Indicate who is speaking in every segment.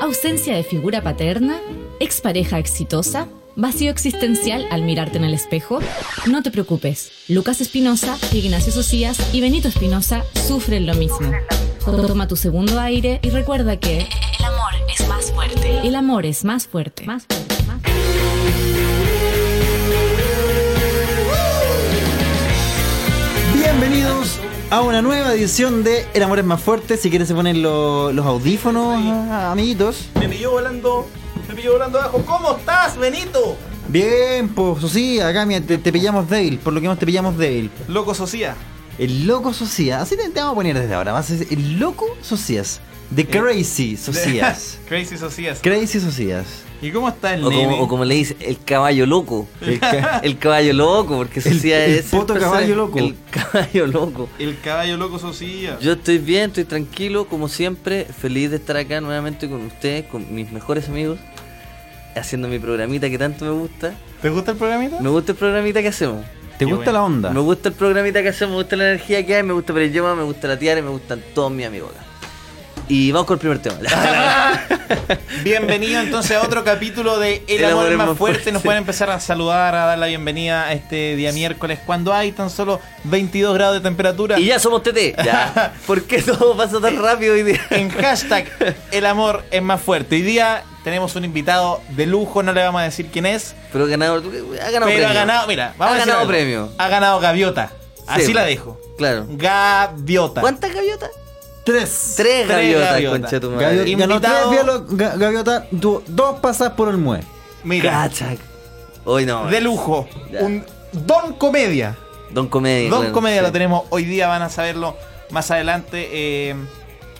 Speaker 1: ausencia de figura paterna, expareja exitosa, vacío existencial al mirarte en el espejo. No te preocupes, Lucas Espinosa, Ignacio Socias y Benito Espinosa sufren lo mismo. Toma tu segundo aire y recuerda que
Speaker 2: El amor es más fuerte.
Speaker 1: el amor es más fuerte.
Speaker 2: Más
Speaker 3: Bienvenidos a una nueva edición de El amor es más fuerte. Si quieres se ponen lo- los audífonos, a- amiguitos.
Speaker 4: Me pilló volando, me pilló volando abajo. ¿Cómo estás, Benito?
Speaker 3: Bien, pues sí, acá mira, te, te pillamos débil, por lo que más te pillamos débil.
Speaker 4: Loco Socia.
Speaker 3: El loco Socias, así te, te vamos a poner desde ahora, vas a decir, el loco Socias,
Speaker 4: Eh,
Speaker 3: The Crazy Socias.
Speaker 4: Crazy Socias.
Speaker 3: Crazy Socias.
Speaker 4: ¿Y cómo está el
Speaker 5: O como,
Speaker 4: nene?
Speaker 5: o como le dice, el caballo loco.
Speaker 3: Ah, El ca-
Speaker 5: El caballo loco, porque
Speaker 3: El-
Speaker 5: Socia
Speaker 3: el
Speaker 5: es.
Speaker 3: poto
Speaker 5: personaje.
Speaker 3: caballo loco.
Speaker 5: El caballo loco.
Speaker 4: El caballo loco Socia.
Speaker 5: Yo estoy bien, estoy tranquilo, como siempre. Feliz de estar acá nuevamente con ustedes, con mis mejores amigos, haciendo mi programita que tanto me gusta.
Speaker 4: ¿Te gusta el programita?
Speaker 5: Me gusta el programita que hacemos.
Speaker 3: ¿Te
Speaker 4: Qué
Speaker 3: gusta
Speaker 4: bueno.
Speaker 3: la onda?
Speaker 5: Me gusta el programita que hacemos, me gusta la energía que hay, me gusta el idioma, me gusta la tiara y me gustan todos mis amigos acá. Y vamos con el primer tema.
Speaker 4: Bienvenido entonces a otro capítulo de El, amor, es más fuerte. Nos pueden empezar a saludar, a dar la bienvenida a este día miércoles cuando hay tan solo 22 grados de temperatura.
Speaker 5: y ya somos TT. Ya. ¿Por qué todo pasa tan rápido hoy día?
Speaker 4: En hashtag El amor es más fuerte. Hoy día tenemos un invitado de lujo, no le vamos a decir quién es.
Speaker 5: Pero ha ganado, ha
Speaker 4: Pero
Speaker 5: ganado premio.
Speaker 4: ha ganado, mira, vamos
Speaker 5: ha
Speaker 4: a decir
Speaker 5: ganado
Speaker 4: algo.
Speaker 5: premio.
Speaker 4: Ha ganado Gaviota. Así
Speaker 5: Sí,
Speaker 4: la
Speaker 5: pues.
Speaker 4: dejo.
Speaker 5: Claro.
Speaker 4: Gaviota.
Speaker 5: ¿Cuántas gaviotas?
Speaker 3: Tres.
Speaker 5: Tres gaviotas,
Speaker 4: gaviotas.
Speaker 5: concha tu madre.
Speaker 3: Gaviota, ganó tres
Speaker 4: Invitado-
Speaker 3: violos- ga- Gaviota, tuvo dos pasas por el mue.
Speaker 4: Mira,
Speaker 5: Cachac. Hoy no.
Speaker 4: de lujo.
Speaker 5: Ya.
Speaker 4: Un Don Comedia.
Speaker 5: Don Comedia.
Speaker 4: Don
Speaker 5: claro,
Speaker 4: Comedia
Speaker 5: sí.
Speaker 4: lo tenemos hoy día, van a saberlo más adelante. eh,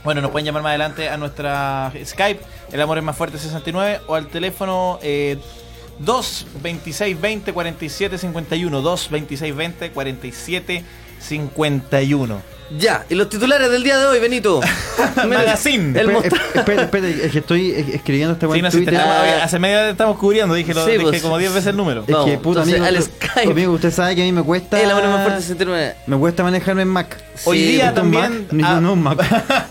Speaker 4: bueno, nos pueden llamar más adelante a nuestra Skype, El Amor es Más Fuerte 69, o al teléfono eh, 2 26 20 47 51. 2 26 20 47 51.
Speaker 5: Ya, y los titulares del día de hoy, Benito.
Speaker 4: Magazine.
Speaker 5: El
Speaker 3: Espera,
Speaker 5: mosta-
Speaker 3: esp- espera, espera, es que estoy eh, escribiendo esta
Speaker 4: Sí,
Speaker 3: weá
Speaker 4: no,
Speaker 3: en
Speaker 4: si te
Speaker 3: Twitter.
Speaker 4: estamos- hace media hora estamos cubriendo, dije, lo,
Speaker 5: Ah. Sí,
Speaker 4: dije
Speaker 5: pues,
Speaker 4: como 10 veces el número.
Speaker 3: Es
Speaker 5: No,
Speaker 3: que puta,
Speaker 5: entonces,
Speaker 3: amigo,
Speaker 5: al
Speaker 3: tú-
Speaker 5: Skype.
Speaker 3: amigo, usted sabe que a mí me cuesta.
Speaker 5: El amor es más fuerte 69.
Speaker 3: Me cuesta manejarme en Mac.
Speaker 4: Hoy
Speaker 5: Sí,
Speaker 4: día
Speaker 3: ¿Usted es
Speaker 4: también.
Speaker 3: Mac? No,
Speaker 4: ah,
Speaker 3: no, Mac.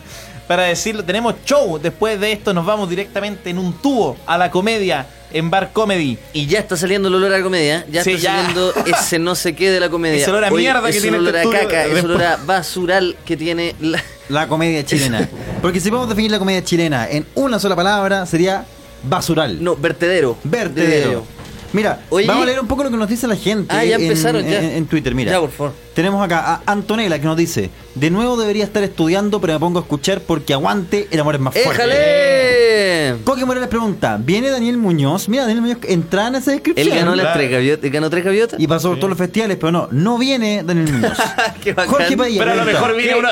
Speaker 4: para decirlo, tenemos show. Después de esto, nos vamos directamente en un tubo a la comedia en Bar Comedy.
Speaker 5: Y ya está saliendo el olor a la comedia. Ya
Speaker 4: Sí,
Speaker 5: está
Speaker 4: ya.
Speaker 5: saliendo ese no sé qué de la comedia.
Speaker 4: Ese olor a mierda que
Speaker 5: ese
Speaker 4: tiene
Speaker 5: olor
Speaker 4: este
Speaker 5: a
Speaker 4: estudio
Speaker 5: caca, ese
Speaker 4: después.
Speaker 5: olor a basural que tiene la.
Speaker 3: La comedia chilena. Porque si podemos definir la comedia chilena en una sola palabra, sería basural.
Speaker 5: No, vertedero.
Speaker 3: Vertedero. Mira,
Speaker 5: Oye.
Speaker 3: vamos a leer un poco lo que nos dice la gente
Speaker 5: Ah, ya
Speaker 3: en-
Speaker 5: empezaron, ya.
Speaker 3: en- en Twitter. Mira,
Speaker 5: Ya, por favor.
Speaker 3: tenemos acá a Antonella que nos dice: De nuevo debería estar estudiando, pero me pongo a escuchar porque aguante el amor es más fuerte.
Speaker 5: ¡Éjale!
Speaker 3: Coque Morales pregunta: ¿Viene Daniel Muñoz? Mira, Daniel Muñoz entra en esa
Speaker 5: Él
Speaker 3: descripción.
Speaker 5: ganó las
Speaker 4: Claro.
Speaker 5: tres gaviotas. Él ganó tres gaviotas.
Speaker 3: Y pasó por todos los festivales, pero no, no viene Daniel Muñoz.
Speaker 5: Qué bacán.
Speaker 3: Jorge Padilla.
Speaker 4: Pero a lo
Speaker 3: pregunta,
Speaker 4: mejor viene uno,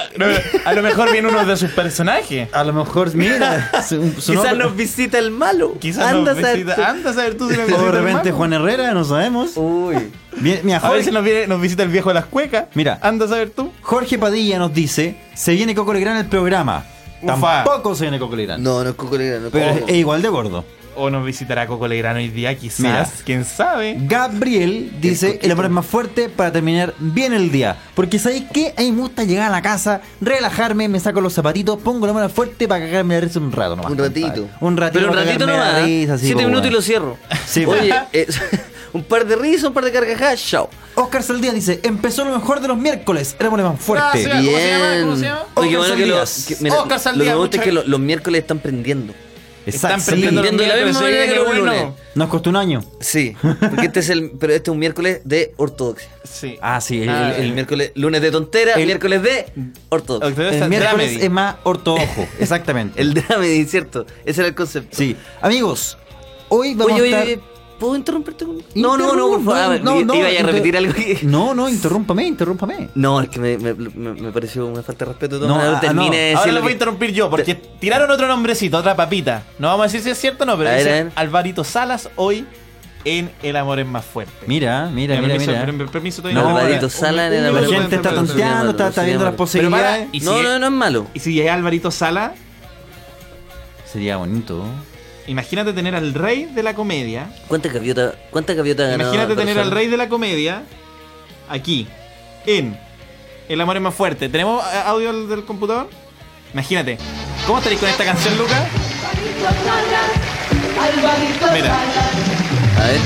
Speaker 4: a lo mejor viene uno de sus personajes.
Speaker 3: A lo mejor, mira, su- su
Speaker 5: Quizás
Speaker 3: nombre-
Speaker 5: nos visita el malo.
Speaker 4: Quizás anda
Speaker 5: Anda a saber tú.
Speaker 4: anda a saber tú si nos
Speaker 3: O
Speaker 4: visita
Speaker 3: de
Speaker 4: el
Speaker 3: repente
Speaker 4: malo.
Speaker 3: Juan Herrera, no sabemos.
Speaker 5: Uy.
Speaker 3: Bien, Mira,
Speaker 4: A veces
Speaker 3: Jorge,
Speaker 4: nos, viene- nos visita el viejo de las cuecas.
Speaker 3: Mira.
Speaker 4: Anda a saber tú.
Speaker 3: Jorge Padilla nos dice: Se viene Coco Legrand el programa.
Speaker 4: Ufa.
Speaker 3: Tampoco se viene Coco Legrand.
Speaker 5: No, no es Coco Legrand, no es
Speaker 3: Pero es,
Speaker 5: Coco.
Speaker 3: es igual de gordo.
Speaker 4: O nos visitará Coco Legrano hoy día, quizás.
Speaker 3: Mira.
Speaker 4: ¿Quién sabe?
Speaker 3: Gabriel dice:
Speaker 5: coquito.
Speaker 3: El amor es más fuerte para terminar bien el día. Porque ¿sabéis qué? A mí me gusta llegar a la casa, relajarme, me saco los zapatitos, pongo la mano fuerte para cagarme la risa un rato nomás.
Speaker 5: Un ratito.
Speaker 3: compadre. Un ratito.
Speaker 5: Pero un
Speaker 3: para
Speaker 5: ratito
Speaker 3: cagarme la
Speaker 5: nomás. ¿eh?
Speaker 3: risa, así,
Speaker 5: Siete
Speaker 3: po,
Speaker 5: minutos y
Speaker 3: bueno.
Speaker 5: lo cierro.
Speaker 3: Sí, pues.
Speaker 5: Oye, eh, un par de risas, un par de carcajadas, chao.
Speaker 3: Oscar Saldía dice: Empezó lo mejor de los miércoles. El amor es más fuerte.
Speaker 4: Gracias. Ah, ¿Cómo se llama? ¿Cómo se llama?
Speaker 5: Oye, qué
Speaker 3: Oscar
Speaker 5: bueno que
Speaker 3: Saldías.
Speaker 5: los. que- mira,
Speaker 4: Oscar
Speaker 5: lo que
Speaker 4: Saldías,
Speaker 5: me gusta es que
Speaker 4: muchas-
Speaker 5: lo- los miércoles están prendiendo.
Speaker 3: Exacto,
Speaker 4: Están
Speaker 3: sí.
Speaker 4: prendiendo los
Speaker 5: Prendiendo de la
Speaker 4: miércoles,
Speaker 5: misma
Speaker 4: se
Speaker 5: manera
Speaker 4: viene
Speaker 5: que los
Speaker 4: bueno.
Speaker 5: lunes.
Speaker 3: Nos costó un año.
Speaker 5: Sí, porque este es el. Pero este es un miércoles de ortodoxia.
Speaker 4: Sí. eh.
Speaker 3: Ah, sí. El,
Speaker 5: El,
Speaker 3: el-
Speaker 5: el miércoles, lunes de tontera, el miércoles de ortodoxia.
Speaker 4: Ortodoxia.
Speaker 3: el miércoles
Speaker 4: Dramedy.
Speaker 3: es más ortodojo. Exactamente.
Speaker 5: El dramedy, ¿cierto? Ese era el concepto.
Speaker 3: Sí. Amigos, hoy vamos
Speaker 5: Oye,
Speaker 3: a
Speaker 5: oye,
Speaker 3: estar...
Speaker 5: oye, ¿puedo interrumpirte? con- No, no, no, por favor. A ver, i- iba a
Speaker 3: inter-
Speaker 5: repetir algo que.
Speaker 3: No, no, interrúmpame, interrúmpame.
Speaker 5: No, es que me, me, me- me pareció una falta de respeto.
Speaker 3: No,
Speaker 5: No,
Speaker 3: ah,
Speaker 5: no, termine
Speaker 3: no.
Speaker 5: de decir
Speaker 4: Ahora
Speaker 5: lo
Speaker 4: lo voy a
Speaker 5: que-
Speaker 4: interrumpir yo, porque tiraron otro nombrecito, otra papita. No vamos a decir si es cierto o no, pero
Speaker 5: A ver,
Speaker 4: dice
Speaker 5: a ver.
Speaker 4: Alvarito Salas hoy en El Amor es más fuerte.
Speaker 3: Mira, mira,
Speaker 4: Eh,
Speaker 3: mira,
Speaker 4: permiso,
Speaker 3: mira.
Speaker 4: per- permiso, estoy
Speaker 3: No,
Speaker 4: en-
Speaker 3: Alvarito
Speaker 4: un-
Speaker 5: Salas en
Speaker 4: un
Speaker 5: El
Speaker 3: La
Speaker 4: minuto
Speaker 5: Amor
Speaker 4: de
Speaker 5: es más
Speaker 3: gente está
Speaker 5: Pero-
Speaker 4: interrupción.
Speaker 3: tonteando, está, está viendo las
Speaker 5: Pero para-
Speaker 3: posibilidades.
Speaker 4: y si-
Speaker 5: No, no, no es malo.
Speaker 4: Y si es Alvarito Sala,
Speaker 3: Sería bonito.
Speaker 4: imagínate tener al rey de la comedia.
Speaker 5: ¿Cuántas gaviotas cuántas gaviotas ha ganado
Speaker 4: imagínate tener
Speaker 5: Barcelona?
Speaker 4: al rey de la comedia aquí, en El Amor es más fuerte. ¿Tenemos eh, audio del, del computador? Imagínate. ¿Cómo estaréis con esta canción, Lucas?
Speaker 6: Cuando
Speaker 4: Mira,
Speaker 5: A ver.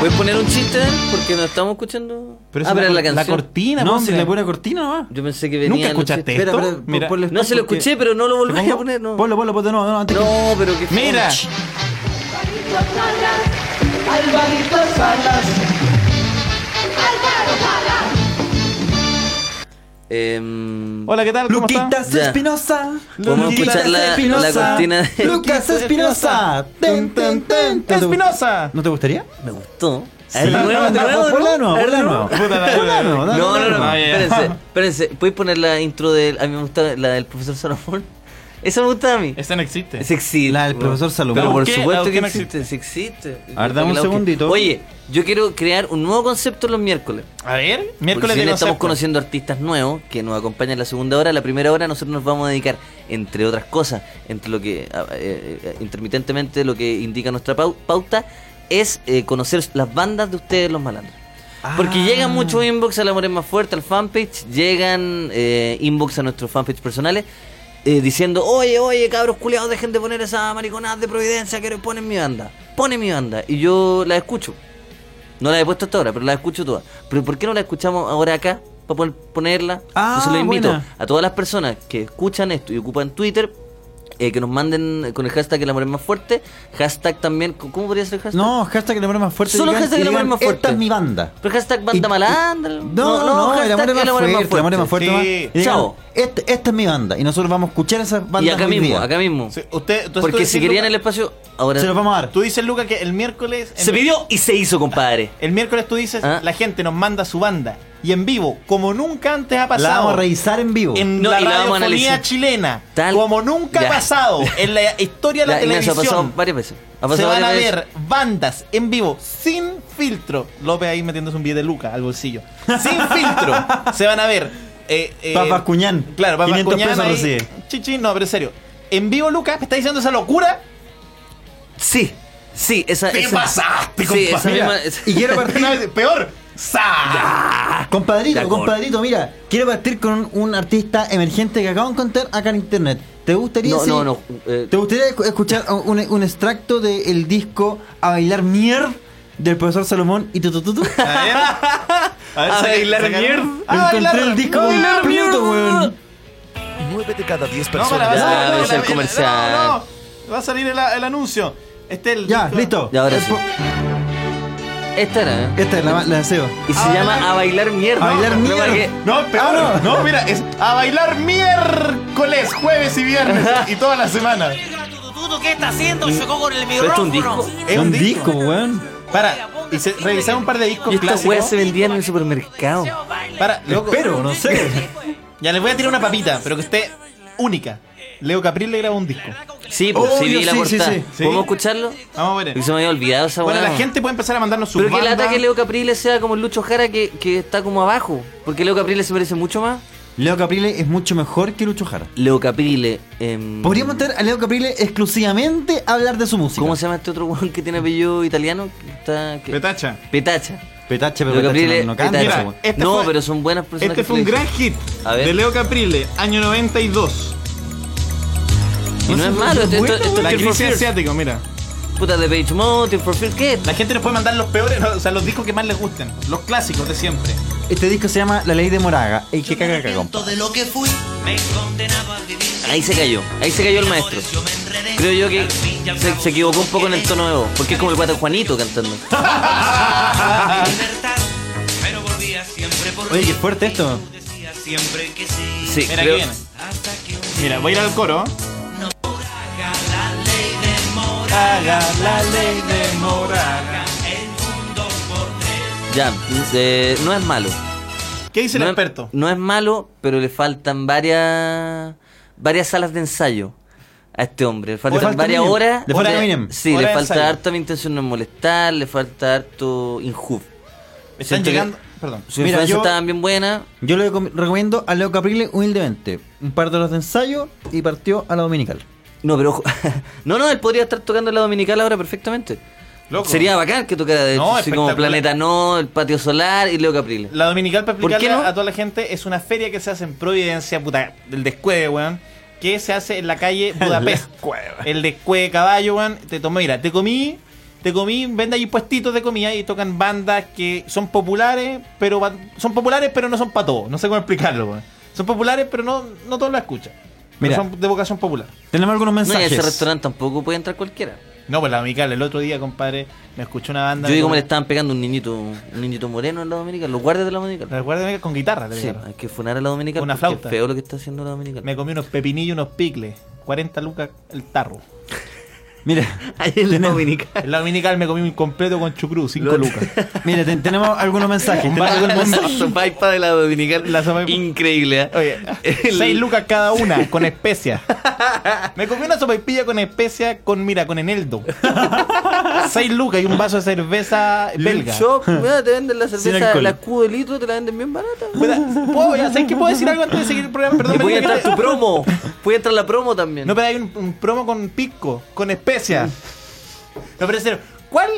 Speaker 5: ¿Puedes poner un chiste porque no estamos escuchando?
Speaker 4: pero esa
Speaker 5: ah,
Speaker 4: es la,
Speaker 5: pero la
Speaker 4: cor- la
Speaker 5: canción.
Speaker 4: cortina, pues,
Speaker 3: No,
Speaker 4: hombre.
Speaker 3: si le pone cortina nomás.
Speaker 5: Yo pensé que venía.
Speaker 4: ¿Nunca
Speaker 5: los
Speaker 4: escuchaste
Speaker 5: chistes.
Speaker 3: Espera,
Speaker 4: ¿Esto?
Speaker 3: espera,
Speaker 4: Mira.
Speaker 3: ponle
Speaker 5: No
Speaker 3: stop
Speaker 5: se lo
Speaker 3: porque-
Speaker 5: escuché, pero no lo
Speaker 3: ¿Te
Speaker 5: volví
Speaker 3: pongo?
Speaker 5: a poner. No,
Speaker 3: Ponlo, ponlo, ponlo, no, no, antes que-
Speaker 5: no pero que.
Speaker 4: Mira.
Speaker 5: Em,
Speaker 4: Hola, ¿qué tal? ¿Cómo estás?
Speaker 3: Luquitas
Speaker 5: Ya.
Speaker 3: Espinosa.
Speaker 5: Podemos
Speaker 3: Luquitas
Speaker 5: escuchar la- la cortina de-
Speaker 3: Lucas Espinosa. Ten, ten, ten, ten.
Speaker 4: Espinosa.
Speaker 3: ¿No te gustaría?
Speaker 5: me gustó. A
Speaker 3: Sí.
Speaker 5: ver, de nuevo, de nuevo, de
Speaker 3: Ponla de nuevo,
Speaker 5: nuevo. A ver,
Speaker 3: ponla
Speaker 5: de
Speaker 3: de
Speaker 5: nuevo.
Speaker 3: nuevo.
Speaker 4: Puta, dale,
Speaker 3: Ponla de
Speaker 4: dale.
Speaker 3: nuevo, dale,
Speaker 5: No, no,
Speaker 3: dale.
Speaker 5: no,
Speaker 4: Ah, ya.
Speaker 5: espérense, espérense. ¿Puedes poner la intro del. A mí me gusta la del profesor Salomón? Esa me gusta a mí.
Speaker 4: Esta no existe.
Speaker 5: Es existe.
Speaker 3: La del
Speaker 5: bueno.
Speaker 3: profesor Salomón.
Speaker 5: Pero
Speaker 4: ¿La
Speaker 5: por
Speaker 4: busqué?
Speaker 5: supuesto
Speaker 4: ¿La busqué?
Speaker 5: que
Speaker 4: No
Speaker 5: existe, sí existe.
Speaker 3: A ver, dame un
Speaker 5: La busqué.
Speaker 3: segundito.
Speaker 5: Este Oye, yo quiero crear un nuevo concepto los miércoles.
Speaker 4: A ver,
Speaker 5: Porque
Speaker 4: miércoles
Speaker 5: si
Speaker 4: de
Speaker 5: bien estamos
Speaker 4: concepto.
Speaker 5: conociendo artistas nuevos que nos acompañan en la segunda hora, la primera hora nosotros nos vamos a dedicar, entre otras cosas, entre lo que ah, eh, eh, intermitentemente lo que indica nuestra pau- pauta, es eh, conocer las bandas de ustedes los malandros. Porque
Speaker 3: Ah.
Speaker 5: llegan muchos inbox a la Morena Más Fuerte, al fanpage, llegan eh, inbox a nuestros fanpage personales eh, diciendo, oye, oye, cabros culiados, dejen de poner esa mariconada de Providencia, que ponen mi banda, ponen mi banda, y yo la escucho. No la he puesto hasta ahora, pero la escucho toda. Pero ¿por qué no la escuchamos ahora acá? Para poder ponerla.
Speaker 3: Ah,
Speaker 5: Entonces los invito
Speaker 3: buena.
Speaker 5: a todas las personas que escuchan esto y ocupan Twitter. eh, que nos manden con el hashtag El Amor es Más Fuerte. Hashtag también. ¿Cómo podría ser el hashtag?
Speaker 3: No, hashtag el amor es más fuerte.
Speaker 5: Solo
Speaker 3: digan-
Speaker 5: hashtag
Speaker 3: y
Speaker 5: el amor es
Speaker 3: digan,
Speaker 5: más fuerte.
Speaker 3: Esta es mi banda.
Speaker 5: Pero hashtag
Speaker 3: Y-
Speaker 5: Banda
Speaker 3: y-
Speaker 5: Malandra.
Speaker 3: No, no, el amor es más fuerte. El amor es más fuerte.
Speaker 4: Sí.
Speaker 3: más- y digan,
Speaker 5: Chao.
Speaker 3: este- Esta es mi banda. Y nosotros vamos a escuchar esas bandas.
Speaker 5: Y acá
Speaker 3: hoy
Speaker 5: mismo,
Speaker 3: día.
Speaker 5: acá mismo.
Speaker 4: Sí, usted, entonces tú
Speaker 5: Porque
Speaker 4: decís,
Speaker 5: si querían el
Speaker 4: Luca-
Speaker 5: espacio, ahora.
Speaker 3: Se los vamos a dar.
Speaker 4: Tú dices, Luca, que el miércoles.
Speaker 5: Se pidió y se hizo, compadre.
Speaker 4: El miércoles tú dices,
Speaker 5: Ah.
Speaker 4: la gente nos manda su banda. Y en vivo, como nunca antes ha pasado.
Speaker 3: La vamos a revisar en vivo.
Speaker 4: En
Speaker 5: No,
Speaker 4: la
Speaker 5: y la vamos a
Speaker 4: radiofonía
Speaker 5: analizar.
Speaker 4: chilena.
Speaker 5: Tal-
Speaker 4: Como nunca
Speaker 5: Ya.
Speaker 4: ha pasado en la historia de la,
Speaker 5: Ya, Ignacio, ha pasado
Speaker 4: televisión.
Speaker 5: varias veces. Ha
Speaker 4: Se
Speaker 5: pasado
Speaker 4: van a
Speaker 5: varias veces.
Speaker 4: ver bandas en vivo sin filtro. López ahí metiéndose un billete de Luca al bolsillo. Sin filtro. Se van a ver. Eh, eh,
Speaker 3: Papas Cuñán.
Speaker 4: Claro, Papas
Speaker 3: 500
Speaker 4: Cuñán
Speaker 3: pesos
Speaker 4: ahí.
Speaker 3: recibe.
Speaker 4: Chichi, no, pero en serio. En vivo, Lucas, ¿me está diciendo esa locura?
Speaker 5: Sí, sí, esa.
Speaker 4: ¿Qué
Speaker 5: esa-
Speaker 4: pasaste,
Speaker 5: Sí,
Speaker 4: compadre?
Speaker 5: esa
Speaker 4: Mira,
Speaker 5: misma- esa-
Speaker 3: Y quiero partir.
Speaker 4: Una vez- Peor. ¡Sa!
Speaker 3: Compadrito,
Speaker 5: De acuerdo.
Speaker 3: compadrito, mira, quiero partir con un artista emergente que acabo de encontrar acá en internet. ¿Te gustaría?
Speaker 5: No,
Speaker 3: sí?
Speaker 5: no, no, eh,
Speaker 3: ¿Te gustaría escu- escuchar un, un extracto del disco A Bailar Mier del profesor Salomón y tu, tu, tu, tu?
Speaker 4: A ver. A ver,
Speaker 5: A
Speaker 4: saca-
Speaker 5: bailar
Speaker 4: saca- A
Speaker 5: mierda.
Speaker 3: Encontré
Speaker 4: bailar-
Speaker 3: el disco
Speaker 4: A bailar
Speaker 3: completo,
Speaker 4: mierda.
Speaker 3: weón.
Speaker 6: 9 de cada 10
Speaker 4: No, para, va
Speaker 6: personas.
Speaker 4: a
Speaker 5: Ya,
Speaker 4: salir-
Speaker 5: vamos
Speaker 4: no,
Speaker 5: al
Speaker 4: la-
Speaker 5: comercial.
Speaker 4: no, no. Va a salir el, el anuncio. Este es el
Speaker 3: Ya,
Speaker 4: disco.
Speaker 3: listo.
Speaker 5: Y ahora sí.
Speaker 3: Po-
Speaker 5: Esta era, ¿eh?
Speaker 3: Esta es la, la deseo.
Speaker 5: Y se
Speaker 4: A bailar-
Speaker 5: llama A Bailar Mierda.
Speaker 3: A Bailar
Speaker 5: No,
Speaker 3: Mierda.
Speaker 5: porque-
Speaker 4: No, peor.
Speaker 3: Ah,
Speaker 4: no. mira, es a bailar miércoles, jueves y viernes y toda la semana.
Speaker 7: ¿Qué está haciendo? Chocó con el
Speaker 5: ¿Pero esto es un
Speaker 7: micrófono.
Speaker 5: disco?
Speaker 4: Mm. Es
Speaker 3: un disco, weón.
Speaker 4: Para, y se, revisar un par de discos
Speaker 5: Y estas
Speaker 4: clásicos.
Speaker 5: weas se vendían en el supermercado.
Speaker 4: Para, loco.
Speaker 3: Pero, no sé.
Speaker 5: pues.
Speaker 4: Ya les voy a tirar una papita, pero que esté única. Leo Caprile le graba un disco.
Speaker 5: Sí, pues sí,
Speaker 3: Obvio,
Speaker 5: vi la
Speaker 3: sí,
Speaker 5: portada.
Speaker 3: sí,
Speaker 4: sí.
Speaker 5: ¿Podemos
Speaker 4: Sí.
Speaker 5: escucharlo?
Speaker 4: Vamos a ver.
Speaker 5: Y se me había olvidado esa
Speaker 4: Bueno,
Speaker 5: weá.
Speaker 4: la gente puede empezar a mandarnos sus
Speaker 5: Pero que el
Speaker 4: bandas.
Speaker 5: ataque Leo Capriles sea como el Lucho Jara que, que está como abajo. Porque Leo Capriles se merece mucho más.
Speaker 3: Leo Caprile es mucho mejor que Lucho Jara.
Speaker 5: Leo Capriles. em,
Speaker 3: Podríamos tener a Leo Caprile exclusivamente a hablar de su música.
Speaker 5: ¿Cómo se llama este otro weón que tiene apellido italiano? Que está, que-
Speaker 4: Petacha.
Speaker 5: Petacha.
Speaker 3: Petache, pero
Speaker 5: Leo
Speaker 3: Petache
Speaker 5: Caprile.
Speaker 3: no, no canta, pues.
Speaker 5: Petacha.
Speaker 3: ese
Speaker 4: Mira,
Speaker 3: weón.
Speaker 4: este
Speaker 5: no,
Speaker 4: fue-
Speaker 5: pero son buenas personas.
Speaker 4: Este
Speaker 5: que
Speaker 4: fue un
Speaker 5: lo
Speaker 4: gran
Speaker 5: hicieron.
Speaker 4: hit
Speaker 5: A ver.
Speaker 4: de Leo Caprile, año 92.
Speaker 5: Y no es malo, esto, esto, esto
Speaker 4: La
Speaker 5: es Tears for
Speaker 4: crisis
Speaker 5: Fears.
Speaker 4: asiático, mira.
Speaker 5: Puta de Page Mode, Tears for Fears, ¿qué es?
Speaker 4: La gente nos puede mandar los peores, o sea, los discos que más les gusten. Los clásicos de siempre.
Speaker 3: Este disco se llama La Ley de Moraga. El que caga, caga. compa.
Speaker 7: de lo que fui, me condenaba a vivir.
Speaker 5: Ahí se cayó, ahí se cayó el maestro. Creo yo que se, se equivocó un poco en el tono de voz, porque es como el guata Juanito cantando.
Speaker 7: Pero volvía siempre por
Speaker 3: Oye, qué fuerte esto.
Speaker 7: decía siempre que sí.
Speaker 5: Sí,
Speaker 4: Mira, aquí
Speaker 5: creo-
Speaker 4: viene. Mira, voy a ir al coro. Haga la ley de Moraga.
Speaker 5: ya, eh, no es malo.
Speaker 4: ¿Qué dice
Speaker 5: no
Speaker 4: el
Speaker 5: es-
Speaker 4: experto?
Speaker 5: no es malo, pero le faltan varias varias salas de ensayo a este hombre. Le faltan
Speaker 3: falta
Speaker 5: varias
Speaker 3: Eminem.
Speaker 5: horas.
Speaker 3: Le falta
Speaker 5: de-
Speaker 3: Eminem.
Speaker 5: Sí,
Speaker 4: Hora
Speaker 5: le
Speaker 4: de
Speaker 5: falta
Speaker 4: ensayo.
Speaker 5: harta mi intención no es molestar, le falta harto injuv.
Speaker 4: Están
Speaker 5: siento que-
Speaker 4: llegando. Perdón.
Speaker 5: Sus
Speaker 3: Mira, yo-
Speaker 5: influencias estaban bien buenas.
Speaker 3: Yo le recom- recomiendo a Leo Caprile humildemente. Un par de horas de ensayo y partió a la dominical.
Speaker 5: No, pero ojo. no, no, él podría estar tocando en la dominical ahora perfectamente.
Speaker 4: Loco.
Speaker 5: Sería bacán que tocara de hecho,
Speaker 4: No,
Speaker 5: así como
Speaker 4: espectacular.
Speaker 5: Planeta No, el Patio Solar y Leo Caprile.
Speaker 4: La Dominical, para
Speaker 5: ¿Por qué
Speaker 4: explicarle
Speaker 5: no?
Speaker 4: a toda la gente, es una feria que se hace en Providencia, puta, del descueve, weón. que se hace en la calle Budapest.
Speaker 3: cueva.
Speaker 4: El de Cue de Caballo, weón. Te tomé, mira, te comí, te comí, vende ahí puestitos de comida y tocan bandas que son populares, pero va- son populares, pero no son para todos. No sé cómo explicarlo, weón. Son populares, pero no, no todos la escuchan. Pero
Speaker 3: Mira.
Speaker 4: son de vocación popular.
Speaker 3: Tenemos algunos
Speaker 5: No, y a
Speaker 3: mensajes.
Speaker 5: ese restaurante tampoco puede entrar cualquiera.
Speaker 4: No, pues la amical, el otro día, compadre, me escuchó una banda.
Speaker 5: Yo vi
Speaker 4: me-
Speaker 5: cómo le estaban pegando un niñito, un niñito moreno en la Dominicana, los guardias de la Dominicana.
Speaker 4: Recuerda amical, con guitarra, le
Speaker 5: Sí,
Speaker 4: digo.
Speaker 5: hay que funar a la Dominicana.
Speaker 4: Una
Speaker 5: porque
Speaker 4: flauta.
Speaker 5: Es feo lo que está haciendo la Dominicana.
Speaker 4: Me comí unos pepinillos, unos picles. 40 lucas el tarro.
Speaker 3: Mira,
Speaker 5: Ahí en la Dominicana.
Speaker 4: En la dominical me comí un completo con chucrú, 5
Speaker 5: Lo-
Speaker 4: lucas.
Speaker 3: mira, ten- tenemos algunos mensajes. tenemos algunos
Speaker 5: La sopaipa de la Dominicana.
Speaker 4: La sopaipa.
Speaker 5: Increíble, ¿eh?
Speaker 4: Oye,
Speaker 5: El-
Speaker 4: 6 lucas cada una, con especia. Me comí una sopaipilla con especia, con, mira, con eneldo. 6 lucas y un vaso de cerveza belga.
Speaker 5: El shop, mira, te venden la cerveza,
Speaker 3: alcohol.
Speaker 5: la cubo de litro, te la venden bien barata.
Speaker 4: Puta, ¿Puedo, ya, ¿Sabes qué puedo decir algo antes de seguir el programa? Perdón,
Speaker 5: Y
Speaker 4: me
Speaker 5: puede
Speaker 4: tengo que-
Speaker 5: entrar tu promo. Puede entrar la promo también.
Speaker 4: No, pero hay un, un promo con pisco, con especia. No, pero en serio, ¿cuál,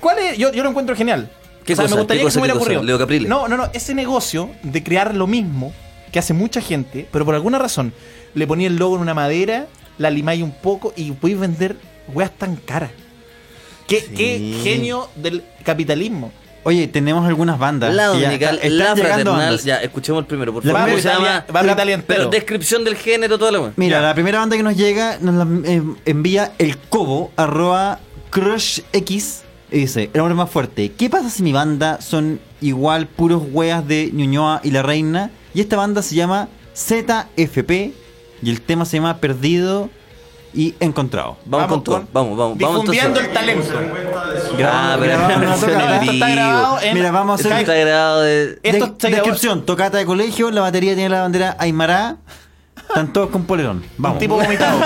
Speaker 4: cuál es? Yo, yo lo encuentro genial.
Speaker 5: ¿Qué cosa?
Speaker 4: me gustaría
Speaker 5: ¿Qué
Speaker 4: que se me hubiera
Speaker 5: cosa? ¿Qué cosa?
Speaker 4: ocurrido.
Speaker 5: Leo Caprile.
Speaker 4: No, no, no. Ese negocio de crear lo mismo que hace mucha gente, pero por alguna razón le ponía el logo en una madera, la limáis un poco y podéis vender weas tan caras. Qué, qué genio del capitalismo.
Speaker 3: Oye, tenemos algunas bandas.
Speaker 5: La
Speaker 3: que ya
Speaker 5: Dominical,
Speaker 3: está-
Speaker 5: la
Speaker 3: están llegando
Speaker 5: Fraternal.
Speaker 3: bandas.
Speaker 5: Ya, escuchemos el primero, por
Speaker 3: La
Speaker 5: favor. ¿Cómo se
Speaker 4: primera-
Speaker 5: llama?
Speaker 4: Barrio Italia entero.
Speaker 5: Pero descripción del género, toda la weá.
Speaker 3: Mira, la primera banda que nos llega nos la eh, envía el cobo arroba crushx y dice, el hombre más fuerte, ¿qué pasa si mi banda son igual puros weas de Ñuñoa y La Reina? Y esta banda se llama ZFP y el tema se llama Perdido y Encontrado.
Speaker 5: Vamos, con todo. Vamos, vamos, vamos.
Speaker 4: Difundiendo
Speaker 5: entonces.
Speaker 4: el talento.
Speaker 5: Ah, pero
Speaker 3: Grabamos
Speaker 5: la
Speaker 3: una tocata.
Speaker 5: versión en
Speaker 4: Esto está grabado
Speaker 5: vivo.
Speaker 4: en-
Speaker 3: Mira, vamos a
Speaker 5: Está
Speaker 3: hacer...
Speaker 5: grabado de...
Speaker 4: Eh, esto
Speaker 3: de-
Speaker 4: está grabado-
Speaker 3: descripción, tocata de colegio, la batería tiene la bandera Aymara, están todos con polerón. Vamos.
Speaker 4: Un tipo vomitado.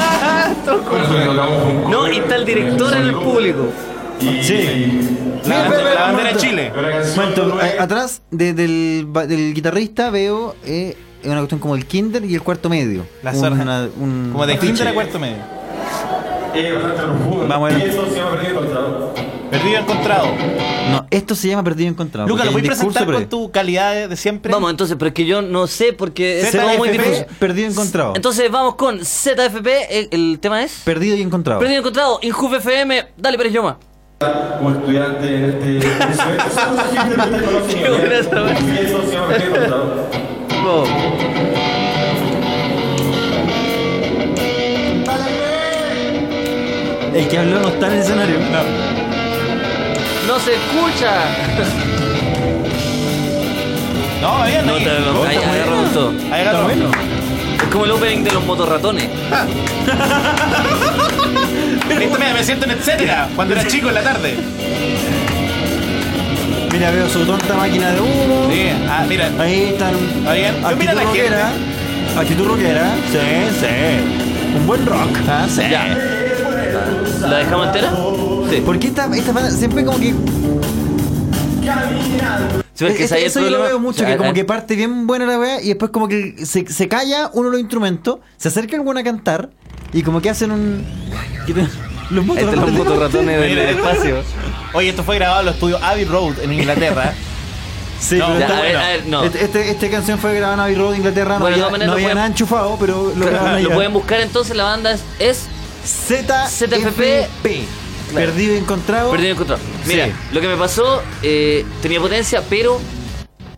Speaker 5: No, y está el director en el público.
Speaker 4: la,
Speaker 3: Mira, mira,
Speaker 4: bandera- la
Speaker 3: mira,
Speaker 4: bandera de
Speaker 3: mira.
Speaker 4: Chile.
Speaker 3: Momento, a- atrás de- del, ba- del guitarrista veo eh, una cuestión como el kinder y el cuarto medio.
Speaker 4: La
Speaker 3: Un-
Speaker 4: zorra.
Speaker 3: una- un
Speaker 4: Como de
Speaker 3: afiche.
Speaker 4: quinta a cuarto medio.
Speaker 3: Vamos a ver.
Speaker 4: Perdido encontrado.
Speaker 3: No, esto se llama Perdido Encontrado.
Speaker 4: Lucas,
Speaker 3: porque
Speaker 4: ¿lo
Speaker 3: el
Speaker 4: puedes
Speaker 3: discurso
Speaker 4: presentar con
Speaker 3: previo.
Speaker 4: tu calidad de siempre?
Speaker 5: Vamos, entonces, pero es que yo no sé porque es
Speaker 4: ZFP.
Speaker 5: todo muy difuso.
Speaker 3: Perdido Encontrado.
Speaker 5: Entonces, vamos con ZFP. El, el tema es...
Speaker 3: Perdido y Encontrado.
Speaker 5: Perdido encontrado. Injuf FM. Dale, Pérez Yoma.
Speaker 8: como estudiante en este curso. Somos gente de conocimiento.
Speaker 5: Qué buena esa wea.
Speaker 8: Y eso se llama gente contador.
Speaker 3: El que habló no está en el escenario.
Speaker 5: No se escucha.
Speaker 4: No, bien,
Speaker 5: No,
Speaker 4: ahí.
Speaker 5: te-
Speaker 4: Oh, está
Speaker 5: ahí- ahí
Speaker 4: bueno.
Speaker 5: agarra gusto.
Speaker 4: Ahí agarra gusto.
Speaker 5: Es como el opening de los motorratones.
Speaker 4: Listo, mira, me siento en etcétera, cuando era chico en la tarde.
Speaker 5: Este
Speaker 3: Mira, veo su tonta máquina de humo.
Speaker 4: Sí, ah, mira.
Speaker 3: Ahí están.
Speaker 4: Está bien. Yo mira la gente.
Speaker 3: rockera. Actitud rockera. Sí, sí. Un buen rock. Ah, sí.
Speaker 5: ¿La dejamos entera? Sí.
Speaker 3: Porque esta, esta banda siempre como que
Speaker 5: Sí, porque
Speaker 3: Es-
Speaker 5: ese ahí el
Speaker 3: eso yo lo
Speaker 5: problema.
Speaker 3: veo mucho,
Speaker 5: Ah,
Speaker 3: que como
Speaker 6: eh.
Speaker 5: ah,
Speaker 3: que parte bien buena la weá y después como que se, se calla uno de los instrumentos, se acerca el weón a cantar y como que hacen un... que te- los motos,
Speaker 5: Estos son los motorratones del espacio.
Speaker 4: Oye, esto fue grabado en los estudios Abbey Road en Inglaterra.
Speaker 3: Sí,
Speaker 4: No,
Speaker 3: pero
Speaker 5: ya,
Speaker 3: está
Speaker 5: a ver,
Speaker 3: bueno.
Speaker 5: a ver, no.
Speaker 3: Este, este- esta canción fue grabada en Abbey Road, Inglaterra, no
Speaker 5: Bueno,
Speaker 3: había,
Speaker 5: de todas maneras
Speaker 3: no
Speaker 5: lo
Speaker 3: había
Speaker 5: pueden-
Speaker 3: nada enchufado, pero lo grabaron
Speaker 5: Lo
Speaker 3: allá.
Speaker 5: pueden buscar entonces, la banda es, es ZFP.
Speaker 3: ZFP. Perdido y encontrado.
Speaker 5: Perdido el control. Mira,
Speaker 3: Sí.
Speaker 5: lo que me pasó, eh, tenía potencia, pero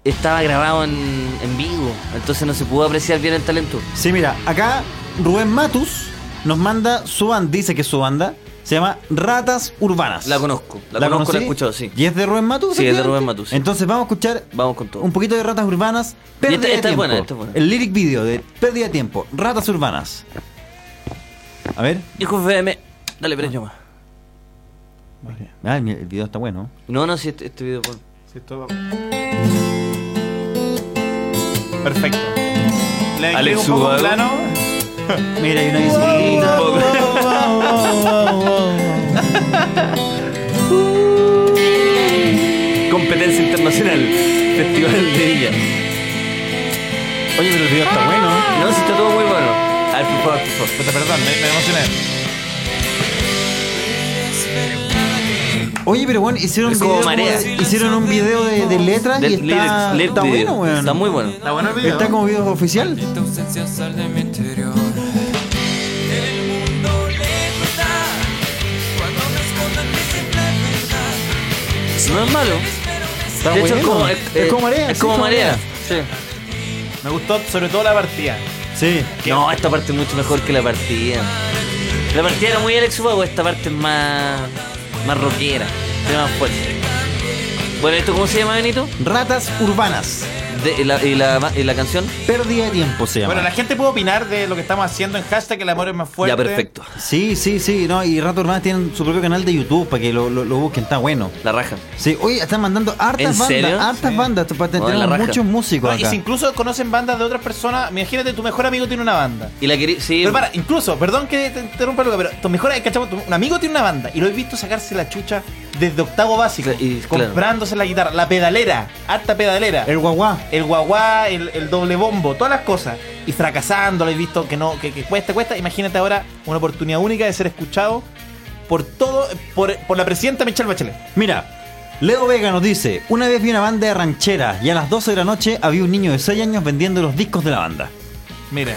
Speaker 5: estaba grabado en, en vivo. Entonces no se pudo apreciar bien el talento.
Speaker 3: Sí, mira, acá Rubén Matus nos manda su banda, dice que es su banda, se llama Ratas Urbanas.
Speaker 5: La conozco, la conozco, la he
Speaker 3: conocí?
Speaker 5: escuchado, sí.
Speaker 3: ¿Y es de Rubén Matus?
Speaker 5: Sí, es de
Speaker 3: efectivamente?
Speaker 5: Rubén Matus, sí.
Speaker 3: Entonces vamos a escuchar
Speaker 5: Vamos con todo.
Speaker 3: un poquito de Ratas Urbanas, Pérdida
Speaker 5: esta-
Speaker 3: de
Speaker 5: esta es
Speaker 3: Tiempo.
Speaker 5: buena, esta es buena.
Speaker 3: El lyric video de Pérdida de Tiempo, Ratas Urbanas. A ver,
Speaker 5: Hijo FM, dale, pero yo más.
Speaker 3: ah, el el video está bueno.
Speaker 5: No, no, si este, este video. bueno.
Speaker 4: Sí, esto va- Perfecto. Le agrego
Speaker 5: Alex
Speaker 4: un poco
Speaker 5: Ubago.
Speaker 4: plano.
Speaker 3: Mira, hay una guitarrita.
Speaker 5: Competencia internacional, Festival de Villa.
Speaker 3: Oye, pero el video está bueno.
Speaker 5: No, si está todo muy bueno. A ver, por favor, por favor.
Speaker 4: Puta, Perdón, me, me emocioné.
Speaker 3: Oye, pero bueno, hicieron un
Speaker 5: Es como
Speaker 3: video, como
Speaker 5: marea.
Speaker 3: de, hicieron un video de, de letras
Speaker 5: Del
Speaker 3: y está,
Speaker 5: lyrics- lyric
Speaker 3: está
Speaker 5: video.
Speaker 3: bueno, weón.
Speaker 5: Está muy bueno.
Speaker 4: Está bueno el video.
Speaker 3: Está como video oficial.
Speaker 9: Tu ausencia sale de mi interior
Speaker 5: No es malo.
Speaker 3: Está
Speaker 5: de hecho, es
Speaker 3: bueno.
Speaker 5: como, es, es-
Speaker 3: marea.
Speaker 5: Es
Speaker 3: sí,
Speaker 5: como marea.
Speaker 4: Me gustó sobre todo la partida.
Speaker 3: Sí.
Speaker 5: Sí. No, esta parte es mucho mejor que la partida. La partida era muy Alex Ubago, esta parte es más. más rockera, tiene más fuerza. Bueno, ¿esto cómo se llama, Benito?
Speaker 3: Ratas urbanas.
Speaker 5: De- y, la, y la- y la canción?
Speaker 3: Pérdida de tiempo se llama.
Speaker 4: Bueno, la gente puede opinar de lo que estamos haciendo en hashtag El amor es más fuerte.
Speaker 5: Ya, perfecto.
Speaker 3: Sí, sí, sí, no, y Ratas Urbanas tienen su propio canal de YouTube para que lo, lo- lo busquen, está bueno.
Speaker 5: La raja.
Speaker 3: Sí, oye, están mandando hartas
Speaker 5: ¿En serio?
Speaker 3: bandas, hartas bandas, para tener
Speaker 5: la raja.
Speaker 3: muchos músicos
Speaker 4: No, y
Speaker 3: acá.
Speaker 4: si incluso conocen bandas de otras personas, imagínate, tu mejor amigo tiene una banda.
Speaker 5: Y la querí. Sí.
Speaker 4: Pero para, incluso, perdón que te interrumpa, Luca, pero tu mejor cachamos, tu- un amigo tiene una banda y lo he visto sacarse la chucha desde octavo básico,
Speaker 5: Cla- y- claro.
Speaker 4: comprándose la guitarra, la pedalera, harta pedalera.
Speaker 3: El guaguá.
Speaker 4: el guaguá, el, el doble bombo, todas las cosas. Y fracasando, lo he visto que no, que, que cuesta, cuesta. Imagínate ahora una oportunidad única de ser escuchado por todo, por, por la presidenta Michelle Bachelet.
Speaker 3: Mira, Leo Vega nos dice, una vez vi una banda de ranchera y a las 12 de la noche había un niño de 6 años vendiendo los discos de la banda.
Speaker 4: Mira.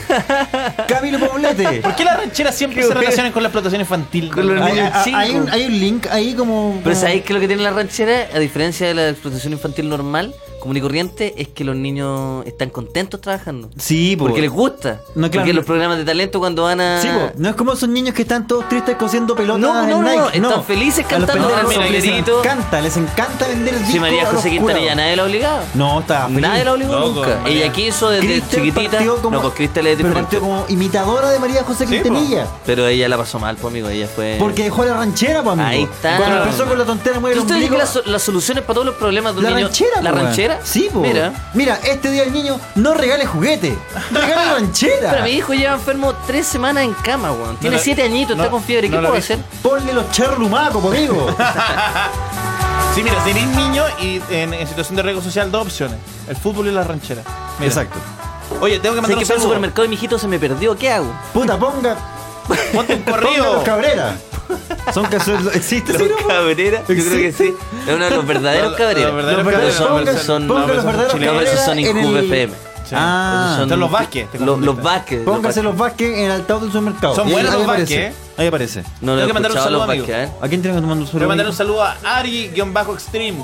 Speaker 3: Camilo Poblete.
Speaker 4: ¿Por qué las rancheras siempre se relacionan con la explotación infantil?
Speaker 5: Con los
Speaker 3: Hay,
Speaker 5: niños.
Speaker 3: Ah,
Speaker 5: pues.
Speaker 3: hay- hay un, hay un link ahí como...
Speaker 5: Pero
Speaker 3: como-
Speaker 5: ¿sabéis que lo que tiene la ranchera, a diferencia de la explotación infantil normal, común y corriente, es que los niños están contentos trabajando?
Speaker 3: Sí, po.
Speaker 5: Porque les gusta.
Speaker 3: No, claro.
Speaker 5: Porque los programas de talento cuando van a...
Speaker 3: Sí, pues. po. No es como esos niños que están todos tristes cociendo pelotas
Speaker 5: No, no,
Speaker 3: en
Speaker 5: no,
Speaker 3: Nike.
Speaker 5: no, están felices
Speaker 3: A los
Speaker 5: cantando
Speaker 3: pendejos
Speaker 5: con el
Speaker 3: les
Speaker 5: sombrerito.
Speaker 3: encanta, les encanta vender el disco
Speaker 5: Sí, María
Speaker 3: a los
Speaker 5: José
Speaker 3: curados.
Speaker 5: Quintanilla, nadie la obligaba.
Speaker 3: No, estaba feliz.
Speaker 5: Nadie la obligó
Speaker 4: Loco,
Speaker 5: nunca.
Speaker 4: María.
Speaker 5: Ella quiso desde
Speaker 3: Cristian
Speaker 5: chiquitita.
Speaker 3: partió como-
Speaker 5: no, pues Cristal es
Speaker 3: Pero
Speaker 5: diferente.
Speaker 3: partió como imitadora de María José
Speaker 4: Sí,
Speaker 3: Quintanilla.
Speaker 5: Pero ella la pasó mal, pues amigo. Ella fue.
Speaker 3: Porque dejó la ranchera, pues, amigo.
Speaker 5: Ahí está.
Speaker 3: Cuando empezó con la tontera mueve el
Speaker 5: ¿Tú sabes
Speaker 3: ombligo.
Speaker 5: que las so- las soluciones para todos los problemas de un
Speaker 3: La
Speaker 5: niño-
Speaker 3: ranchera,
Speaker 5: ¿La
Speaker 3: po, weón.
Speaker 5: ranchera?
Speaker 3: Sí, pues. po.
Speaker 5: Mira.
Speaker 3: Mira, este día el niño no regale juguete. Regale ranchera.
Speaker 5: Pero mi hijo lleva enfermo tres semanas en cama, weón. Tiene
Speaker 4: la-
Speaker 5: siete añitos,
Speaker 4: no-
Speaker 5: está con fiebre.
Speaker 4: no
Speaker 5: ¿Qué
Speaker 4: la
Speaker 5: puedo
Speaker 4: vi.
Speaker 5: hacer?
Speaker 3: Ponle los charrumacos, po, amigo.
Speaker 4: Sí, mira, tenéis niños y en, en situación de riesgo social dos opciones: el fútbol y la ranchera. Mira. Oye, tengo que
Speaker 5: Sé
Speaker 4: mandar un
Speaker 5: que fue al
Speaker 4: saludo.
Speaker 5: supermercado y mi hijito se me perdió. ¿Qué hago?
Speaker 3: Puta, ponga.
Speaker 4: Ponte un
Speaker 3: Ponga
Speaker 4: correo.
Speaker 3: los cabreras. Son casos. ¿Existe? sí, no, po?
Speaker 5: cabreras. Yo creo que sí. Es uno de los verdaderos
Speaker 4: Los-
Speaker 5: cabreras.
Speaker 4: los verdaderos
Speaker 5: Pero
Speaker 4: cabreras.
Speaker 5: son-
Speaker 4: Ponga-
Speaker 5: son-
Speaker 3: ponga
Speaker 5: no, pero
Speaker 3: los
Speaker 5: son
Speaker 3: verdaderos
Speaker 5: chilenos. No, pero son
Speaker 3: cabreras
Speaker 5: en
Speaker 3: en el-
Speaker 5: QVFM.
Speaker 4: Sí.
Speaker 3: Ah.
Speaker 5: Esos
Speaker 4: Son los Vázquez, te
Speaker 5: Los, los
Speaker 4: confundiste.
Speaker 5: Vázquez. los
Speaker 3: Póngase los Vázquez en el altavoz del supermercado.
Speaker 4: Son
Speaker 3: Y
Speaker 4: buenos
Speaker 3: ahí
Speaker 4: los
Speaker 3: aparece.
Speaker 4: Vázquez, ¿eh?
Speaker 3: Ahí aparece.
Speaker 5: No
Speaker 4: Tengo
Speaker 5: lo he
Speaker 4: que mandar un
Speaker 5: escuchado los
Speaker 4: saludo, amigo.
Speaker 5: Vázquez, ¿eh?
Speaker 3: ¿A quién tengo que mandar un
Speaker 4: Quiero mandar un
Speaker 3: saludo?
Speaker 4: saludo a Ari-Extreme,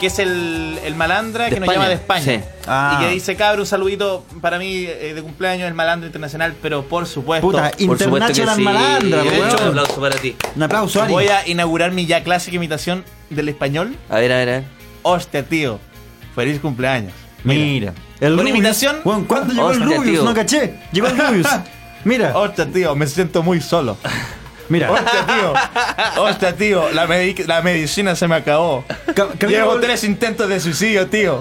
Speaker 4: que es el, el malandra
Speaker 5: De
Speaker 4: que nos
Speaker 5: España.
Speaker 4: llama de España.
Speaker 5: Sí.
Speaker 3: Ah.
Speaker 4: Y que dice, cabrón, un saludito para mí eh, de cumpleaños, el malandro internacional, pero por supuesto.
Speaker 3: Puta,
Speaker 5: Por supuesto que
Speaker 3: International
Speaker 5: sí.
Speaker 3: Malandra,
Speaker 5: De
Speaker 3: po,
Speaker 5: hecho, Un
Speaker 3: weón.
Speaker 5: aplauso para ti.
Speaker 3: Un aplauso, Ari.
Speaker 4: voy a inaugurar mi ya clásica imitación del español.
Speaker 5: A ver, a ver, a ver.
Speaker 4: Hostia, tío, feliz cumpleaños.
Speaker 3: Mira. El
Speaker 4: Con
Speaker 3: Rubius.
Speaker 4: imitación.
Speaker 3: Weón, ¿Cuándo llegó el
Speaker 5: Hostia,
Speaker 3: Rubius?
Speaker 5: tío.
Speaker 3: No caché. Llegó el Rubius. Mira,
Speaker 4: Hostia, tío, me siento muy solo.
Speaker 3: mira.
Speaker 4: Hostia, tío. Hostia, tío, la, medi- la medicina se me acabó.
Speaker 3: Ca- Camilo
Speaker 4: Llevo
Speaker 3: Poblete-
Speaker 4: tres intentos de suicidio, tío.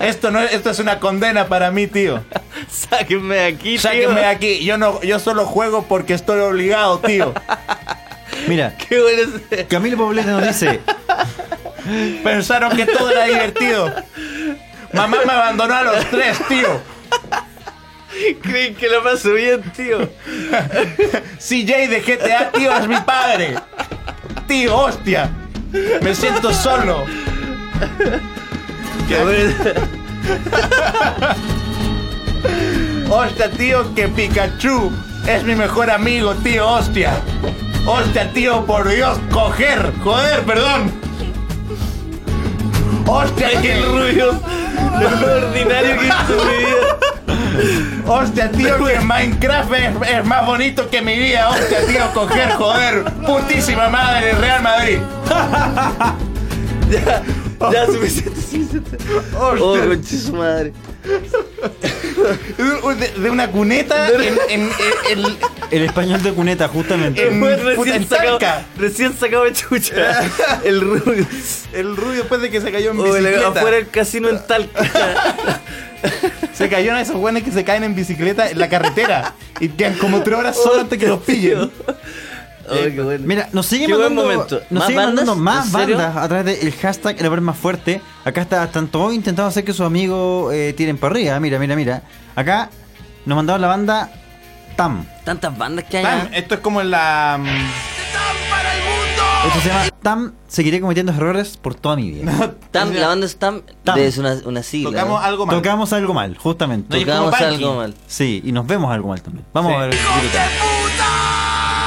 Speaker 4: Esto, no, es- esto es una condena para mí, tío.
Speaker 5: Sáquenme de aquí,
Speaker 4: Sáquenme de aquí. Yo no, yo solo juego porque estoy obligado, tío.
Speaker 3: Mira,
Speaker 5: Qué bueno ese.
Speaker 3: Camilo Poblete nos dice,
Speaker 4: Pensaron que todo era divertido. Mamá me abandonó a los tres, tío.
Speaker 5: Creen que la paso bien, tío.
Speaker 4: CJ de GTA, tío, es mi padre. Tío, hostia. Me siento solo.
Speaker 5: Qué bueno.
Speaker 4: Hostia, tío, que Pikachu es mi mejor amigo, tío, hostia. Hostia, tío, por Dios, coger. Joder, perdón. Hostia, que
Speaker 5: Rubios. Lo más ordinario que hizo en mi vida.
Speaker 4: Hostia, tío, que Minecraft es, es más bonito que mi vida. Hostia, tío, coger, joder. Putísima madre, Real Madrid.
Speaker 5: Ya, suficiente, suficiente. Oh, conche su madre.
Speaker 4: De, de una cuneta en, en- en- en-
Speaker 3: el español de cuneta, justamente.
Speaker 4: En-
Speaker 5: Fue
Speaker 4: puta,
Speaker 5: recién
Speaker 4: en
Speaker 5: sacado,
Speaker 4: Talca.
Speaker 5: recién sacado de chucha. El Rubius.
Speaker 4: el rubio después de que se cayó en
Speaker 5: O el-
Speaker 4: bicicleta.
Speaker 5: afuera del casino en Talca.
Speaker 4: Se cayeron esos güeyes que se caen en bicicleta en la carretera y quedan como tres horas solo antes que los pillen.
Speaker 5: Oh, qué bueno.
Speaker 3: Mira, nos siguen
Speaker 5: Qué buen
Speaker 3: mandando,
Speaker 5: momento.
Speaker 3: Nos
Speaker 5: ¿Más
Speaker 3: siguen
Speaker 5: bandas?
Speaker 3: mandando más
Speaker 5: ¿En serio?
Speaker 3: bandas a través del hashtag El Haber Más Fuerte. Acá está, están todos intentando hacer que sus amigos eh, tiren para arriba. Mira, mira, mira. Acá nos mandaron la banda TAM.
Speaker 5: Tantas bandas que hay.
Speaker 4: Tam,
Speaker 5: ¿ah?
Speaker 4: esto es como en la. mm,
Speaker 3: Esto se llama TAM. Seguiré cometiendo errores por toda mi vida.
Speaker 5: Tam, la banda es Tam.
Speaker 3: Tam.
Speaker 5: Es una, una sigla.
Speaker 4: Tocamos
Speaker 5: ¿no?
Speaker 4: algo más.
Speaker 3: Tocamos algo mal,
Speaker 4: No, y
Speaker 3: justamente.
Speaker 4: es como
Speaker 5: Tocamos
Speaker 4: punky.
Speaker 5: algo mal.
Speaker 3: Sí, y nos vemos algo mal también. Vamos
Speaker 4: Sí.
Speaker 3: a ver.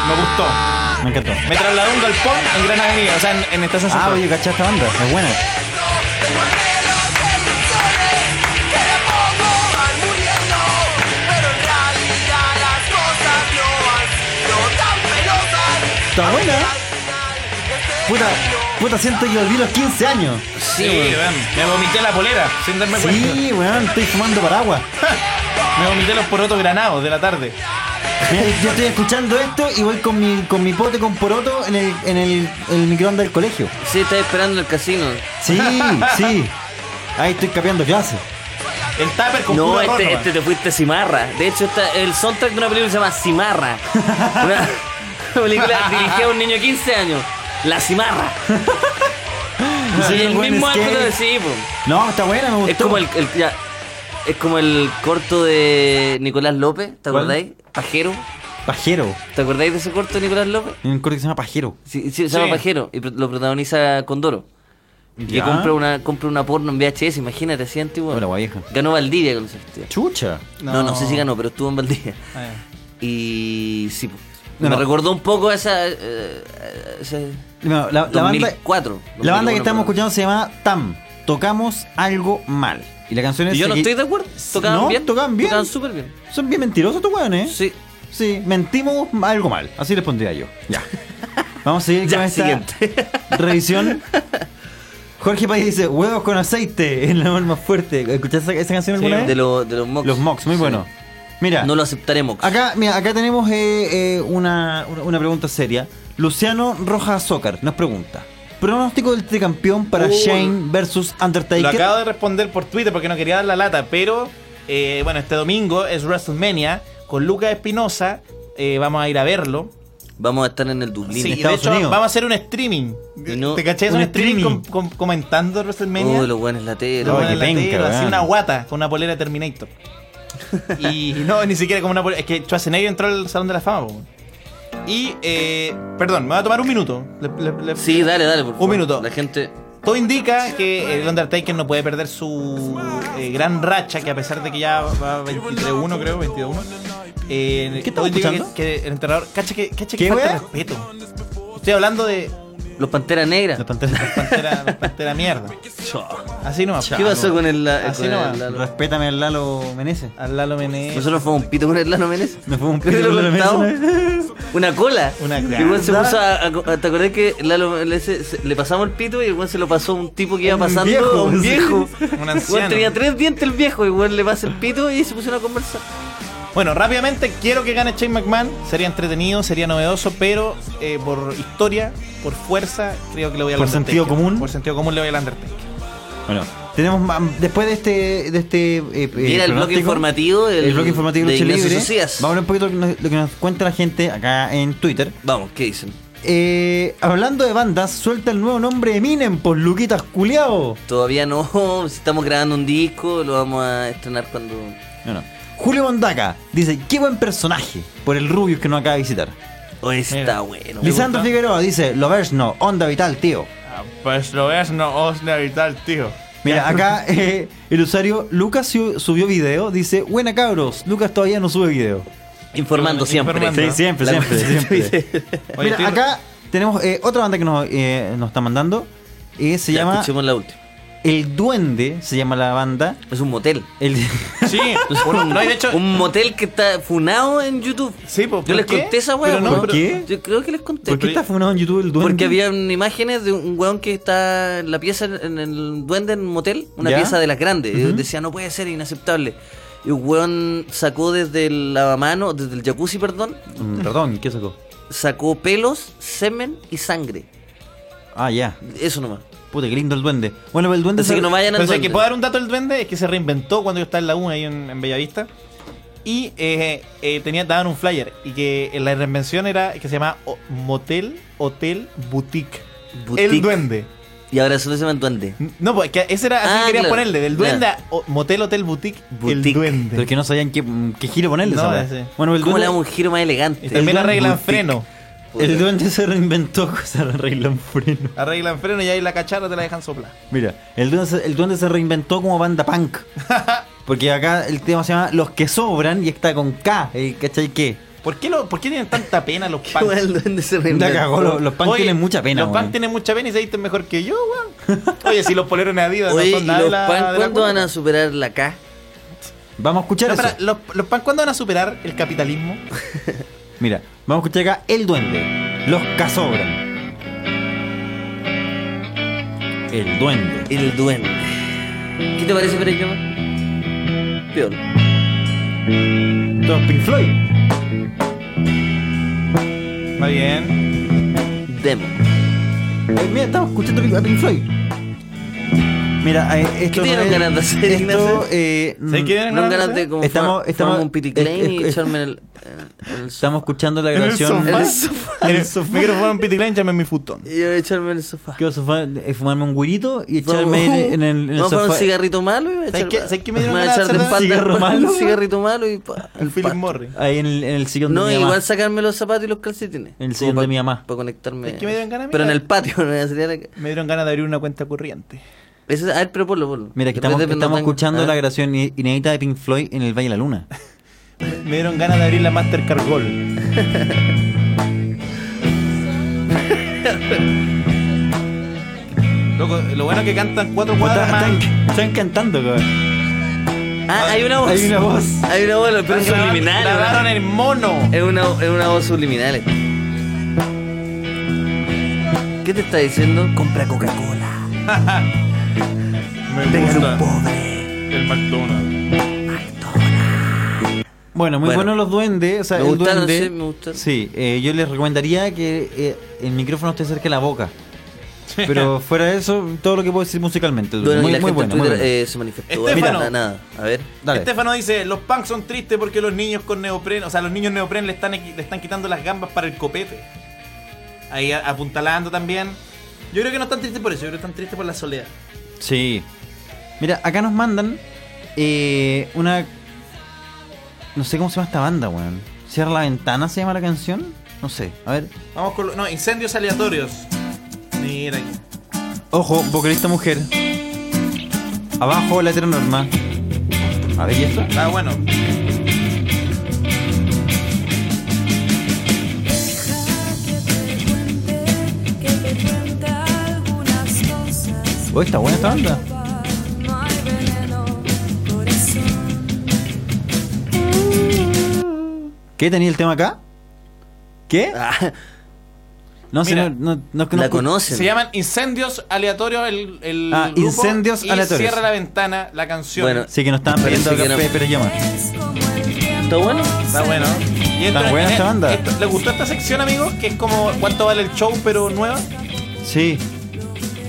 Speaker 4: Me gustó.
Speaker 3: Me encantó.
Speaker 4: Me trasladó a un galpón en Gran Avenida, o sea, en, en Estación
Speaker 3: Ah,
Speaker 4: Central.
Speaker 3: oye, caché esta banda. Es buena. Está buena. ¿eh? Puta, puta, siento que volví a los 15 años.
Speaker 4: Sí, weón. Me vomité la polera, sin darme cuenta.
Speaker 3: Sí, weón, estoy fumando paraguas.
Speaker 4: Me vomité los porotos granados de la tarde.
Speaker 3: Mira, yo estoy escuchando esto y voy con mi, con mi pote con poroto en el, en el, en el microondas del colegio.
Speaker 5: Sí, estaba esperando en el casino.
Speaker 3: Sí, sí. Ahí estoy capeando clases.
Speaker 4: El tupper con
Speaker 5: No,
Speaker 4: puro
Speaker 5: este,
Speaker 4: rojo,
Speaker 5: este
Speaker 4: weón.
Speaker 5: te fuiste Cimarra. De hecho, está el soundtrack de una película que se llama Cimarra. Una película dirigida a un niño de 15 años. La Cimarra.
Speaker 3: Sí,
Speaker 5: y el
Speaker 3: buen
Speaker 5: mismo
Speaker 3: skate.
Speaker 5: acto de sí, po.
Speaker 3: No, está buena, me gustó.
Speaker 5: Es como el, el- ya, es como el corto de Nicolás López, ¿te
Speaker 3: ¿Cuál?
Speaker 5: acordáis? Pajero.
Speaker 3: Pajero.
Speaker 5: ¿Te acordáis de ese corto de Nicolás López?
Speaker 3: Hay un corte que se llama Pajero.
Speaker 5: Sí, sí, se llama
Speaker 4: Sí.
Speaker 5: Pajero y pro- lo protagoniza Condoro. Y que
Speaker 3: Ya.
Speaker 5: compra una, compra una porno en VHS, imagínate, así antiguo.
Speaker 3: Hola, vieja.
Speaker 5: Ganó Valdivia con ese tío.
Speaker 3: Chucha.
Speaker 5: No. no, sé si ganó, pero estuvo en Valdivia.
Speaker 4: Ah, ya.
Speaker 5: Y sí, po.
Speaker 3: No,
Speaker 5: me
Speaker 3: no.
Speaker 5: recordó un poco a esa. eh, a ese-
Speaker 3: No, la, la banda,
Speaker 5: 2004,
Speaker 3: la banda que
Speaker 5: 2001,
Speaker 3: estamos
Speaker 5: perdón.
Speaker 3: escuchando se llama Tam. Tocamos algo mal. Y la canción es.
Speaker 5: Y yo no
Speaker 3: que-
Speaker 5: estoy de acuerdo. Tocaban
Speaker 3: no,
Speaker 5: bien.
Speaker 3: tocaban bien.
Speaker 5: Tocaban súper bien.
Speaker 3: Son bien mentirosos estos weones, ¿eh?
Speaker 5: Sí.
Speaker 3: Sí, mentimos algo mal. Así les pondría yo. Ya. Vamos a seguir
Speaker 5: Ya,
Speaker 3: con esta
Speaker 5: siguiente.
Speaker 3: revisión. Jorge Pais dice: huevos con aceite. Es la norma fuerte. ¿Escuchaste esa, esa canción alguna vez?
Speaker 5: De, lo- de los mocks.
Speaker 3: Los Mox, muy
Speaker 5: Sí.
Speaker 3: bueno. Mira.
Speaker 5: No lo aceptaremos.
Speaker 3: Acá, mira, acá tenemos eh, eh, una, una- una pregunta seria. Luciano Rojas Zócar nos pregunta: ¿Pronóstico del tricampeón para
Speaker 4: Uy.
Speaker 3: Shane versus
Speaker 4: Lo
Speaker 3: Undertaker?
Speaker 4: acabo de responder por Twitter porque no quería dar la lata, pero eh, bueno, este domingo es WrestleMania con Lucas Espinosa. eh, vamos a ir a verlo.
Speaker 5: Vamos a estar en el Dublín.
Speaker 4: Sí, y de
Speaker 3: Estados
Speaker 4: hecho,
Speaker 3: Unidos.
Speaker 4: vamos a hacer un streaming.
Speaker 5: Y no-
Speaker 4: ¿Te cachai? Es
Speaker 3: un
Speaker 4: un streaming,
Speaker 3: streaming.
Speaker 4: com- com- comentando WrestleMania.
Speaker 5: Oh, los buenos la tele.
Speaker 3: No,
Speaker 4: Lo ponen
Speaker 3: qué
Speaker 4: en la tele,
Speaker 3: penca,
Speaker 4: así
Speaker 3: weón.
Speaker 4: una guata con una polera de Terminator. Y no, ni siquiera como una polera. Es que Schwarzenegger entró al Salón de la Fama, po. Y, eh, perdón, me va a tomar un minuto. Le- le- le-
Speaker 5: Sí, dale, dale, por favor.
Speaker 4: minuto.
Speaker 5: La gente.
Speaker 4: Todo indica que eh, el Undertaker no puede perder su eh, gran racha, que a pesar de que ya va 23-1, creo, 21. Eh,
Speaker 3: ¿Qué
Speaker 4: todo
Speaker 3: estamos
Speaker 4: indica
Speaker 3: escuchando?
Speaker 4: Que, que el entrenador. Cacha que, cacha
Speaker 3: ¿Qué
Speaker 4: que falta
Speaker 3: wea?
Speaker 4: respeto. Estoy hablando de
Speaker 5: Los Panteras Negras.
Speaker 3: La pantalla-
Speaker 4: pantera, pantera mierda. Así nomás.
Speaker 5: ¿Qué pasó con el. la-
Speaker 4: Así
Speaker 5: con el-
Speaker 4: nomás.
Speaker 5: la- la-
Speaker 3: Respétame al Lalo Meneses.
Speaker 4: Al Lalo Mené.
Speaker 5: Nosotros fuimos un pito con el Lano Menes.
Speaker 3: Nos fuimos un
Speaker 5: ¿Te
Speaker 3: pito
Speaker 5: lo
Speaker 3: con
Speaker 5: he
Speaker 3: el Lano
Speaker 5: contado? Una cola.
Speaker 4: Una
Speaker 5: Y el
Speaker 4: gran-
Speaker 5: weón se puso a, a- a- ¿Te acordás que Lalo Menes se- se- le pasamos el pito y el weón se lo pasó a un tipo que iba
Speaker 3: Un
Speaker 5: pasando
Speaker 3: viejo,
Speaker 5: a un
Speaker 3: sí.
Speaker 5: viejo?
Speaker 4: Un anciano.
Speaker 5: Weón tenía tres dientes el viejo y weón le pasa el pito y se pusieron a conversar.
Speaker 4: Bueno, rápidamente quiero que gane Shane McMahon. Sería entretenido, sería novedoso, pero eh, por historia, por fuerza, creo que le voy al
Speaker 3: Por
Speaker 4: Undertaker.
Speaker 3: sentido común.
Speaker 4: Por sentido común le voy al Undertaker.
Speaker 3: Bueno, tenemos ma- después de este. De este eh,
Speaker 5: Y era el
Speaker 3: pronóstico,
Speaker 5: bloque informativo.
Speaker 3: El, bloque informativo
Speaker 5: de
Speaker 3: Lucha
Speaker 5: Ignacio
Speaker 3: Libre.
Speaker 5: Socias.
Speaker 3: Vamos a ver un poquito lo que nos- lo que nos cuenta la gente acá en Twitter.
Speaker 5: Vamos, ¿qué dicen?
Speaker 3: Eh, hablando de bandas, suelta el nuevo nombre de Minem por Luquitas Culeado.
Speaker 5: Todavía no, estamos grabando un disco, lo vamos a estrenar cuando...
Speaker 3: No, no. Julio Mondaca dice, qué buen personaje por el Rubius que no acaba de visitar.
Speaker 5: Oye, ese
Speaker 4: Mira.
Speaker 5: Oh, está bueno.
Speaker 3: Lisandro
Speaker 4: gusta.
Speaker 3: Figueroa dice, lo ves no, onda vital, tío.
Speaker 4: Pues lo veas, no os evitar, tío.
Speaker 3: Mira, acá eh, el usuario Lucas su- subió video, dice, buena cabros, Lucas todavía no sube video.
Speaker 5: Informando siempre.
Speaker 4: Informando. Sí,
Speaker 3: siempre,
Speaker 5: La
Speaker 3: siempre,
Speaker 5: cuestión
Speaker 3: siempre.
Speaker 5: dice-
Speaker 4: Oye,
Speaker 3: Mira,
Speaker 4: tío.
Speaker 3: acá tenemos eh, otra banda que nos, eh, nos está mandando, eh, se
Speaker 5: Ya,
Speaker 3: llama
Speaker 5: Escuchemos la última.
Speaker 3: El Duende, se llama la banda.
Speaker 5: Es un motel.
Speaker 3: El,
Speaker 4: Sí, uno- no, y de hecho.
Speaker 5: un motel que está funado en YouTube.
Speaker 4: Sí, po,
Speaker 5: Yo
Speaker 4: ¿por
Speaker 5: les
Speaker 4: qué?
Speaker 5: conté esa weá.
Speaker 4: Pero no,
Speaker 5: ¿no?
Speaker 3: ¿por qué?
Speaker 5: Yo creo que les conté.
Speaker 3: ¿Por qué está funado en YouTube el Duende?
Speaker 5: Porque habían imágenes de un weón que está en la pieza, en el duende en un motel, una
Speaker 3: ¿Ya?
Speaker 5: pieza de las grandes. Y
Speaker 3: Ujú.
Speaker 5: Decía, no puede ser, inaceptable. Y un weón sacó desde el lavamano, desde el jacuzzi, perdón,
Speaker 3: Mm, Perdón, ¿qué sacó?
Speaker 5: sacó pelos, semen y sangre.
Speaker 3: Ah, ya.
Speaker 5: Eso nomás.
Speaker 3: Puta, qué lindo el duende. Bueno, pero el duende
Speaker 5: Así
Speaker 3: se-
Speaker 5: que no vayan al
Speaker 4: Entonces,
Speaker 5: duende.
Speaker 4: que puedo dar un dato del duende es que se reinventó cuando yo estaba en la U ahí en, en Bellavista. Y eh, eh, tenía, daban un flyer. Y que eh, la reinvención era que se llamaba o- Motel Hotel Boutique. El
Speaker 5: Boutique.
Speaker 4: duende.
Speaker 5: Y ahora solo se llama duende.
Speaker 4: No, pues que ese era así
Speaker 5: Ah,
Speaker 4: que querían
Speaker 5: claro.
Speaker 4: ponerle. Del duende
Speaker 5: Claro.
Speaker 4: a o- Motel Hotel Boutique, El
Speaker 5: Boutique.
Speaker 4: duende.
Speaker 3: Pero es que no sabían qué, qué giro ponerle.
Speaker 4: No,
Speaker 3: esa weá.
Speaker 4: ese.
Speaker 3: Bueno, el
Speaker 5: ¿Cómo le
Speaker 3: duende,
Speaker 5: damos un giro más
Speaker 4: y
Speaker 5: elegante?
Speaker 4: también
Speaker 3: el duende
Speaker 4: arreglan
Speaker 3: boutique.
Speaker 4: freno.
Speaker 3: el duende se reinventó, se arregla un freno.
Speaker 4: Arreglan freno y ahí la cacharra te la dejan soplar.
Speaker 3: Mira, el duende, se, el duende se reinventó como banda punk. Porque acá el tema se llama Los que sobran y está con K, el eh, ¿cachai qué?
Speaker 4: ¿Por qué, lo, ¿Por qué tienen tanta pena los
Speaker 5: Como
Speaker 4: punk?
Speaker 5: el duende se reinventó.
Speaker 3: La cagó, los, los punk
Speaker 4: Oye,
Speaker 3: tienen mucha pena.
Speaker 4: Los
Speaker 3: weón.
Speaker 4: punk tienen mucha pena y se dicen mejor que yo, weón. Oye, si los poleros en Adidas
Speaker 5: Oye,
Speaker 4: no
Speaker 5: ¿y
Speaker 4: son nada de
Speaker 5: los
Speaker 4: la- de
Speaker 5: pan
Speaker 4: la
Speaker 5: cuándo van
Speaker 4: cuenta.
Speaker 5: a superar la K?
Speaker 3: Vamos a escuchar
Speaker 4: No,
Speaker 3: eso.
Speaker 4: espera, ¿los, ¿Los punk cuándo van a superar el capitalismo?
Speaker 3: Mira, vamos a escuchar acá El Duende. Los Casobran. El Duende.
Speaker 5: El duende. ¿Qué te parece, Pérez Lloma? Peor.
Speaker 3: Los Pink Floyd.
Speaker 4: Va bien.
Speaker 5: Demo.
Speaker 3: Eh, mira, estamos escuchando a Pink- a Pink Floyd. Mira, eh, esto.
Speaker 5: ¿Qué dieron
Speaker 3: no es-
Speaker 5: ganas de hacer, Ignacio?
Speaker 3: Esto, eh,
Speaker 4: ¿Sabes qué vienen
Speaker 5: No ganas
Speaker 4: hacer?
Speaker 5: de como
Speaker 3: Estamos-
Speaker 5: form-
Speaker 3: estamos-
Speaker 5: formarme un pity
Speaker 3: es-
Speaker 5: Klein
Speaker 3: es-
Speaker 5: y
Speaker 3: es-
Speaker 5: echarme en el, en el sofá.
Speaker 3: Estamos escuchando la
Speaker 4: ¿En el
Speaker 3: grabación.
Speaker 4: sofá?
Speaker 5: En el sofá.
Speaker 4: En el sofá. Micrófono en Pity Klein, llame mi futón.
Speaker 5: Yo echarme en el sofá.
Speaker 3: Quiero sofá, eh, fumarme un güirito y
Speaker 5: Vamos-
Speaker 3: echarme en, en el, en el
Speaker 5: Vamos a poner
Speaker 3: sofá.
Speaker 5: un cigarrito malo y me voy a
Speaker 4: ¿Sabes
Speaker 5: echar-
Speaker 4: qué- sabes qué me
Speaker 5: me
Speaker 4: dieron
Speaker 5: voy a
Speaker 4: ganas de
Speaker 5: echar de
Speaker 4: hacer un
Speaker 5: espalda
Speaker 3: cigarro
Speaker 5: un
Speaker 3: malo, weón?
Speaker 5: cigarrito malo y pa,
Speaker 4: El Philip
Speaker 5: pa-
Speaker 4: Morris.
Speaker 3: Ahí en el, en el sillón
Speaker 5: No,
Speaker 3: de mi
Speaker 5: igual
Speaker 3: mamá.
Speaker 5: sacarme los zapatos y los calcetines.
Speaker 3: En el sillón de mi mamá.
Speaker 5: Para conectarme.
Speaker 4: Es que me dieron ganas a mí,
Speaker 5: pero en
Speaker 4: ¿eh?
Speaker 5: el patio, no voy a salir a la-
Speaker 4: Me dieron ganas de abrir una cuenta corriente.
Speaker 5: Eso- a ver, pero ponlo, ponlo.
Speaker 3: Mira, aquí
Speaker 5: De
Speaker 3: estamos,
Speaker 5: repente no
Speaker 3: estamos
Speaker 5: tengo-
Speaker 3: escuchando
Speaker 5: Ah,
Speaker 3: la grabación i- inédita de Pink Floyd en el Valle de la Luna.
Speaker 4: Me dieron ganas de abrir la Mastercard Gold. Loco, lo bueno es que cantan cuatro cuadras más.
Speaker 3: Están, están cantando, cabrón.
Speaker 5: Ah, hay una voz.
Speaker 3: Hay una voz.
Speaker 5: Hay una voz, pero es
Speaker 4: Grabaron-
Speaker 5: subliminal.
Speaker 4: Grabaron
Speaker 5: ¿verdad?
Speaker 4: el mono.
Speaker 5: Es una, es una voz subliminal. ¿Qué te está diciendo? Compra Coca-Cola.
Speaker 4: Me gusta. El McDonald's.
Speaker 3: Bueno, muy
Speaker 5: Bueno.
Speaker 3: buenos los duendes. O sea,
Speaker 5: Me
Speaker 3: el
Speaker 5: gustaron,
Speaker 3: duende,
Speaker 5: sí, me gustaron.
Speaker 3: Sí, eh, yo les recomendaría que eh, el micrófono esté cerca de la boca. Pero fuera de eso, todo lo que puedo decir musicalmente.
Speaker 5: Bueno,
Speaker 3: muy
Speaker 5: y la
Speaker 3: muy
Speaker 5: gente
Speaker 3: bueno.
Speaker 5: en
Speaker 3: muy
Speaker 5: Twitter
Speaker 3: bueno.
Speaker 5: eh, se manifestó.
Speaker 4: Estefano.
Speaker 5: Nada, nada. A ver.
Speaker 3: Dale.
Speaker 4: Estefano dice, los punks son tristes porque los niños con neopren, o sea, los niños neopren le están, equi- le están quitando las gambas para el copete. Ahí a- apuntalando también. Yo creo que no están tristes por eso, yo creo que están tristes por la soledad.
Speaker 3: Sí. Mira, acá nos mandan eh, una. No sé cómo se llama esta banda, weón. Cierra la ventana, se llama la canción. No sé, a ver.
Speaker 4: Vamos con... lo- No, incendios aleatorios. Mira. ahí.
Speaker 3: Ojo, vocalista mujer. Abajo la heteronorma. A ver, ¿y esto?
Speaker 4: Ah, bueno.
Speaker 3: Oh, está buena esta banda. ¿Qué tenía el tema acá? ¿Qué?
Speaker 5: Ah,
Speaker 3: No sé,
Speaker 4: Mira,
Speaker 3: no, no, no, no-
Speaker 5: la conocen.
Speaker 4: Se llaman Incendios Aleatorios el, el
Speaker 3: Ah,
Speaker 4: grupo,
Speaker 3: Incendios
Speaker 4: y
Speaker 3: Aleatorios.
Speaker 4: Cierra la ventana, la canción.
Speaker 5: Bueno,
Speaker 3: Sí, que nos estaban pidiendo
Speaker 5: Parece que
Speaker 3: café,
Speaker 5: no.
Speaker 3: pero llama.
Speaker 5: ¿Está bueno?
Speaker 4: Está bueno. Y
Speaker 3: Está buena esta banda.
Speaker 4: esto- ¿Les gustó esta sección, amigos? Que es como cuánto vale el show, pero nueva.
Speaker 3: Sí.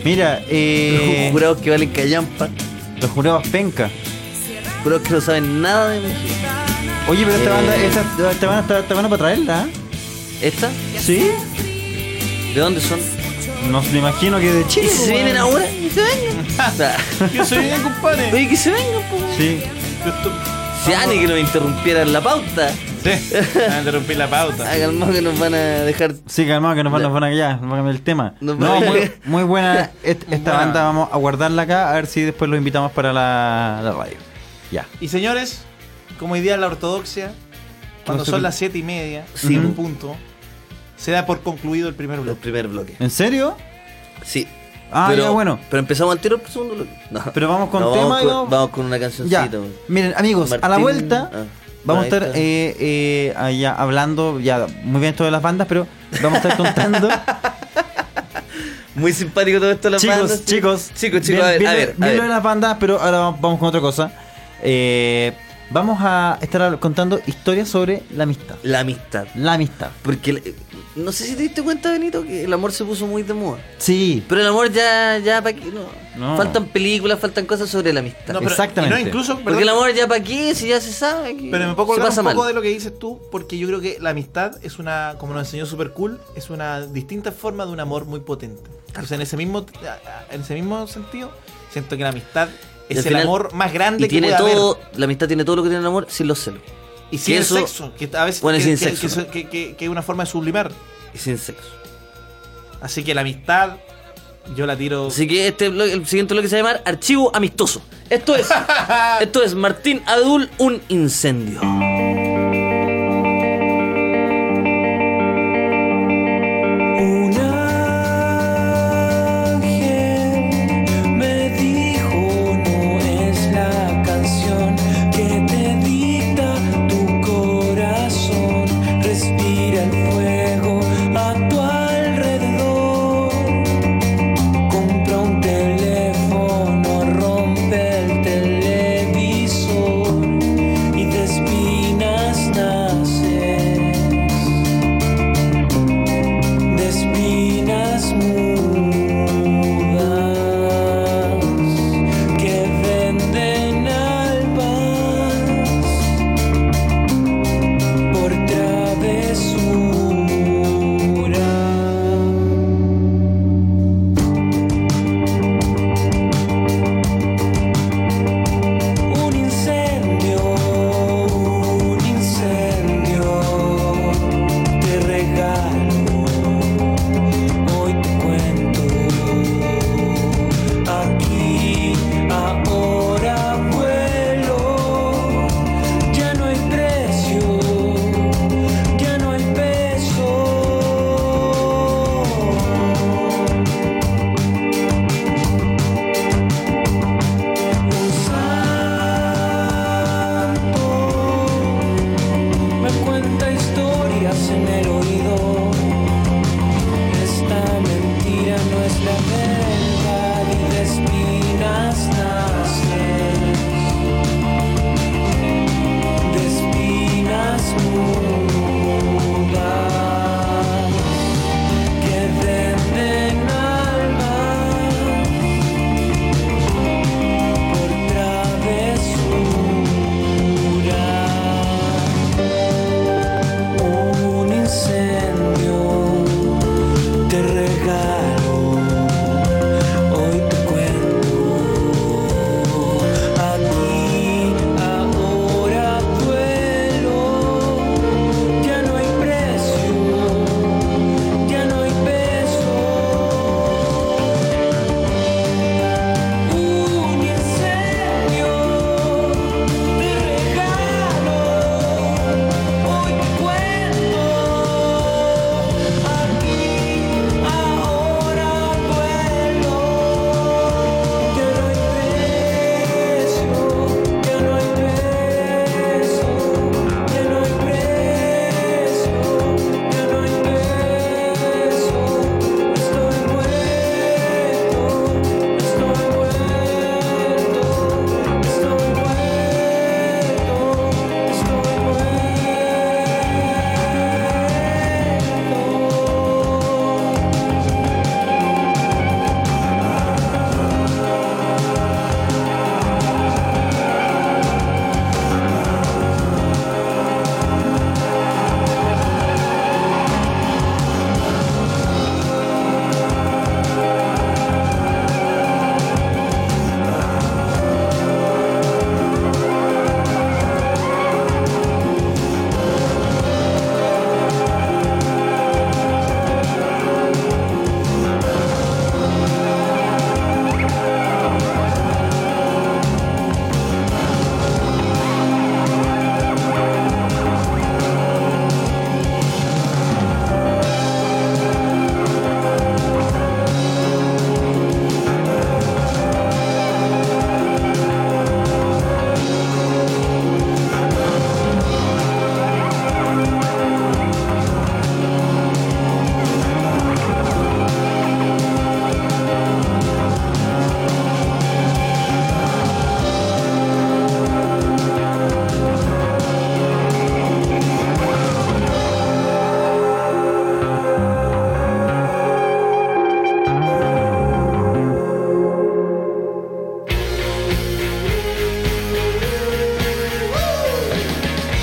Speaker 3: Mira, eh,
Speaker 5: Los jurados que valen callampa.
Speaker 3: los jurados penca.
Speaker 5: Jurados que no saben nada de música.
Speaker 3: Oye, pero esta
Speaker 5: Eh.
Speaker 3: banda, esta, esta banda está, está buena para traerla. ¿eh?
Speaker 5: ¿Esta?
Speaker 3: Sí.
Speaker 5: ¿De dónde son?
Speaker 3: No me imagino que de Chile. pues,
Speaker 5: ¿Y si se
Speaker 3: weón.
Speaker 5: vienen ahora? ¿Y se vengan?
Speaker 4: Yo soy bien, compadre.
Speaker 5: Oye, que se vengan, po.
Speaker 3: Sí.
Speaker 4: Yo estoy-
Speaker 5: Si Ani que nos interrumpieran la pauta.
Speaker 4: Sí. Ah, Interrumpí la pauta.
Speaker 5: Ah, calmado que nos van a dejar.
Speaker 3: Sí, calmado que nos van, nos van a callar, nos van a cambiar el tema.
Speaker 5: Nos van
Speaker 3: no,
Speaker 5: a
Speaker 3: muy,
Speaker 5: callar.
Speaker 3: muy buena est- esta
Speaker 4: Buena.
Speaker 3: banda, vamos a guardarla acá, a ver si después los invitamos para la, la radio. Ya.
Speaker 4: Y señores, como hoy día la ortodoxia, cuando
Speaker 3: pasó
Speaker 4: son
Speaker 3: con-
Speaker 4: las siete y media,
Speaker 5: Sí.
Speaker 4: en punto, se da por concluido el primer
Speaker 5: El
Speaker 4: bloque.
Speaker 5: primer bloque.
Speaker 3: ¿En serio?
Speaker 5: Sí.
Speaker 3: Ah, ya, bueno.
Speaker 5: Pero empezamos al tiro el segundo bloque. No.
Speaker 3: Pero vamos con
Speaker 5: No,
Speaker 3: tema
Speaker 5: vamos
Speaker 3: y
Speaker 5: con,
Speaker 3: vamos-
Speaker 5: vamos con una
Speaker 3: Ya.
Speaker 5: cancioncita.
Speaker 3: Miren, amigos, a la
Speaker 5: Martín-
Speaker 3: vuelta
Speaker 5: Ah.
Speaker 3: vamos a
Speaker 5: Ahí
Speaker 3: estar
Speaker 5: está.
Speaker 3: eh, eh, allá hablando, ya muy bien esto de las bandas, pero vamos a estar contando.
Speaker 5: Muy simpático todo esto de las
Speaker 3: chicos,
Speaker 5: bandas.
Speaker 3: chicos,
Speaker 5: Chicos, chicos,
Speaker 3: bien-
Speaker 5: a ver,
Speaker 3: bien
Speaker 5: a
Speaker 3: lo-
Speaker 5: ver.
Speaker 3: bien
Speaker 5: a
Speaker 3: lo
Speaker 5: ver.
Speaker 3: de las bandas, pero ahora vamos- vamos con otra cosa. Eh, vamos a estar contando historias sobre la amistad.
Speaker 5: La amistad.
Speaker 3: La amistad.
Speaker 5: Porque el- no sé si te diste cuenta, Benito, que el amor se puso muy de moda.
Speaker 3: Sí,
Speaker 5: Pero el amor ya, ya, ¿para qué? No.
Speaker 3: No.
Speaker 5: Faltan películas, faltan cosas sobre la amistad.
Speaker 4: No, pero-
Speaker 3: Exactamente.
Speaker 4: y No, incluso,
Speaker 5: Porque el
Speaker 4: perdón,
Speaker 5: amor ya para qué, si ya se sabe. que
Speaker 4: Pero me puedo
Speaker 5: se
Speaker 4: colgar un
Speaker 5: pasa
Speaker 4: poco
Speaker 5: mal.
Speaker 4: de lo que dices tú, porque yo creo que la amistad es una, como nos enseñó Super Cool, es una distinta forma de un amor muy potente. O sea, en ese mismo, en ese mismo sentido, siento que la amistad
Speaker 5: Y
Speaker 4: es
Speaker 5: al
Speaker 4: el
Speaker 5: final-
Speaker 4: amor más grande
Speaker 5: Y tiene
Speaker 4: que puede
Speaker 5: todo, la amistad tiene todo lo que tiene el amor sin los celos.
Speaker 4: haber. Y sin
Speaker 5: que
Speaker 4: el
Speaker 5: eso-
Speaker 4: sexo, que a veces
Speaker 5: Bueno,
Speaker 4: que,
Speaker 5: sin
Speaker 4: que-
Speaker 5: sexo,
Speaker 4: que- que-
Speaker 5: ¿no?
Speaker 4: que- que es una forma de sublimar.
Speaker 5: Y sin sexo.
Speaker 4: Así que la amistad, yo la tiro.
Speaker 5: Así que este blog- el siguiente bloque se va a llamar Archivo Amistoso. Esto es. esto es Martín Adul, un incendio.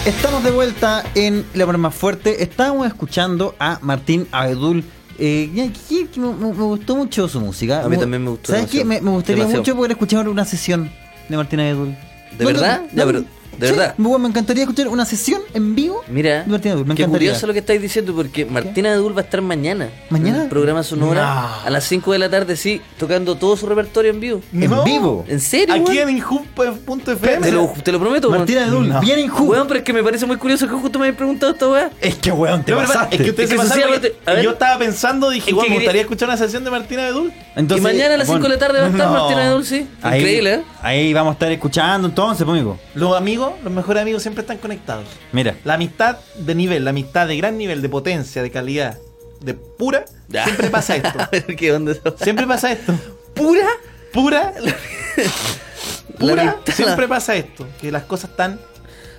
Speaker 3: Estamos de vuelta en La Broma Fuerte. Estábamos escuchando a Martín Abedul. Eh, ya, que- que me, me- me gustó mucho su música.
Speaker 5: A mí
Speaker 3: Mu-
Speaker 5: también me gustó
Speaker 3: ¿Sabes qué?
Speaker 5: demasiado.
Speaker 3: Me, me gustaría
Speaker 5: Demasiado.
Speaker 3: mucho poder escuchar una sesión de Martín Abedul.
Speaker 5: ¿De verdad? Ya, pero- ¿de
Speaker 3: sí,
Speaker 5: verdad?
Speaker 3: bueno, me encantaría escuchar una sesión en vivo
Speaker 5: Mira,
Speaker 3: de Martín Abedul. Me
Speaker 5: qué
Speaker 3: encantaría.
Speaker 5: curioso lo que estáis diciendo porque Martina Dul va a estar mañana.
Speaker 3: ¿Mañana?
Speaker 5: En el programa Sonora a las 5 de la tarde, sí, tocando todo su repertorio en vivo.
Speaker 3: En vivo.
Speaker 5: ¿En serio?
Speaker 4: Aquí
Speaker 5: weón?
Speaker 4: en injup.fm.
Speaker 5: Te lo, te lo prometo. weón.
Speaker 3: Martín Abedul,
Speaker 4: No.
Speaker 3: bien injusto.
Speaker 5: Weón, pero es que me parece muy curioso que justo me hayas preguntado esta weá.
Speaker 3: Es que, weón, te
Speaker 4: No, pero
Speaker 3: pasaste.
Speaker 4: Es que ustedes
Speaker 5: Es que
Speaker 4: se pasaron,
Speaker 5: sencillamente-
Speaker 4: porque
Speaker 5: a ver.
Speaker 4: Yo estaba pensando, dije,
Speaker 5: Es
Speaker 4: "Guau,
Speaker 5: que
Speaker 4: me
Speaker 5: quería-
Speaker 4: gustaría escuchar una sesión de Martina de Dul.
Speaker 5: y mañana a las 5
Speaker 3: bueno,
Speaker 5: de la tarde va a estar
Speaker 4: no.
Speaker 5: Martina Dul, sí.
Speaker 3: ahí-
Speaker 5: Increíble, ¿eh?
Speaker 3: Ahí vamos a estar escuchando entonces, pues, amigo.
Speaker 4: Los amigos, los mejores amigos siempre están conectados.
Speaker 3: Mira.
Speaker 4: La amistad de nivel, la amistad de gran nivel, de potencia, de calidad, de pura, siempre pasa esto.
Speaker 5: a ver qué onda esa weá.
Speaker 4: Siempre pasa esto.
Speaker 5: ¿Pura?
Speaker 4: Pura,
Speaker 5: La
Speaker 4: pura,
Speaker 5: mitad.
Speaker 4: siempre pasa esto. Que las cosas están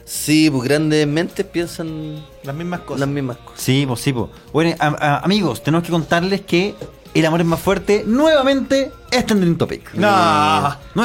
Speaker 5: Sí, pues grandes mentes piensan
Speaker 4: las mismas cosas.
Speaker 5: las mismas cosas.
Speaker 3: Sí, pues sí, pues. Bueno, a- a- amigos, tenemos que contarles que El Amor es Más Fuerte nuevamente este es Trending Topic.
Speaker 4: No,
Speaker 3: Nuevamente,
Speaker 4: no,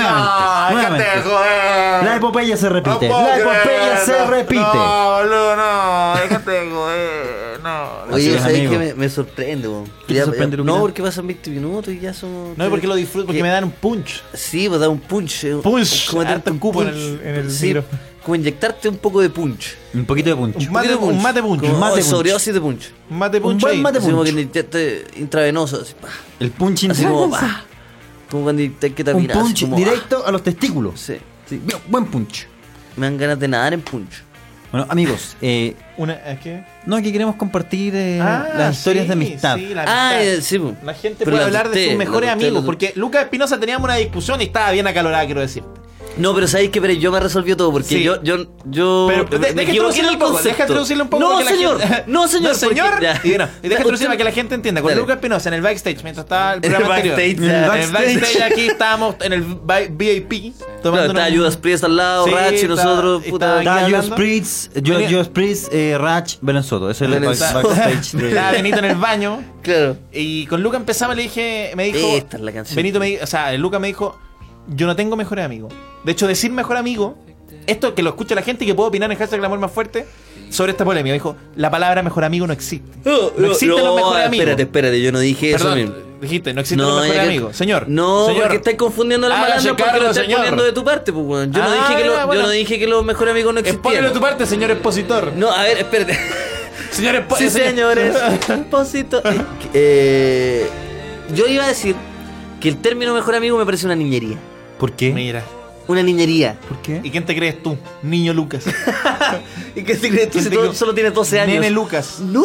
Speaker 3: nuevamente.
Speaker 4: déjate de joder.
Speaker 3: La epopeya se repite.
Speaker 4: eh. No puedo
Speaker 3: la epopeya
Speaker 4: creerlo.
Speaker 3: se repite.
Speaker 4: No, boludo, no, déjate de joder. No, no.
Speaker 5: Oye,
Speaker 3: Así es,
Speaker 5: ¿sabes
Speaker 3: amigo.
Speaker 5: qué? Me, me sorprende, weón.
Speaker 3: ¿Qué te sorprende, Lupita?
Speaker 5: No, porque pasan 20 minutos y ya somos.
Speaker 4: No, es porque lo disfruto, porque
Speaker 5: Que-
Speaker 4: me dan un punch.
Speaker 5: Sí, pues da un punch. eh,
Speaker 4: Punch,
Speaker 5: es como darte
Speaker 4: harto
Speaker 5: un
Speaker 4: cupo en
Speaker 5: punch.
Speaker 4: el- en el
Speaker 5: sí,
Speaker 4: micrófono.
Speaker 5: como inyectarte un poco de punch.
Speaker 3: Un poquito de punch.
Speaker 4: Un mate-
Speaker 5: poquito de
Speaker 4: un mate punch.
Speaker 5: Como
Speaker 3: Un mate punch.
Speaker 5: Oh, sobredosis de punch.
Speaker 4: Mate punch.
Speaker 3: buen
Speaker 4: ahí.
Speaker 3: mate-
Speaker 5: Así como
Speaker 3: punch.
Speaker 5: que inyectarte intravenoso. Así, pa,
Speaker 3: El punch
Speaker 5: así como,
Speaker 3: intenso.
Speaker 5: pa, como cuando te que
Speaker 3: Un
Speaker 5: terminar, así
Speaker 3: punch
Speaker 5: como, ah,
Speaker 3: directo a los testículos.
Speaker 5: sí.
Speaker 3: Sí, bien, buen punch.
Speaker 5: Me dan ganas de nadar en punch.
Speaker 3: Bueno, amigos, eh,
Speaker 4: Una, ¿es qué?
Speaker 3: no, que queremos compartir eh,
Speaker 4: Ah,
Speaker 3: las historias
Speaker 4: sí,
Speaker 3: de amistad.
Speaker 4: sí, la
Speaker 5: Ah,
Speaker 4: amistad.
Speaker 5: eh, sí, pues.
Speaker 4: La gente
Speaker 5: Pero
Speaker 4: puede
Speaker 5: las
Speaker 4: hablar de
Speaker 5: ustedes,
Speaker 4: sus mejores
Speaker 5: las ustedes,
Speaker 4: amigos,
Speaker 5: las-
Speaker 4: porque Lucas Espinosa teníamos una discusión y estaba bien acalorada, quiero decir.
Speaker 5: No, pero sabéis que pero yo me resolvió todo porque
Speaker 4: Sí.
Speaker 5: yo yo yo
Speaker 4: Pero de-
Speaker 5: me
Speaker 4: deja
Speaker 5: equivoqué
Speaker 4: traducirlo
Speaker 5: en
Speaker 4: un poco, deja traducirlo un poco.
Speaker 5: No,
Speaker 4: porque la
Speaker 5: señor.
Speaker 4: gente-
Speaker 5: No, señor. porque-
Speaker 4: señor.
Speaker 5: ya.
Speaker 4: Y, bueno, y deja
Speaker 5: Usted-
Speaker 4: traducir para que la gente entienda. Con
Speaker 5: Dale.
Speaker 4: Lucas Espinosa en el backstage, mientras estaba el
Speaker 5: En el
Speaker 4: programa anterior.
Speaker 5: backstage,
Speaker 4: En el
Speaker 5: ya.
Speaker 4: backstage aquí estábamos en el vi- VIP.
Speaker 5: Claro,
Speaker 4: Tomando
Speaker 5: está
Speaker 4: una-
Speaker 5: Judas Priest al lado,
Speaker 4: Sí,
Speaker 5: Ratch y
Speaker 4: está-
Speaker 5: nosotros,
Speaker 4: está
Speaker 5: puta.
Speaker 4: aquí.
Speaker 3: Está
Speaker 4: hablando?
Speaker 3: Joe Spritz, Joe,
Speaker 4: Venía-
Speaker 3: Joe Spritz, eh, Rach, Belen Soto. Eso es el
Speaker 5: Belen
Speaker 3: back-
Speaker 5: Soto.
Speaker 3: backstage. de-
Speaker 4: Estaba Benito en el baño.
Speaker 5: Claro.
Speaker 4: Y con Luca empezaba, le dije, me dijo.
Speaker 5: Esta es la canción.
Speaker 4: Benito me di- o sea, Luca me dijo, yo no tengo mejor amigo. De hecho, decir mejor amigo, esto que lo escucha la gente y que puedo opinar en hashtag el amor más fuerte sobre esta polémica. Me dijo, la palabra mejor amigo no existe. No, existen los mejores amigos.
Speaker 5: ah, Espérate, espérate, yo no dije eso
Speaker 4: Perdón,
Speaker 5: mismo.
Speaker 4: dijiste, no existen los
Speaker 5: ya
Speaker 4: mejores
Speaker 5: que-
Speaker 4: amigos. Señor.
Speaker 5: No,
Speaker 4: señor.
Speaker 5: porque estás confundiendo las
Speaker 4: Hágase
Speaker 5: malandras porque
Speaker 4: cargo,
Speaker 5: lo estás
Speaker 4: señor.
Speaker 5: poniendo de tu parte, pues, weón. Yo, no
Speaker 4: Ah,
Speaker 5: dije que lo-
Speaker 4: ya, bueno.
Speaker 5: yo no dije que los mejores amigos no existían.
Speaker 4: Expónelo de tu parte, señor expositor.
Speaker 5: No, a ver, espérate.
Speaker 4: Señor expo-
Speaker 5: Sí,
Speaker 4: señor-
Speaker 5: señores. Posito. Eh, eh, yo iba a decir que el término mejor amigo me parece una niñería.
Speaker 3: ¿Por qué?
Speaker 4: Mira.
Speaker 5: Una niñería.
Speaker 3: ¿Por qué?
Speaker 4: ¿Y quién te crees tú? Niño Lucas.
Speaker 5: ¿Y qué te crees tú
Speaker 4: ¿Quién
Speaker 5: si
Speaker 4: te
Speaker 5: tú
Speaker 4: crees?
Speaker 5: solo tienes 12 años?
Speaker 4: Nene Lucas.
Speaker 5: No.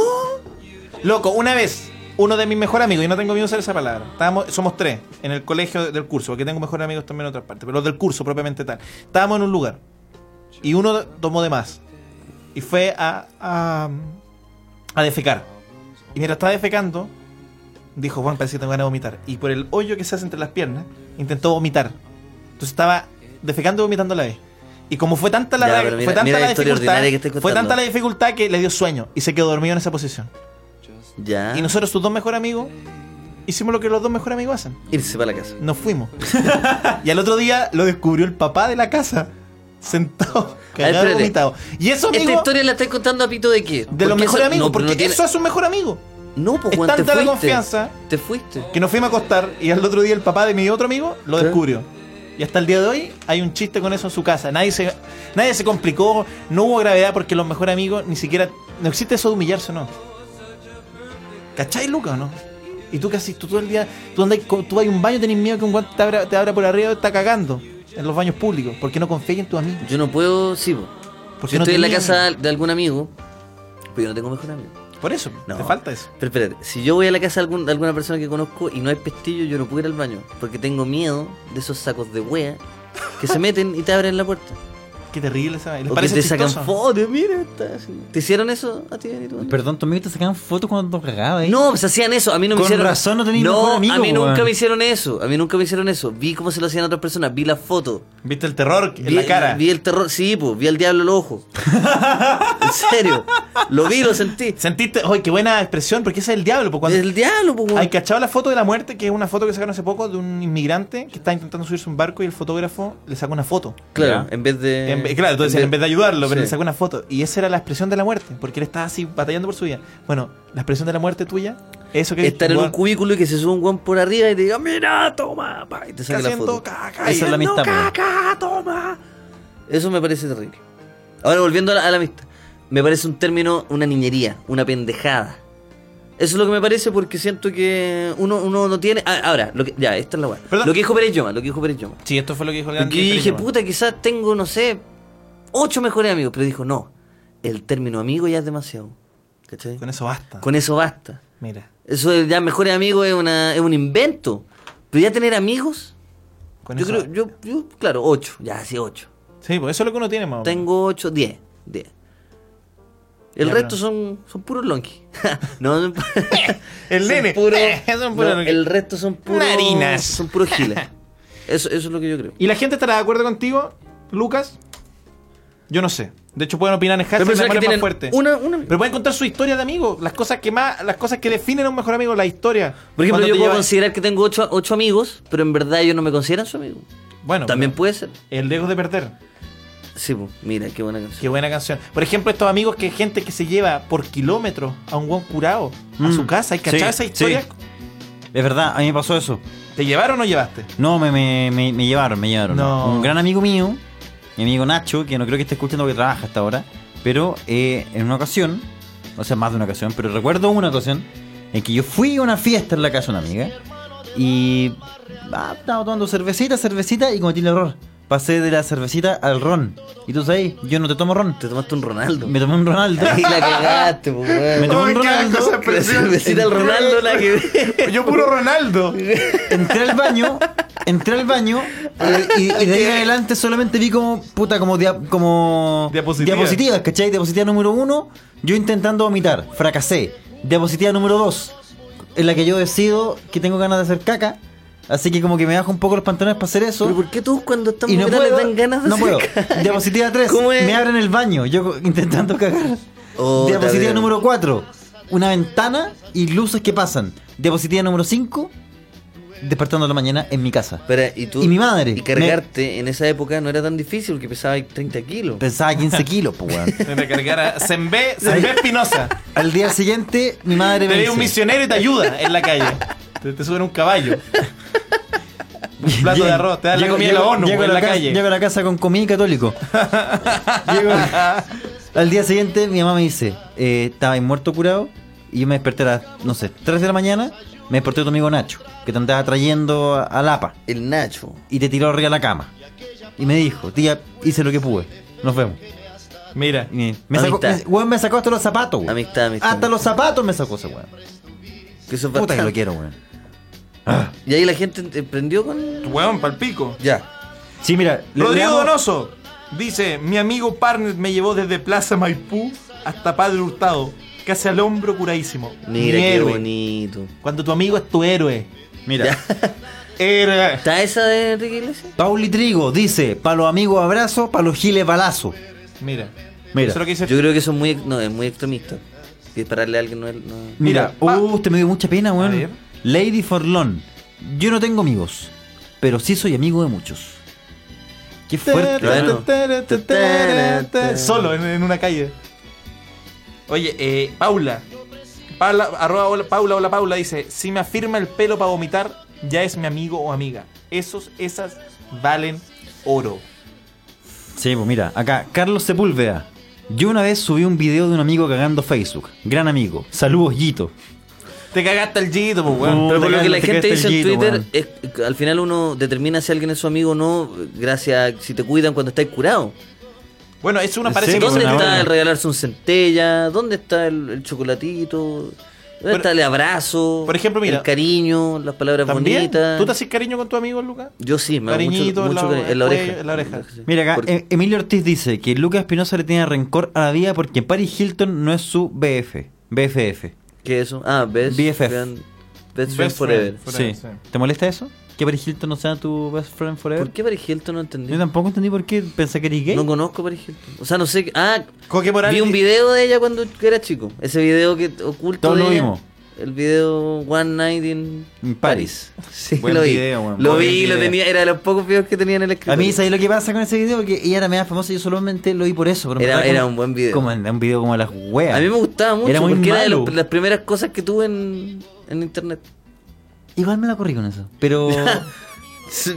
Speaker 4: Loco, una vez, uno de mis mejores amigos, y no tengo miedo a usar esa palabra, estábamos, somos tres en el colegio del curso, porque tengo mejores amigos también en otras partes, pero los del curso propiamente tal. Estábamos en un lugar y uno tomó de más y fue a, a, a defecar. Y mientras estaba defecando, dijo, bueno, parece que tengo ganas de vomitar. Y por el hoyo que se hace entre las piernas, intentó vomitar. Entonces estaba defecando y vomitando a la vez. Y como fue tanta la,
Speaker 5: Ya,
Speaker 4: ra-
Speaker 5: pero mira-
Speaker 4: fue tanta
Speaker 5: mira
Speaker 4: la
Speaker 5: la historia
Speaker 4: dificultad,
Speaker 5: ordinaria que estoy
Speaker 4: fue
Speaker 5: contando.
Speaker 4: tanta la dificultad que le dio sueño y se quedó dormido en esa posición.
Speaker 5: Ya.
Speaker 4: Y nosotros, sus dos mejores amigos, hicimos lo que los dos mejores amigos hacen.
Speaker 5: Irse para la casa.
Speaker 4: Nos fuimos. y al otro día lo descubrió el papá de la casa. Sentado, cagado,
Speaker 5: espérate.
Speaker 4: vomitado. Y eso, amigo,
Speaker 5: Esta historia la estás contando a pito de qué?
Speaker 4: de los
Speaker 5: Porque
Speaker 4: mejores
Speaker 5: eso-
Speaker 4: amigos.
Speaker 5: no, pero
Speaker 4: porque
Speaker 5: no tiene-
Speaker 4: eso es un mejor amigo.
Speaker 5: No, pues
Speaker 4: es
Speaker 5: Juan, te
Speaker 4: tanta la
Speaker 5: fuiste.
Speaker 4: confianza.
Speaker 5: Te fuiste.
Speaker 4: Que nos fuimos a acostar y al otro día el papá de mi otro amigo lo
Speaker 5: ¿Qué?
Speaker 4: descubrió. Y hasta el día de hoy hay un chiste con eso en su casa. Nadie se, nadie se complicó, no hubo gravedad porque los mejores amigos ni siquiera. No existe eso de humillarse, ¿no? ¿Cachai, Luca, o no? ¿Y tú qué haces? Tú todo el día. Tú andas, co- tú vas a un baño, tenés miedo que un guante te abra, te abra por arriba y está cagando en los baños públicos. ¿Por qué no confías en tus amigos?
Speaker 5: Yo no puedo, sí, po.
Speaker 4: ¿Por
Speaker 5: Si
Speaker 4: qué no
Speaker 5: estoy en la
Speaker 4: tenías?
Speaker 5: casa de algún amigo, pero yo no tengo mejor amigo.
Speaker 4: Por eso,
Speaker 5: No.
Speaker 4: te falta eso.
Speaker 5: Pero espérate, si yo voy a la casa de, algún- de alguna persona que conozco y no hay pestillo, yo no puedo ir al baño. Porque tengo miedo de esos sacos de wea que se meten y te abren la puerta.
Speaker 4: Qué terrible esa. ¿Les
Speaker 5: O que
Speaker 4: parece
Speaker 5: te sacan
Speaker 4: chistoso?
Speaker 5: fotos, mira. está así. ¿Te hicieron eso a ti, Benito?
Speaker 3: Perdón, tu amigo te sacaban fotos cuando cagaba, ¿eh?
Speaker 5: No, pues hacían eso. A mí no me
Speaker 3: Con
Speaker 5: hicieron.
Speaker 3: razón no tenéis mejor
Speaker 5: No,
Speaker 3: amigo,
Speaker 5: a mí nunca
Speaker 3: weón.
Speaker 5: me hicieron eso. A mí nunca me hicieron eso. Vi cómo se lo hacían a otras personas. Vi la foto.
Speaker 4: ¿Viste el terror en
Speaker 5: vi,
Speaker 4: la cara?
Speaker 5: Vi el terror. Sí, pues. Vi al diablo al ojo. en serio. Lo vi, lo sentí.
Speaker 4: Sentiste. ¡Ay, qué buena expresión! Porque ese es el diablo. Pues cuando,
Speaker 5: El diablo, pues.
Speaker 4: ¿Hay
Speaker 5: weón.
Speaker 4: cachado la foto de la muerte? Que es una foto que sacaron hace poco de un inmigrante que está intentando subirse a un barco y el fotógrafo le saca una foto.
Speaker 5: Claro, en vez de.
Speaker 4: En en vez- claro, tú decías,
Speaker 5: Sí.
Speaker 4: en vez de ayudarlo, pero
Speaker 5: Sí.
Speaker 4: le sacó una foto. Y esa era la expresión de la muerte, porque él estaba así batallando por su vida. Bueno, la expresión de la muerte tuya, eso que
Speaker 5: Estar en un
Speaker 4: weón,
Speaker 5: cubículo y que se suba un guan por arriba y te diga, mira, toma, pa", y te
Speaker 4: está
Speaker 5: saca la
Speaker 4: haciendo
Speaker 5: foto.
Speaker 4: caca.
Speaker 3: Esa es la
Speaker 5: Haciendo
Speaker 3: amistad, weón.
Speaker 5: caca, toma. Eso me parece terrible. Ahora, volviendo a la, a la amistad. Me parece un término, una niñería, una pendejada. Eso es lo que me parece porque siento que uno, uno no tiene... ah, ahora, lo que, ya, esta es la weá.
Speaker 4: Perdón.
Speaker 5: Lo que dijo Pérez Yoma, lo que dijo Pérez Yoma.
Speaker 4: Sí, esto fue lo que dijo el gran
Speaker 5: Porque yo
Speaker 4: Gilles
Speaker 5: dije,
Speaker 4: Pereira.
Speaker 5: puta, quizás tengo, no sé, ocho mejores amigos. Pero dijo, no, el término amigo ya es demasiado. ¿Cachai?
Speaker 4: Con eso basta.
Speaker 5: Con eso basta.
Speaker 4: Mira,
Speaker 5: Eso de ya mejores amigos es, una, es un invento. Pero ya tener amigos,
Speaker 4: con
Speaker 5: yo
Speaker 4: eso
Speaker 5: creo,
Speaker 4: basta.
Speaker 5: yo, yo, claro, ocho, ya sí, ocho.
Speaker 4: Sí, pues eso es lo que uno tiene, más o menos.
Speaker 5: Tengo ocho, diez, diez. El
Speaker 4: Ya,
Speaker 5: resto
Speaker 4: pero-
Speaker 5: son, son puros lonquis. no, son-
Speaker 4: El
Speaker 5: son
Speaker 4: nene.
Speaker 5: puro-
Speaker 4: Son puros
Speaker 5: no,
Speaker 4: lonquis.
Speaker 5: el resto son puros.
Speaker 4: Narinas.
Speaker 5: Son puros giles. Eso, eso es lo que yo creo.
Speaker 4: ¿Y la gente estará de acuerdo contigo, Lucas? Yo no sé. De hecho, pueden opinar en hashtag
Speaker 5: personas
Speaker 4: amores
Speaker 5: que
Speaker 4: más
Speaker 5: tienen
Speaker 4: fuerte.
Speaker 5: una- una-
Speaker 4: Pero pueden contar su historia de amigo. Las cosas que más, las cosas que definen a un mejor amigo, la historia.
Speaker 5: Por ejemplo,
Speaker 4: Cuando
Speaker 5: yo
Speaker 4: te
Speaker 5: puedo
Speaker 4: lleva-
Speaker 5: considerar que tengo ocho, ocho amigos, pero en verdad ellos no me consideran su amigo.
Speaker 4: Bueno,
Speaker 5: También
Speaker 4: pero-
Speaker 5: puede ser.
Speaker 4: El lejos de perder.
Speaker 5: Sí, pues, mira, qué buena canción.
Speaker 4: Qué buena canción. Por ejemplo, estos amigos que gente que se lleva por kilómetros a un buen curado, a
Speaker 3: Mm.
Speaker 4: su casa. ¿Hay que
Speaker 3: Sí,
Speaker 4: cachar esa
Speaker 3: sí.
Speaker 4: historia?
Speaker 3: Es verdad, a mí me pasó eso.
Speaker 4: ¿Te llevaron o no llevaste?
Speaker 3: No, me, me, me- me llevaron, me llevaron.
Speaker 4: No.
Speaker 3: Un gran amigo mío, mi amigo Nacho, que no creo que esté escuchando porque trabaja hasta ahora, pero eh, en una ocasión, o sea, más de una ocasión, pero recuerdo una ocasión en que yo fui a una fiesta en la casa de una amiga y ah, estaba tomando cervecita, cervecita y cometí el error. Pasé de la cervecita al ron. Y tú sabes, yo no te tomo ron.
Speaker 5: Te tomaste un Ronaldo.
Speaker 3: Me tomé un Ronaldo.
Speaker 5: Y la cagaste, pues, weón.
Speaker 3: Me tomé
Speaker 4: Ay,
Speaker 3: un
Speaker 4: qué
Speaker 3: Ronaldo.
Speaker 4: cosa
Speaker 5: La cervecita al Ronaldo la que...
Speaker 4: Yo puro Ronaldo.
Speaker 3: entré al baño, entré al baño eh, y, y de ahí en adelante solamente vi como, puta, como, dia- como
Speaker 4: Diapositivas.
Speaker 3: diapositivas, ¿cachai? Diapositiva número uno, yo intentando vomitar, fracasé. Diapositiva número dos, en la que yo decido que tengo ganas de hacer caca, así que como que me bajo un poco los pantalones para hacer eso.
Speaker 5: ¿Pero por qué todos cuando están
Speaker 3: Y no
Speaker 5: grandes
Speaker 3: puedo,
Speaker 5: dan ganas de
Speaker 3: no
Speaker 5: hacer
Speaker 3: puedo.
Speaker 5: caca?
Speaker 3: Diapositiva 3,
Speaker 5: ¿Cómo es?
Speaker 3: me abren el baño, yo co- intentando cagar.
Speaker 5: Oh,
Speaker 3: Diapositiva
Speaker 5: Tadeo.
Speaker 3: número 4, una ventana y luces que pasan. Diapositiva número 5, despertando en la mañana en mi casa.
Speaker 5: Espera, ¿y, tú,
Speaker 3: Y mi madre.
Speaker 5: Y cargarte en esa época no era tan difícil porque pesaba 30 kilos.
Speaker 3: Pensaba 15 kilos, pues, weón.
Speaker 4: Recargar a Zenbe, Zenbe Espinosa.
Speaker 3: Al día siguiente, mi madre
Speaker 4: Te
Speaker 3: me
Speaker 4: ve un
Speaker 3: dice...
Speaker 4: misionero y te ayuda en la calle. Te, te suben un caballo. Un plato de
Speaker 3: Llego-
Speaker 4: arroz. Te dan la
Speaker 3: llego-
Speaker 4: comida de la
Speaker 3: llego-
Speaker 4: ONU pues,
Speaker 3: llego a
Speaker 4: en la
Speaker 3: casa-
Speaker 4: calle.
Speaker 3: Llego a la casa con comida y católico. Llego- al día siguiente, mi mamá me dice, eh, estaba ahí muerto curado y yo me desperté a las, no sé, 3 de la mañana. Me desperté tu amigo Nacho, que te andaba trayendo a, a Lapa
Speaker 5: El Nacho.
Speaker 3: y te tiró arriba de la cama. Y me dijo, tía, hice lo que pude. Nos vemos.
Speaker 4: Mira.
Speaker 3: Y me, me sacó,
Speaker 5: Amistad.
Speaker 3: me- weón, me sacó hasta los zapatos, weón.
Speaker 5: Amistad, amistad.
Speaker 3: Hasta los zapatos me sacó ese weón.
Speaker 5: Que eso
Speaker 3: Puta
Speaker 5: es
Speaker 3: que
Speaker 5: bastante.
Speaker 3: lo quiero, weón.
Speaker 5: Y ahí la gente emprendió con...
Speaker 4: Weón, palpico.
Speaker 5: Ya.
Speaker 3: Sí, mira, le-
Speaker 4: Rodrigo
Speaker 3: leamos-
Speaker 4: Donoso dice: Mi amigo partner me llevó desde Plaza Maipú hasta Padre Hurtado, casi al hombro curadísimo.
Speaker 5: Mira,
Speaker 4: Mi
Speaker 5: qué
Speaker 4: héroe.
Speaker 5: bonito.
Speaker 4: Cuando tu amigo es tu héroe.
Speaker 3: Mira,
Speaker 4: Héroe.
Speaker 5: ¿Está esa de Enrique Iglesias?
Speaker 3: Pauli Trigo dice, para los amigos abrazo, para los giles balazo.
Speaker 4: Mira.
Speaker 3: Mira.
Speaker 4: Eso es lo que dice.
Speaker 5: Yo creo que eso es muy, ex- no, es muy extremista. Dispararle a alguien no es... no-
Speaker 3: Mira,
Speaker 4: Mira, pa-
Speaker 3: uh, te me dio mucha pena,
Speaker 4: A ver.
Speaker 3: weón. Lady Forlón, yo no tengo amigos, pero sí soy amigo de muchos. Qué fuerte.
Speaker 5: Bueno.
Speaker 3: weón.
Speaker 4: Solo en, en una calle. Oye, eh, Paula. Paula, arroba, hola, Paula, hola Paula dice, si me afirma el pelo para vomitar, ya es mi amigo o amiga. Esos, esas valen oro.
Speaker 3: Sí, pues mira, acá, Carlos Sepúlveda. Yo una vez subí un video de un amigo cagando Facebook. Gran amigo. Saludos, Yito.
Speaker 4: Te cagaste el chito, pues, weón.
Speaker 3: No,
Speaker 5: Pero por lo
Speaker 3: Te
Speaker 5: que la
Speaker 3: quedaste-
Speaker 5: gente
Speaker 3: te
Speaker 5: dice en
Speaker 3: quedaste
Speaker 5: Twitter,
Speaker 3: el
Speaker 5: es- al final uno determina si alguien es su amigo o no, gracias a si te cuidan cuando estás curado.
Speaker 4: Bueno, es pues, una parece
Speaker 3: Sí,
Speaker 4: que
Speaker 5: ¿Dónde
Speaker 3: buena
Speaker 5: está
Speaker 3: onda.
Speaker 5: el regalarse un centella? ¿Dónde está el, el chocolatito? ¿Dónde
Speaker 4: Pero-
Speaker 5: está el abrazo?
Speaker 4: por ejemplo, mira,
Speaker 5: El cariño, las palabras
Speaker 4: ¿También?
Speaker 5: bonitas.
Speaker 4: ¿Tú te haces cariño con tu amigo, Lucas?
Speaker 5: Yo sí, me hago
Speaker 4: Cariñito en
Speaker 5: mucho, mucho
Speaker 4: la-
Speaker 5: cari- en la
Speaker 4: cuello,
Speaker 5: oreja.
Speaker 4: en la oreja.
Speaker 5: Sí.
Speaker 3: Mira acá,
Speaker 5: Porque-
Speaker 3: Em- Emilio Ortiz dice que Lucas Espinosa le tiene rencor a la vida porque Paris Hilton no es su BF. BFF.
Speaker 5: ¿Qué es eso? Ah, best
Speaker 3: BFF.
Speaker 5: friend- best friend
Speaker 4: friend.
Speaker 5: forever.
Speaker 3: Sí.
Speaker 4: Forever, sí.
Speaker 3: ¿Te molesta eso? ¿Que Paris Hilton no sea tu best friend forever?
Speaker 5: ¿Por qué Paris Hilton no entendí?
Speaker 3: Yo tampoco entendí por qué pensé que eres gay.
Speaker 5: No conozco a Paris Hilton. O sea, no sé. qué- Ah,
Speaker 4: Coque Morales
Speaker 5: vi un
Speaker 4: di-
Speaker 5: video de ella cuando era chico. Ese video que oculto
Speaker 3: Todos
Speaker 5: de
Speaker 3: lo
Speaker 5: ella.
Speaker 3: vimos.
Speaker 5: el video One Night in
Speaker 3: En
Speaker 5: Paris.
Speaker 3: Paris.
Speaker 5: Sí,
Speaker 3: Buen
Speaker 5: lo vi.
Speaker 3: video, weón.
Speaker 5: lo
Speaker 3: Buen
Speaker 5: vi, lo
Speaker 3: video.
Speaker 5: tenía, era de los pocos videos que tenía en el escritorio.
Speaker 3: A mí, ¿sabes lo que pasa con ese video? Que ella era media famosa y yo solamente lo vi por eso. pero me
Speaker 5: Era-
Speaker 3: estaba
Speaker 5: era
Speaker 3: como-
Speaker 5: un buen video.
Speaker 3: Como en- un video como las weas.
Speaker 5: A mí me gustaba mucho
Speaker 3: Era muy
Speaker 5: porque era de
Speaker 3: malo.
Speaker 5: los- las primeras cosas que tuve en, en internet.
Speaker 3: Igual me la corrí con eso. Pero.
Speaker 5: Sí,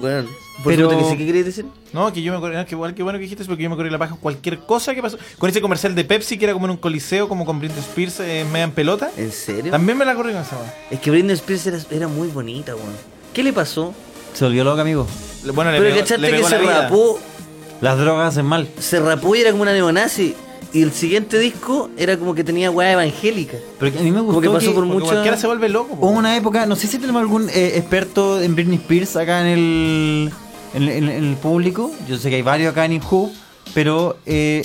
Speaker 5: bueno, por
Speaker 3: Pero-
Speaker 5: supuesto que sí, ¿qué querías decir?
Speaker 4: No, que yo me acordé, no, que igual que bueno que dijiste, eso, porque yo me acordé de la paja cualquier cosa que pasó. Con ese comercial de Pepsi que era como en un coliseo, como con Britney Spears eh, media en pelota.
Speaker 5: ¿En serio?
Speaker 4: También me la corrí con esa weá.
Speaker 5: Es que Britney Spears era, era muy bonita, weón. ¿Qué le pasó?
Speaker 3: Se volvió loca, amigo.
Speaker 4: Le- Bueno, le
Speaker 5: Pero
Speaker 4: pegó,
Speaker 5: cachaste
Speaker 4: le
Speaker 5: que
Speaker 4: pegó
Speaker 5: se
Speaker 4: la vida.
Speaker 5: rapó,
Speaker 3: Las drogas hacen mal.
Speaker 5: se rapó y era como una neonazi. Y el siguiente disco era como que tenía weá evangélica.
Speaker 3: Pero que a mí me gustó.
Speaker 5: Porque pasó por
Speaker 4: Porque
Speaker 5: mucho-
Speaker 4: cualquiera se vuelve loco. po.
Speaker 3: Hubo una época, no sé si tenemos algún eh, experto en Britney Spears acá en el, en, en- en el público. Yo sé que hay varios acá en Inhub, pero eh,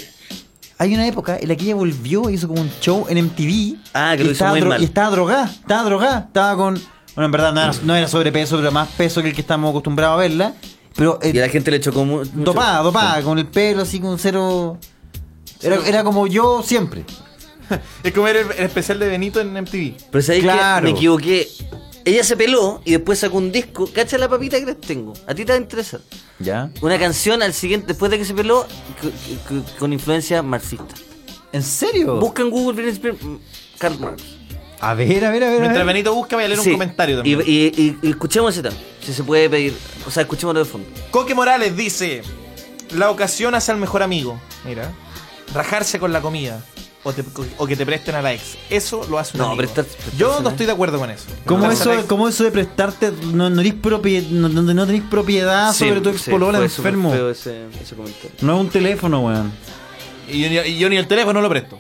Speaker 3: hay una época en la que ella volvió hizo como un show en MTV.
Speaker 5: Ah, que
Speaker 3: y
Speaker 5: lo hizo
Speaker 3: estaba
Speaker 5: muy
Speaker 3: dro-
Speaker 5: mal.
Speaker 3: Y estaba drogada, estaba drogada, estaba con. Bueno, en verdad no era, no era sobrepeso, pero más peso que el que estamos acostumbrados a verla. Pero eh,
Speaker 5: Y a la gente le chocó mu- mucho.
Speaker 3: dopada, dopada, con el pelo así, con cero. Era, era como yo siempre.
Speaker 4: Es como era el, el especial de Benito en MTV.
Speaker 5: Pero sabéis
Speaker 3: Claro.
Speaker 5: que me equivoqué. Ella se peló y después sacó un disco. Cacha la papita que les tengo. A ti te va a interesar.
Speaker 3: ¿Ya?
Speaker 5: Una canción al siguiente, después de que se peló, c- c- c- con influencia marxista.
Speaker 3: ¿En serio?
Speaker 5: Busca en Google Britney Spears, mm, Karl Marx.
Speaker 3: a ver, a ver, a ver. a ver.
Speaker 4: Mientras Benito busca, voy a leer
Speaker 5: Sí.
Speaker 4: un comentario
Speaker 5: Y,
Speaker 4: también.
Speaker 5: y- y- y escuchemos ese tema. Si se puede pedir. O sea, escuchémoslo de fondo.
Speaker 4: Coque Morales dice: La ocasión hace al mejor amigo. Mira. Rajarse con la comida. O, te- o que te presten a la ex. Eso lo hace un
Speaker 5: No,
Speaker 4: amigo.
Speaker 5: prestar- prestarse
Speaker 4: Yo
Speaker 5: no.
Speaker 4: no estoy de acuerdo con eso.
Speaker 3: ¿Cómo
Speaker 4: Prestarse
Speaker 3: eso,
Speaker 4: a la ex-
Speaker 3: cómo eso de prestarte, no, no, eres propiedad, no, no- no tenés propiedad sobre tu
Speaker 5: Sí,
Speaker 3: expolola
Speaker 5: fue súper
Speaker 3: enfermo?
Speaker 5: feo ese- ese comentario.
Speaker 3: No es un teléfono, weón.
Speaker 4: Y yo, ni- y yo ni el teléfono lo presto.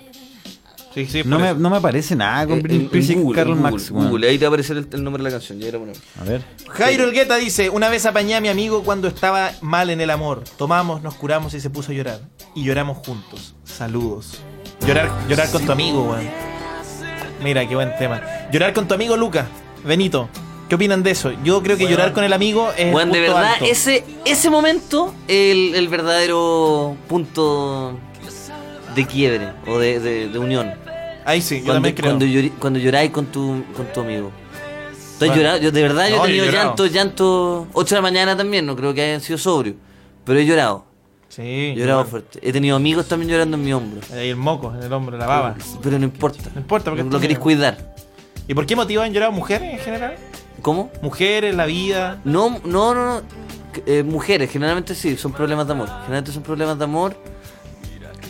Speaker 4: Sí, sí,
Speaker 3: No
Speaker 4: por
Speaker 3: me,
Speaker 4: eso.
Speaker 3: no me aparece nada con
Speaker 5: Eh,
Speaker 3: Britney
Speaker 5: en-
Speaker 3: Spears
Speaker 5: en
Speaker 3: y
Speaker 5: Google,
Speaker 3: Karl
Speaker 5: en
Speaker 3: Marx,
Speaker 5: Google,
Speaker 3: weón.
Speaker 5: Google, ahí te va a aparecer el, el nombre de la canción. Ya era bueno.
Speaker 3: A ver.
Speaker 4: Jairo Elgueta dice, una vez apañé a mi amigo cuando estaba mal en el amor. Tomamos, nos curamos y se puso a llorar. Y lloramos juntos. Saludos. Llorar, llorar con tu amigo, weón. Mira, qué buen tema. Llorar con tu amigo, Luca. Benito, ¿qué opinan de eso? Yo creo que llorar con el amigo es...
Speaker 5: Bueno, de
Speaker 4: punto
Speaker 5: verdad,
Speaker 4: alto.
Speaker 5: ese, ese momento el, el verdadero punto de quiebre o de, de- de unión.
Speaker 4: Ahí sí, yo
Speaker 5: Cuando,
Speaker 4: también creo.
Speaker 5: cuando llori- cuando lloráis con tu, con tu amigo. ¿Tú has
Speaker 4: Bueno.
Speaker 5: llorado? Yo, de verdad, yo
Speaker 4: No,
Speaker 5: he
Speaker 4: yo he
Speaker 5: tenido
Speaker 4: llorado.
Speaker 5: llanto, llanto. 8 de la mañana también, no creo que hayan sido sobrio. Pero he llorado,
Speaker 4: Sí,
Speaker 5: he llorado
Speaker 4: igual.
Speaker 5: fuerte. He tenido amigos también llorando en mi hombro.
Speaker 4: Ahí el moco, en el hombro, la baba.
Speaker 5: Pero no importa.
Speaker 4: No importa, porque
Speaker 5: lo
Speaker 4: estoy
Speaker 5: queréis
Speaker 4: bien.
Speaker 5: cuidar.
Speaker 4: ¿Y por qué motivan llorar mujeres en general?
Speaker 5: ¿Cómo?
Speaker 4: Mujeres, la vida.
Speaker 5: No, no, no, no. Eh, mujeres, generalmente sí, son problemas de amor. Generalmente son problemas de amor.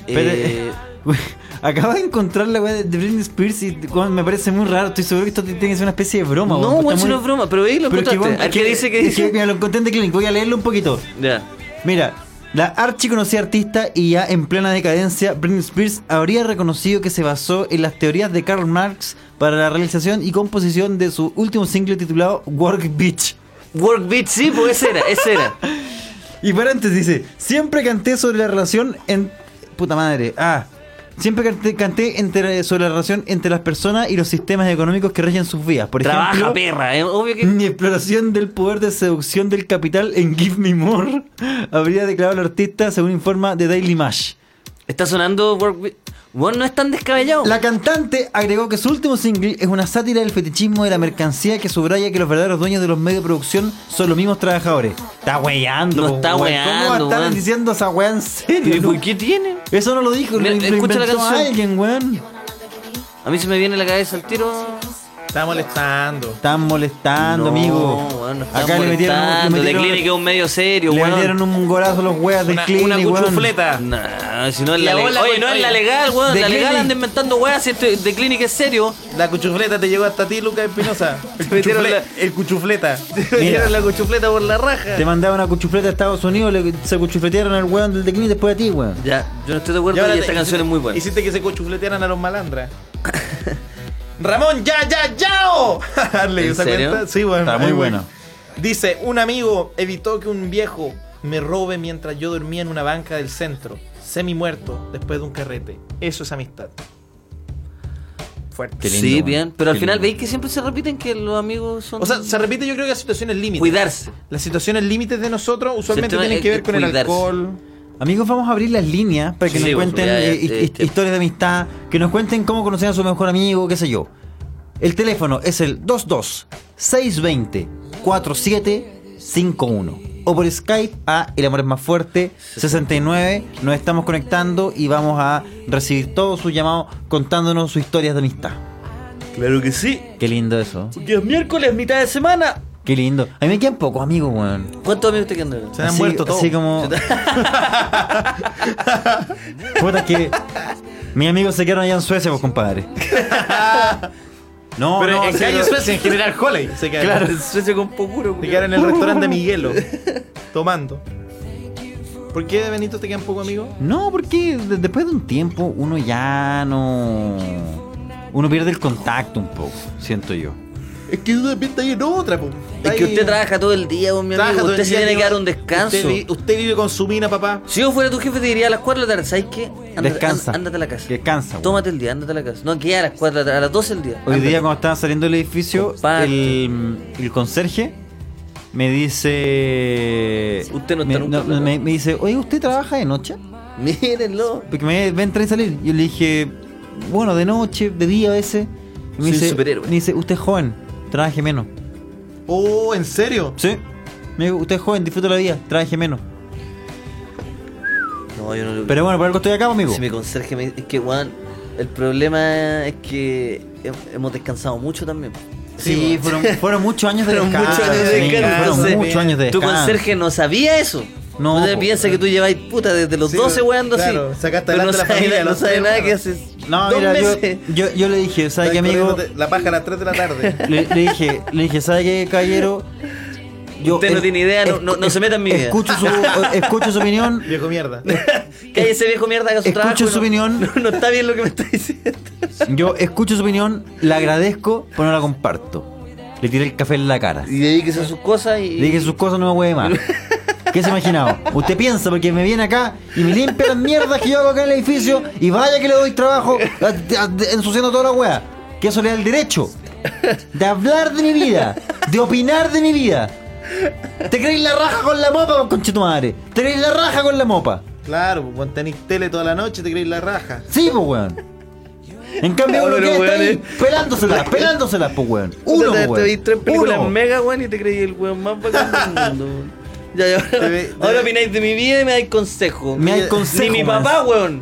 Speaker 3: Pero,
Speaker 5: Eh,
Speaker 3: Acabo de encontrar la weá de Britney Spears y weón, me parece muy raro. Estoy seguro que esto tiene que ser una especie de broma,
Speaker 5: no,
Speaker 3: weón.
Speaker 5: bueno,
Speaker 3: Está
Speaker 5: si
Speaker 3: muy-
Speaker 5: no es broma, pero ahí lo
Speaker 3: Pero es que,
Speaker 5: encontraste.
Speaker 3: weón,
Speaker 5: A ver, ¿Qué
Speaker 3: que-
Speaker 5: dice? ¿Qué
Speaker 3: es
Speaker 5: dice?
Speaker 3: que, mira, lo encontré en The Clinic. Voy a leerlo un poquito.
Speaker 5: Ya.
Speaker 3: Mira, la archiconocida artista y ya en plena decadencia, Britney Spears habría reconocido que se basó en las teorías de Karl Marx para la realización y composición de su último single titulado Work Bitch.
Speaker 5: Work beat, sí, pues ese era, ese era.
Speaker 3: Y paréntesis dice, siempre canté sobre la relación en... Puta madre, ah. Siempre canté, canté entre- sobre la relación entre las personas y los sistemas económicos que rigen sus vidas. Por
Speaker 5: Trabaja,
Speaker 3: ejemplo,
Speaker 5: perra. eh, Obvio que.
Speaker 3: Mi exploración del poder de seducción del capital en Give Me More habría declarado el artista según informa The Daily Mash.
Speaker 5: Está sonando Work beat. Bueno, no es tan descabellado.
Speaker 3: La cantante agregó que su último single es una sátira del fetichismo de la mercancía que subraya que los verdaderos dueños de los medios de producción son los mismos trabajadores. Está weyando.
Speaker 5: No
Speaker 3: po,
Speaker 5: está
Speaker 3: weón. ¿Cómo
Speaker 5: weyando,
Speaker 3: va a estar
Speaker 5: weón.
Speaker 3: diciendo esa weá en
Speaker 5: ¿Y
Speaker 3: serio?
Speaker 5: por qué tiene?
Speaker 3: Eso no lo dijo,
Speaker 5: Mira,
Speaker 3: lo lo
Speaker 5: escucha la
Speaker 3: inventó
Speaker 5: canción.
Speaker 3: alguien, weón.
Speaker 5: A mí se me viene a la cabeza el tiro.
Speaker 4: Está molestando.
Speaker 3: Están molestando,
Speaker 5: No,
Speaker 3: amigo.
Speaker 5: bueno, están
Speaker 3: Acá le metieron, le
Speaker 5: molestando.
Speaker 3: metieron-
Speaker 5: The Clinic es un medio serio,
Speaker 3: le
Speaker 5: weón.
Speaker 3: metieron un golazo a los weas del
Speaker 4: Una,
Speaker 3: Clinic,
Speaker 4: una
Speaker 3: weón.
Speaker 4: cuchufleta.
Speaker 5: No, si no es la,
Speaker 4: La
Speaker 5: legal.
Speaker 4: bola,
Speaker 5: Oye,
Speaker 4: güey,
Speaker 5: no es
Speaker 4: oye.
Speaker 5: la legal, weón.
Speaker 3: The
Speaker 5: La legal
Speaker 3: Clinic.
Speaker 5: anda inventando weas si esto de Clinic es serio.
Speaker 4: La cuchufleta te llegó hasta ti, Lucas Espinosa. El,
Speaker 5: metieron
Speaker 4: cuchufle-
Speaker 5: la-
Speaker 4: el cuchufleta. Te metieron la cuchufleta por la raja.
Speaker 3: Te mandaba una cuchufleta a Estados Unidos, le- se cuchufletearon al weón del The Clinic después a ti, weón.
Speaker 5: Ya, yo no estoy de acuerdo
Speaker 4: Y
Speaker 5: y,
Speaker 4: ahora
Speaker 5: esta
Speaker 4: te-
Speaker 5: canción es muy buena.
Speaker 4: Hiciste que se cuchufletearan a los malandras. Ramón, ya, ya, yao. ¿Le
Speaker 5: ¿En
Speaker 4: esa
Speaker 5: serio?
Speaker 4: cuenta? Sí, bueno.
Speaker 3: Está muy
Speaker 4: ahí,
Speaker 3: bueno.
Speaker 4: Dice, un amigo evitó que un viejo me robe mientras yo dormía en una banca del centro, semi muerto, después de un carrete. Eso es amistad. Fuerte.
Speaker 3: Qué lindo,
Speaker 5: sí,
Speaker 3: weón.
Speaker 5: bien. Pero al
Speaker 3: Qué
Speaker 5: final
Speaker 3: lindo.
Speaker 5: veis que siempre se repiten que los amigos son.
Speaker 4: O sea, se repite yo creo que las situaciones límites.
Speaker 5: cuidarse.
Speaker 4: Las situaciones límites de nosotros usualmente
Speaker 5: tema
Speaker 4: tienen
Speaker 5: es
Speaker 4: que ver
Speaker 5: que
Speaker 4: con el
Speaker 5: cuidarse.
Speaker 4: alcohol.
Speaker 3: Amigos, vamos a abrir las líneas para que
Speaker 5: Sí,
Speaker 3: nos
Speaker 5: vos,
Speaker 3: cuenten
Speaker 5: ya, ya,
Speaker 3: eh, hi-
Speaker 5: eh,
Speaker 3: hi- historias de amistad, que nos cuenten cómo conocían a su mejor amigo, qué sé yo. El teléfono es el 22 620 4751 o por Skype a El Amor es Más Fuerte 69. Nos estamos conectando y vamos a recibir todos sus llamados contándonos sus historias de amistad.
Speaker 5: Claro que sí.
Speaker 3: Qué lindo eso.
Speaker 5: Porque es miércoles, mitad de semana.
Speaker 3: Qué lindo. A mí me quedan pocos amigos, weón.
Speaker 5: ¿Cuántos amigos te quedan?
Speaker 4: Se han muerto todos.
Speaker 3: Así como. Puta que. Mis amigos se quedaron allá en Suecia, pues, compadre. No,
Speaker 4: Pero
Speaker 3: no,
Speaker 4: en
Speaker 3: sí,
Speaker 4: calle
Speaker 3: no.
Speaker 4: Suecia, en General Holley. Se quedaron.
Speaker 5: Claro, en Suecia con Pocuro.
Speaker 4: Te quedaron en el restaurante Miguelo, tomando. ¿Por qué de Benito te quedan poco amigos?
Speaker 3: No, porque de- después de un tiempo uno ya no. Uno pierde el contacto un poco, siento yo.
Speaker 4: Es que tú de está ahí en otra, po.
Speaker 5: Es que usted trabaja todo el día, mi
Speaker 4: Trabaja
Speaker 5: amigo.
Speaker 4: todo
Speaker 5: Usted
Speaker 4: el
Speaker 5: se
Speaker 4: día,
Speaker 5: tiene que
Speaker 4: lleva-
Speaker 5: dar un descanso.
Speaker 4: Usted, vi- usted vive con su mina, papá.
Speaker 5: Si yo fuera tu jefe, te diría a las 4 de la tarde, ¿sabes qué? Ándate-
Speaker 3: Descansa.
Speaker 5: án- Ándate a la casa.
Speaker 3: Descansa, weón.
Speaker 5: Tómate el día, ándate a la casa. No, que a las 4 de la tarde, a las 12 el día.
Speaker 3: Hoy
Speaker 5: Ándate.
Speaker 3: día, cuando estaba saliendo del edificio,
Speaker 5: Comparte.
Speaker 3: el, el conserje me
Speaker 4: Eh,
Speaker 3: dice.
Speaker 5: Usted no está
Speaker 3: me,
Speaker 5: nunca
Speaker 3: no, me- me dice, oye, ¿usted trabaja de noche?
Speaker 5: Mírenlo.
Speaker 3: Porque me ve entrar y salir. Yo le dije, bueno, de noche, de día a veces. Y me
Speaker 5: Soy un
Speaker 3: dice,
Speaker 5: superhéroe.
Speaker 3: Me dice, usted es joven, trabaje menos.
Speaker 4: Oh, ¿en serio?
Speaker 3: Sí. Me dijo, usted es joven, disfruta la vida, trabaje menos.
Speaker 5: No, yo no lo
Speaker 3: Pero bueno, por algo estoy acá, pues, amigo.
Speaker 5: Si mi conserje me es que, weón, el problema es que he- hemos descansado mucho también.
Speaker 3: Sí, fueron, fueron muchos años de
Speaker 5: Fueron
Speaker 3: descanso.
Speaker 5: muchos años de
Speaker 3: sí,
Speaker 5: descanso.
Speaker 3: Fueron muchos años de
Speaker 5: Tu
Speaker 3: descanso.
Speaker 5: conserje no sabía eso.
Speaker 3: No, pues,
Speaker 5: No, te
Speaker 3: po,
Speaker 5: piensa que tú lleváis puta desde los
Speaker 4: Sí,
Speaker 5: 12 weando así.
Speaker 4: claro, sacaste
Speaker 5: Pero no
Speaker 4: adelante la
Speaker 5: sabe
Speaker 4: familia,
Speaker 5: nada- No
Speaker 4: los
Speaker 5: sabe
Speaker 4: tres,
Speaker 5: nada
Speaker 4: bueno.
Speaker 5: que haces.
Speaker 3: No,
Speaker 5: dos
Speaker 3: mira, yo,
Speaker 5: meses.
Speaker 3: yo, yo le dije, ¿sabe qué, amigo?
Speaker 4: La paja a las 3 de la tarde.
Speaker 3: Le, le dije, le dije, ¿sabe qué, caballero?
Speaker 5: Usted no tiene idea, no- no- no se meta en mi vida.
Speaker 3: escucho su, escucho su opinión,
Speaker 4: Viejo mierda.
Speaker 5: Que ese viejo mierda haga su
Speaker 3: Escucho
Speaker 5: trabajo. y
Speaker 3: su
Speaker 5: no-
Speaker 3: opinión.
Speaker 5: No, no está bien lo que me está diciendo.
Speaker 3: Yo escucho su opinión, la agradezco, pero no la comparto. Le tiré el café en la cara.
Speaker 5: Y dedíquese a sus cosas y.
Speaker 3: Le dije sus cosas no me hueve más. ¿Qué se ha imaginado? Usted piensa porque me viene acá y me limpia las mierdas que yo hago acá en el edificio y vaya que le doy trabajo a- a- ensuciando toda la wea. Que eso le da el derecho de hablar de mi vida, de opinar de mi vida. Te crees la raja con la mopa, conche tu madre. Te crees la raja con la mopa.
Speaker 4: Claro, po, cuando tenés tele toda la noche te creéis la raja.
Speaker 3: Sí, pues weón. En cambio,
Speaker 5: No,
Speaker 3: uno
Speaker 5: pero,
Speaker 3: que está
Speaker 5: weón,
Speaker 3: ahí
Speaker 5: eh.
Speaker 3: pelándoselas, pelándoselas, pues weón. Uno, pues,
Speaker 5: te, te veis
Speaker 3: weón.
Speaker 5: tres películas
Speaker 3: Uno.
Speaker 5: mega, weón, y te creí el weón más bacán del mundo, weón. Ya, ya.
Speaker 4: Te ve-
Speaker 5: Ahora
Speaker 4: te-
Speaker 5: opináis de mi vida y me dais consejo.
Speaker 3: Me dais
Speaker 5: Ni
Speaker 3: consejo,
Speaker 5: mi
Speaker 3: man.
Speaker 5: papá, weón.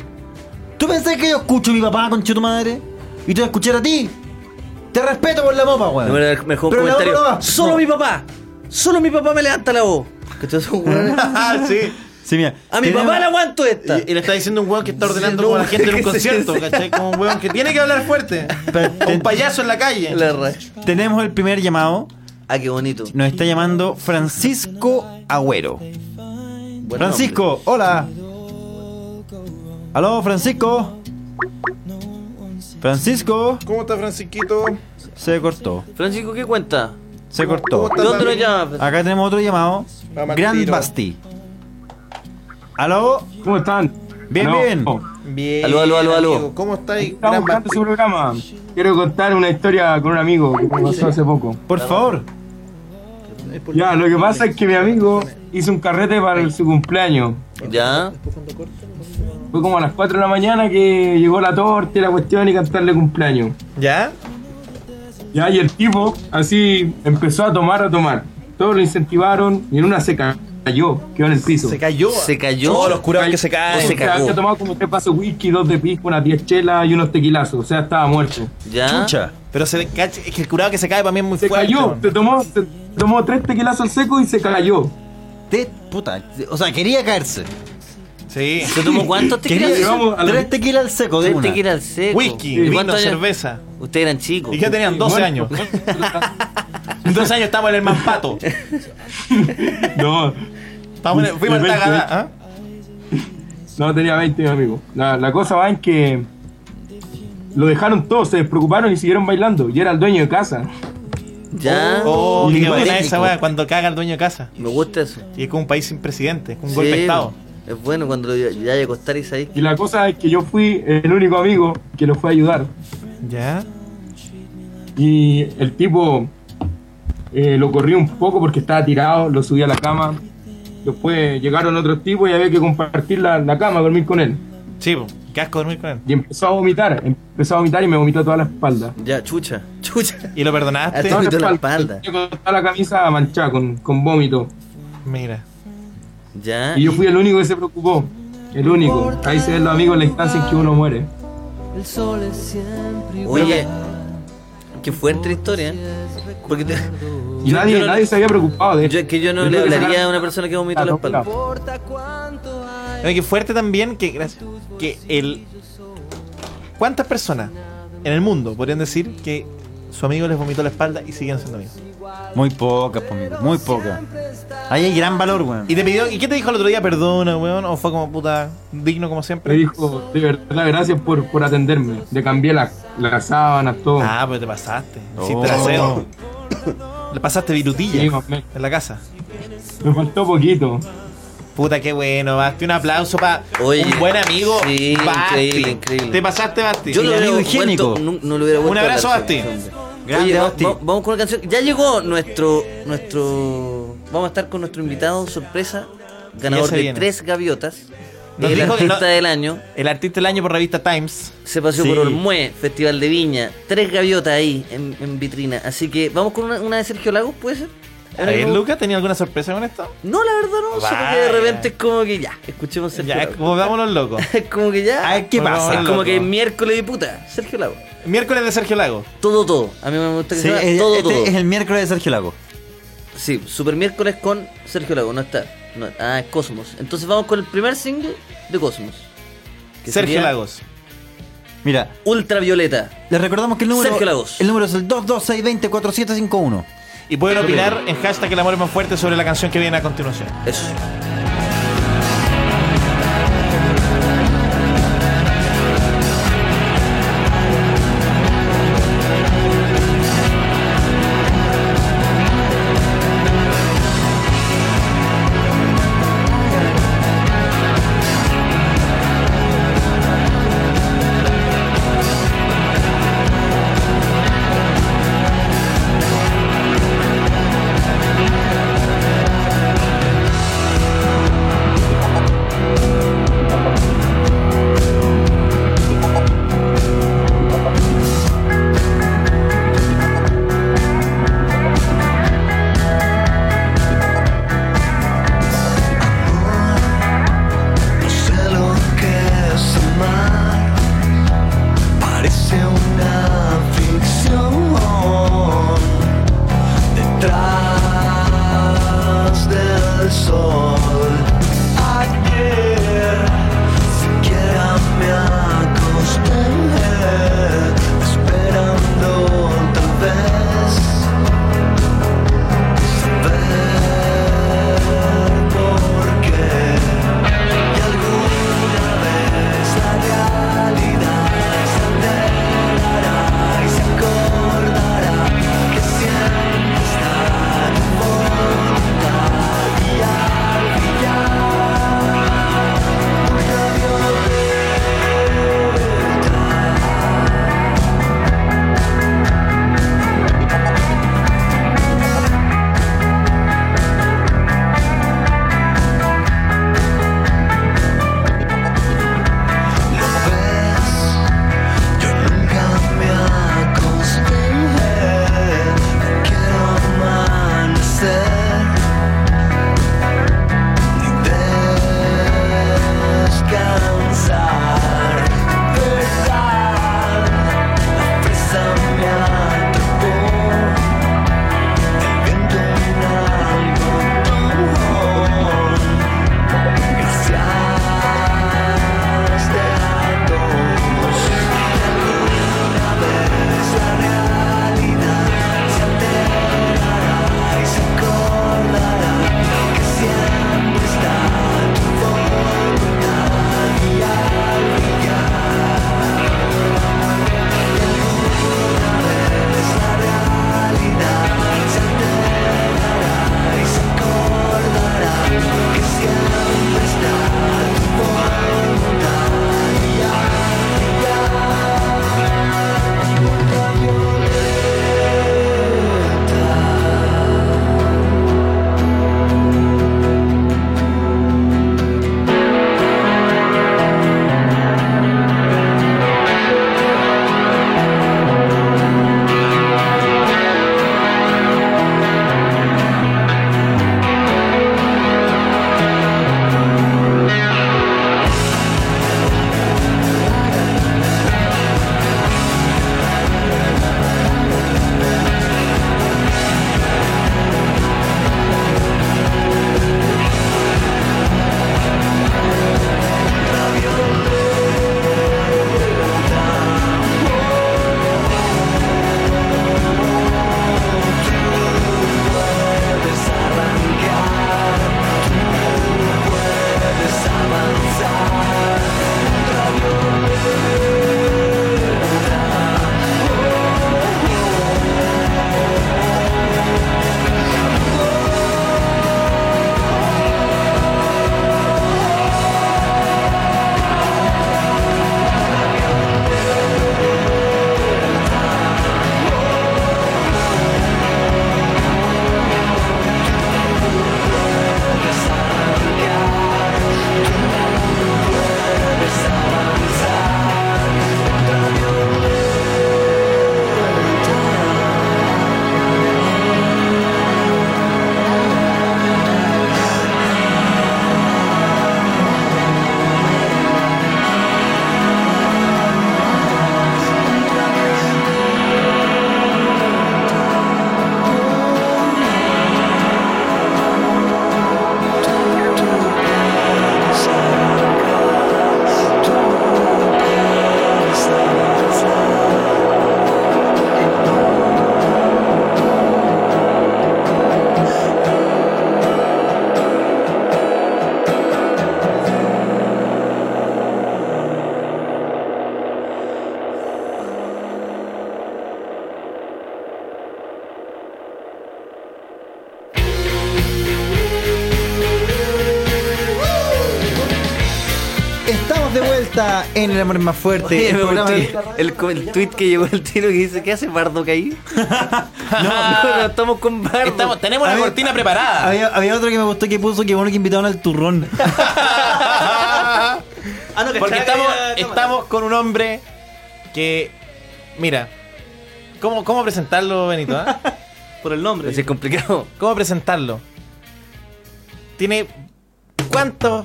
Speaker 3: ¿Tú pensás que yo escucho a mi papá, conche tu madre? Y te voy a escuchar a ti. Te respeto por la mopa, weón.
Speaker 5: No, pero mejor un
Speaker 3: Pero la
Speaker 5: comentario.
Speaker 3: otra no va.
Speaker 5: Solo
Speaker 3: No.
Speaker 5: mi papá. Solo mi papá me levanta la voz. ¿Cachai? Esos weones.
Speaker 4: Ah, sí.
Speaker 3: Sí, mira.
Speaker 5: A mi
Speaker 3: tenemos-
Speaker 5: papá le aguanto esta.
Speaker 4: Y, y le está diciendo un weón que está ordenando
Speaker 5: Sí, no,
Speaker 4: como la gente en un
Speaker 5: que sí,
Speaker 4: concierto,
Speaker 5: sí.
Speaker 4: ¿cachai? Como un weón que tiene que hablar fuerte.
Speaker 3: Pero
Speaker 4: O
Speaker 3: ten-
Speaker 4: un payaso en la calle.
Speaker 5: La ra-
Speaker 3: Tenemos el primer llamado.
Speaker 5: Ah, qué bonito.
Speaker 3: Nos está llamando Francisco Agüero.
Speaker 5: Buen nombre.
Speaker 3: Francisco, hola. Aló, Francisco. Francisco.
Speaker 4: ¿Cómo está Francisquito?
Speaker 3: Se cortó.
Speaker 5: Francisco, ¿qué cuenta?
Speaker 3: Se cortó.
Speaker 5: ¿De dónde nos llamas?
Speaker 3: Acá tenemos otro llamado.
Speaker 4: Vamos al
Speaker 3: Gran
Speaker 4: tiro.
Speaker 3: Basti. Aló.
Speaker 9: ¿Cómo están?
Speaker 3: Bien,
Speaker 9: Aló.
Speaker 3: bien.
Speaker 4: Bien.
Speaker 5: Aló, aló, aló, aló.
Speaker 4: amigo, ¿Cómo está ahí?
Speaker 9: Estaba
Speaker 4: Gran
Speaker 9: buscando
Speaker 4: Basti?
Speaker 9: su programa. Quiero contar una historia con un amigo que me pasó hace poco.
Speaker 3: Por favor.
Speaker 9: Ya, lo que pasa es que mi amigo hizo un carrete para el- su cumpleaños.
Speaker 5: ¿Ya?
Speaker 9: Fue como a las 4 de la mañana que llegó la torta y la cuestión y cantarle cumpleaños.
Speaker 4: ¿Ya?
Speaker 9: Ya, y el tipo así empezó a tomar, a tomar. Todos lo incentivaron y en una se cayó, quedó en el piso.
Speaker 4: Se cayó.
Speaker 5: Se cayó.
Speaker 4: Todos los curados que se
Speaker 9: O
Speaker 4: caen.
Speaker 5: se
Speaker 9: sea,
Speaker 5: cagó.
Speaker 9: había tomado como tres vasos de whisky, dos de pisco, unas 10 chelas y unos tequilazos. O sea, estaba muerto.
Speaker 5: ¿Ya?
Speaker 3: Chucha.
Speaker 4: Pero se cacha- es que el curado que se cae para mí es muy
Speaker 9: Se
Speaker 4: fuerte.
Speaker 9: cayó,
Speaker 4: weón.
Speaker 9: se tomó, se tomó tres tequilazos al seco y se cayó.
Speaker 3: Te, puta. O sea, quería caerse.
Speaker 4: Sí.
Speaker 5: ¿Se tomó cuántos
Speaker 3: Quería
Speaker 5: tequilas?
Speaker 9: llevamos a la-
Speaker 3: tres tequilas al seco de
Speaker 5: Tres
Speaker 3: una.
Speaker 5: tequilas al seco.
Speaker 4: Whisky,
Speaker 5: ¿Y
Speaker 4: vino,
Speaker 5: cuántos años?
Speaker 4: cerveza.
Speaker 5: Ustedes eran chicos.
Speaker 4: ¿Y ya tenían? 12 años. En 12 años estamos en el Mampato.
Speaker 9: No,
Speaker 4: Estamos en ¿ah? el, fuimos al
Speaker 9: Veinte.
Speaker 4: Tagada. ¿ah?
Speaker 9: no tenía 20, mi amigo. La, la cosa va en que lo dejaron todo, se despreocuparon y siguieron bailando. Yo era el dueño de casa.
Speaker 5: ¿Ya?
Speaker 4: Oh,
Speaker 3: Y
Speaker 4: qué buena
Speaker 3: técnico.
Speaker 4: esa weá cuando caga el dueño de casa.
Speaker 5: Me gusta eso.
Speaker 4: Y es como un país sin presidente, con un golpe de estado.
Speaker 5: Es bueno cuando lo, ya llegó a costar y sabéis
Speaker 9: Y la cosa es que yo fui el único amigo que lo fue a ayudar.
Speaker 4: Ya.
Speaker 9: Y el tipo eh, lo corrió un poco porque estaba tirado, lo subí a la cama. Después llegaron otros tipos y había que compartir la, la cama, dormir con él.
Speaker 4: Sí, po. Qué asco dormir con él.
Speaker 9: Y empezó a vomitar, empezó a vomitar y me vomitó toda la espalda.
Speaker 5: Ya, chucha, chucha.
Speaker 4: ¿Y lo perdonaste?
Speaker 5: Hasta-
Speaker 9: Toda
Speaker 5: vomitó la espalda.
Speaker 9: Yo con toda la camisa manchada, con, con vómito.
Speaker 4: Mira.
Speaker 5: Ya.
Speaker 9: Y yo fui el único que se preocupó. El único. Ahí se ven los amigos en la instancia en que uno muere.
Speaker 5: Oye, qué fuerte historia.
Speaker 4: ¿eh?
Speaker 5: Porque te-
Speaker 9: Y
Speaker 5: Yo-
Speaker 9: nadie,
Speaker 5: yo no-
Speaker 9: nadie se había preocupado de
Speaker 5: yo, es que yo no
Speaker 9: Yo
Speaker 5: le
Speaker 9: creo que
Speaker 5: hablaría
Speaker 9: sacaron-
Speaker 5: a una persona que vomitó
Speaker 9: Ah,
Speaker 5: la
Speaker 9: no,
Speaker 5: espalda.
Speaker 9: claro.
Speaker 4: Oye, qué fuerte también que, gracias- que el. ¿Cuántas personas en el mundo podrían decir que su amigo les vomitó la espalda y siguen siendo amigos?
Speaker 3: Muy pocas, po, amigo, muy pocas. Ahí hay gran valor,
Speaker 9: Ah.
Speaker 3: weón.
Speaker 4: ¿Y te pidió, y qué te dijo el otro día? Perdona, weón, o fue como puta digno como
Speaker 9: Me
Speaker 4: siempre.
Speaker 9: dijo, de verdad, gracias por, por atenderme. Le cambié la- las sábanas, todo.
Speaker 4: Ah, pero te pasaste. Hiciste
Speaker 3: Oh.
Speaker 4: el aseo. Le pasaste virutilla
Speaker 9: Sí, más o menos.
Speaker 4: en la casa.
Speaker 9: Me faltó poquito.
Speaker 4: Puta, qué bueno, Basti. Un aplauso para
Speaker 5: Oye,
Speaker 4: un buen amigo.
Speaker 5: sí,
Speaker 4: Basti.
Speaker 5: increíble, increíble.
Speaker 4: Te pasaste, Basti.
Speaker 5: Yo
Speaker 3: el
Speaker 5: lo
Speaker 3: amigo
Speaker 5: hubiera
Speaker 3: higiénico.
Speaker 5: vuelto- nu- no lo hubiera
Speaker 4: Un
Speaker 5: vuelto a
Speaker 4: abrazo,
Speaker 5: hablar con
Speaker 4: Basti.
Speaker 5: ese hombre.
Speaker 3: Grande,
Speaker 5: Oye, va-
Speaker 3: Basti.
Speaker 5: va- vamos con una canción. Ya llegó nuestro, nuestro. Vamos a estar con nuestro invitado sorpresa, ganador
Speaker 4: se
Speaker 5: de
Speaker 4: viene.
Speaker 5: tres gaviotas.
Speaker 4: Nos
Speaker 5: el
Speaker 4: dijo que
Speaker 5: artista
Speaker 4: no-
Speaker 5: del año
Speaker 4: El artista del año por revista Times.
Speaker 5: se paseó
Speaker 3: Sí.
Speaker 5: por Olmué, Festival de Viña. Tres gaviotas ahí en, en vitrina. Así que vamos con una, una de Sergio Lagos, ¿puede ser?
Speaker 4: A ver, Lucas, ¿tenía alguna sorpresa con esto?
Speaker 5: No, la verdad no, sé, porque de
Speaker 4: Vaya.
Speaker 5: repente es como que ya, escuchemos Sergio
Speaker 4: Ya, es
Speaker 5: Lago.
Speaker 4: como vámonos locos.
Speaker 5: Es como que ya.
Speaker 4: Ah,
Speaker 3: A ver qué
Speaker 5: Bueno,
Speaker 3: pasa.
Speaker 5: Es como
Speaker 4: loco.
Speaker 5: que miércoles y puta. Sergio Lago.
Speaker 4: Miércoles de Sergio Lago.
Speaker 5: Todo, todo. A mí me gusta que
Speaker 3: Sí,
Speaker 5: se llama
Speaker 3: eh,
Speaker 5: Todo,
Speaker 3: este
Speaker 5: todo.
Speaker 3: es el miércoles de Sergio Lago.
Speaker 5: Sí, Super Miércoles con Sergio Lago. No está. no- ah, es Cosmos. Entonces vamos con el primer single de Cosmos. que
Speaker 4: Sergio
Speaker 5: sería
Speaker 4: Lagos.
Speaker 3: Mira,
Speaker 5: Ultravioleta.
Speaker 3: les recordamos que el número,
Speaker 5: Sergio Lagos.
Speaker 3: el número es el 226204751.
Speaker 4: Y pueden opinar en hashtag El amor es más fuerte sobre la canción que viene a continuación.
Speaker 5: Eso.
Speaker 6: No sé lo que es amar, parece una ficción detrás del sol. Ayer siquiera me acosté esperando tal vez saber por qué. Y alguna vez la realidad se alterará y se acordará que siempre está tu voluntad y al brillar una violeta
Speaker 3: vuelta en El Amor es Más Fuerte.
Speaker 5: Oye,
Speaker 3: el
Speaker 5: me
Speaker 3: programa
Speaker 5: gustó el,
Speaker 3: que-
Speaker 5: el co- el tweet que llegó el tiro que dice: ¿Qué hace Bardock ahí? no, no, estamos con Bardock.
Speaker 4: Estamos, tenemos
Speaker 3: A
Speaker 4: la
Speaker 3: ver,
Speaker 4: cortina preparada.
Speaker 3: Había, había otro que me gustó que puso que bueno que invitaron al turrón.
Speaker 5: Ah, no, que
Speaker 4: Porque
Speaker 5: está-
Speaker 4: estamos,
Speaker 5: eh, toma.
Speaker 4: estamos con un hombre que. Mira. ¿Cómo, cómo presentarlo, Benito? ah?
Speaker 5: Por el nombre. Es complicado.
Speaker 4: ¿Cómo presentarlo? Tiene. ¿Cuánto?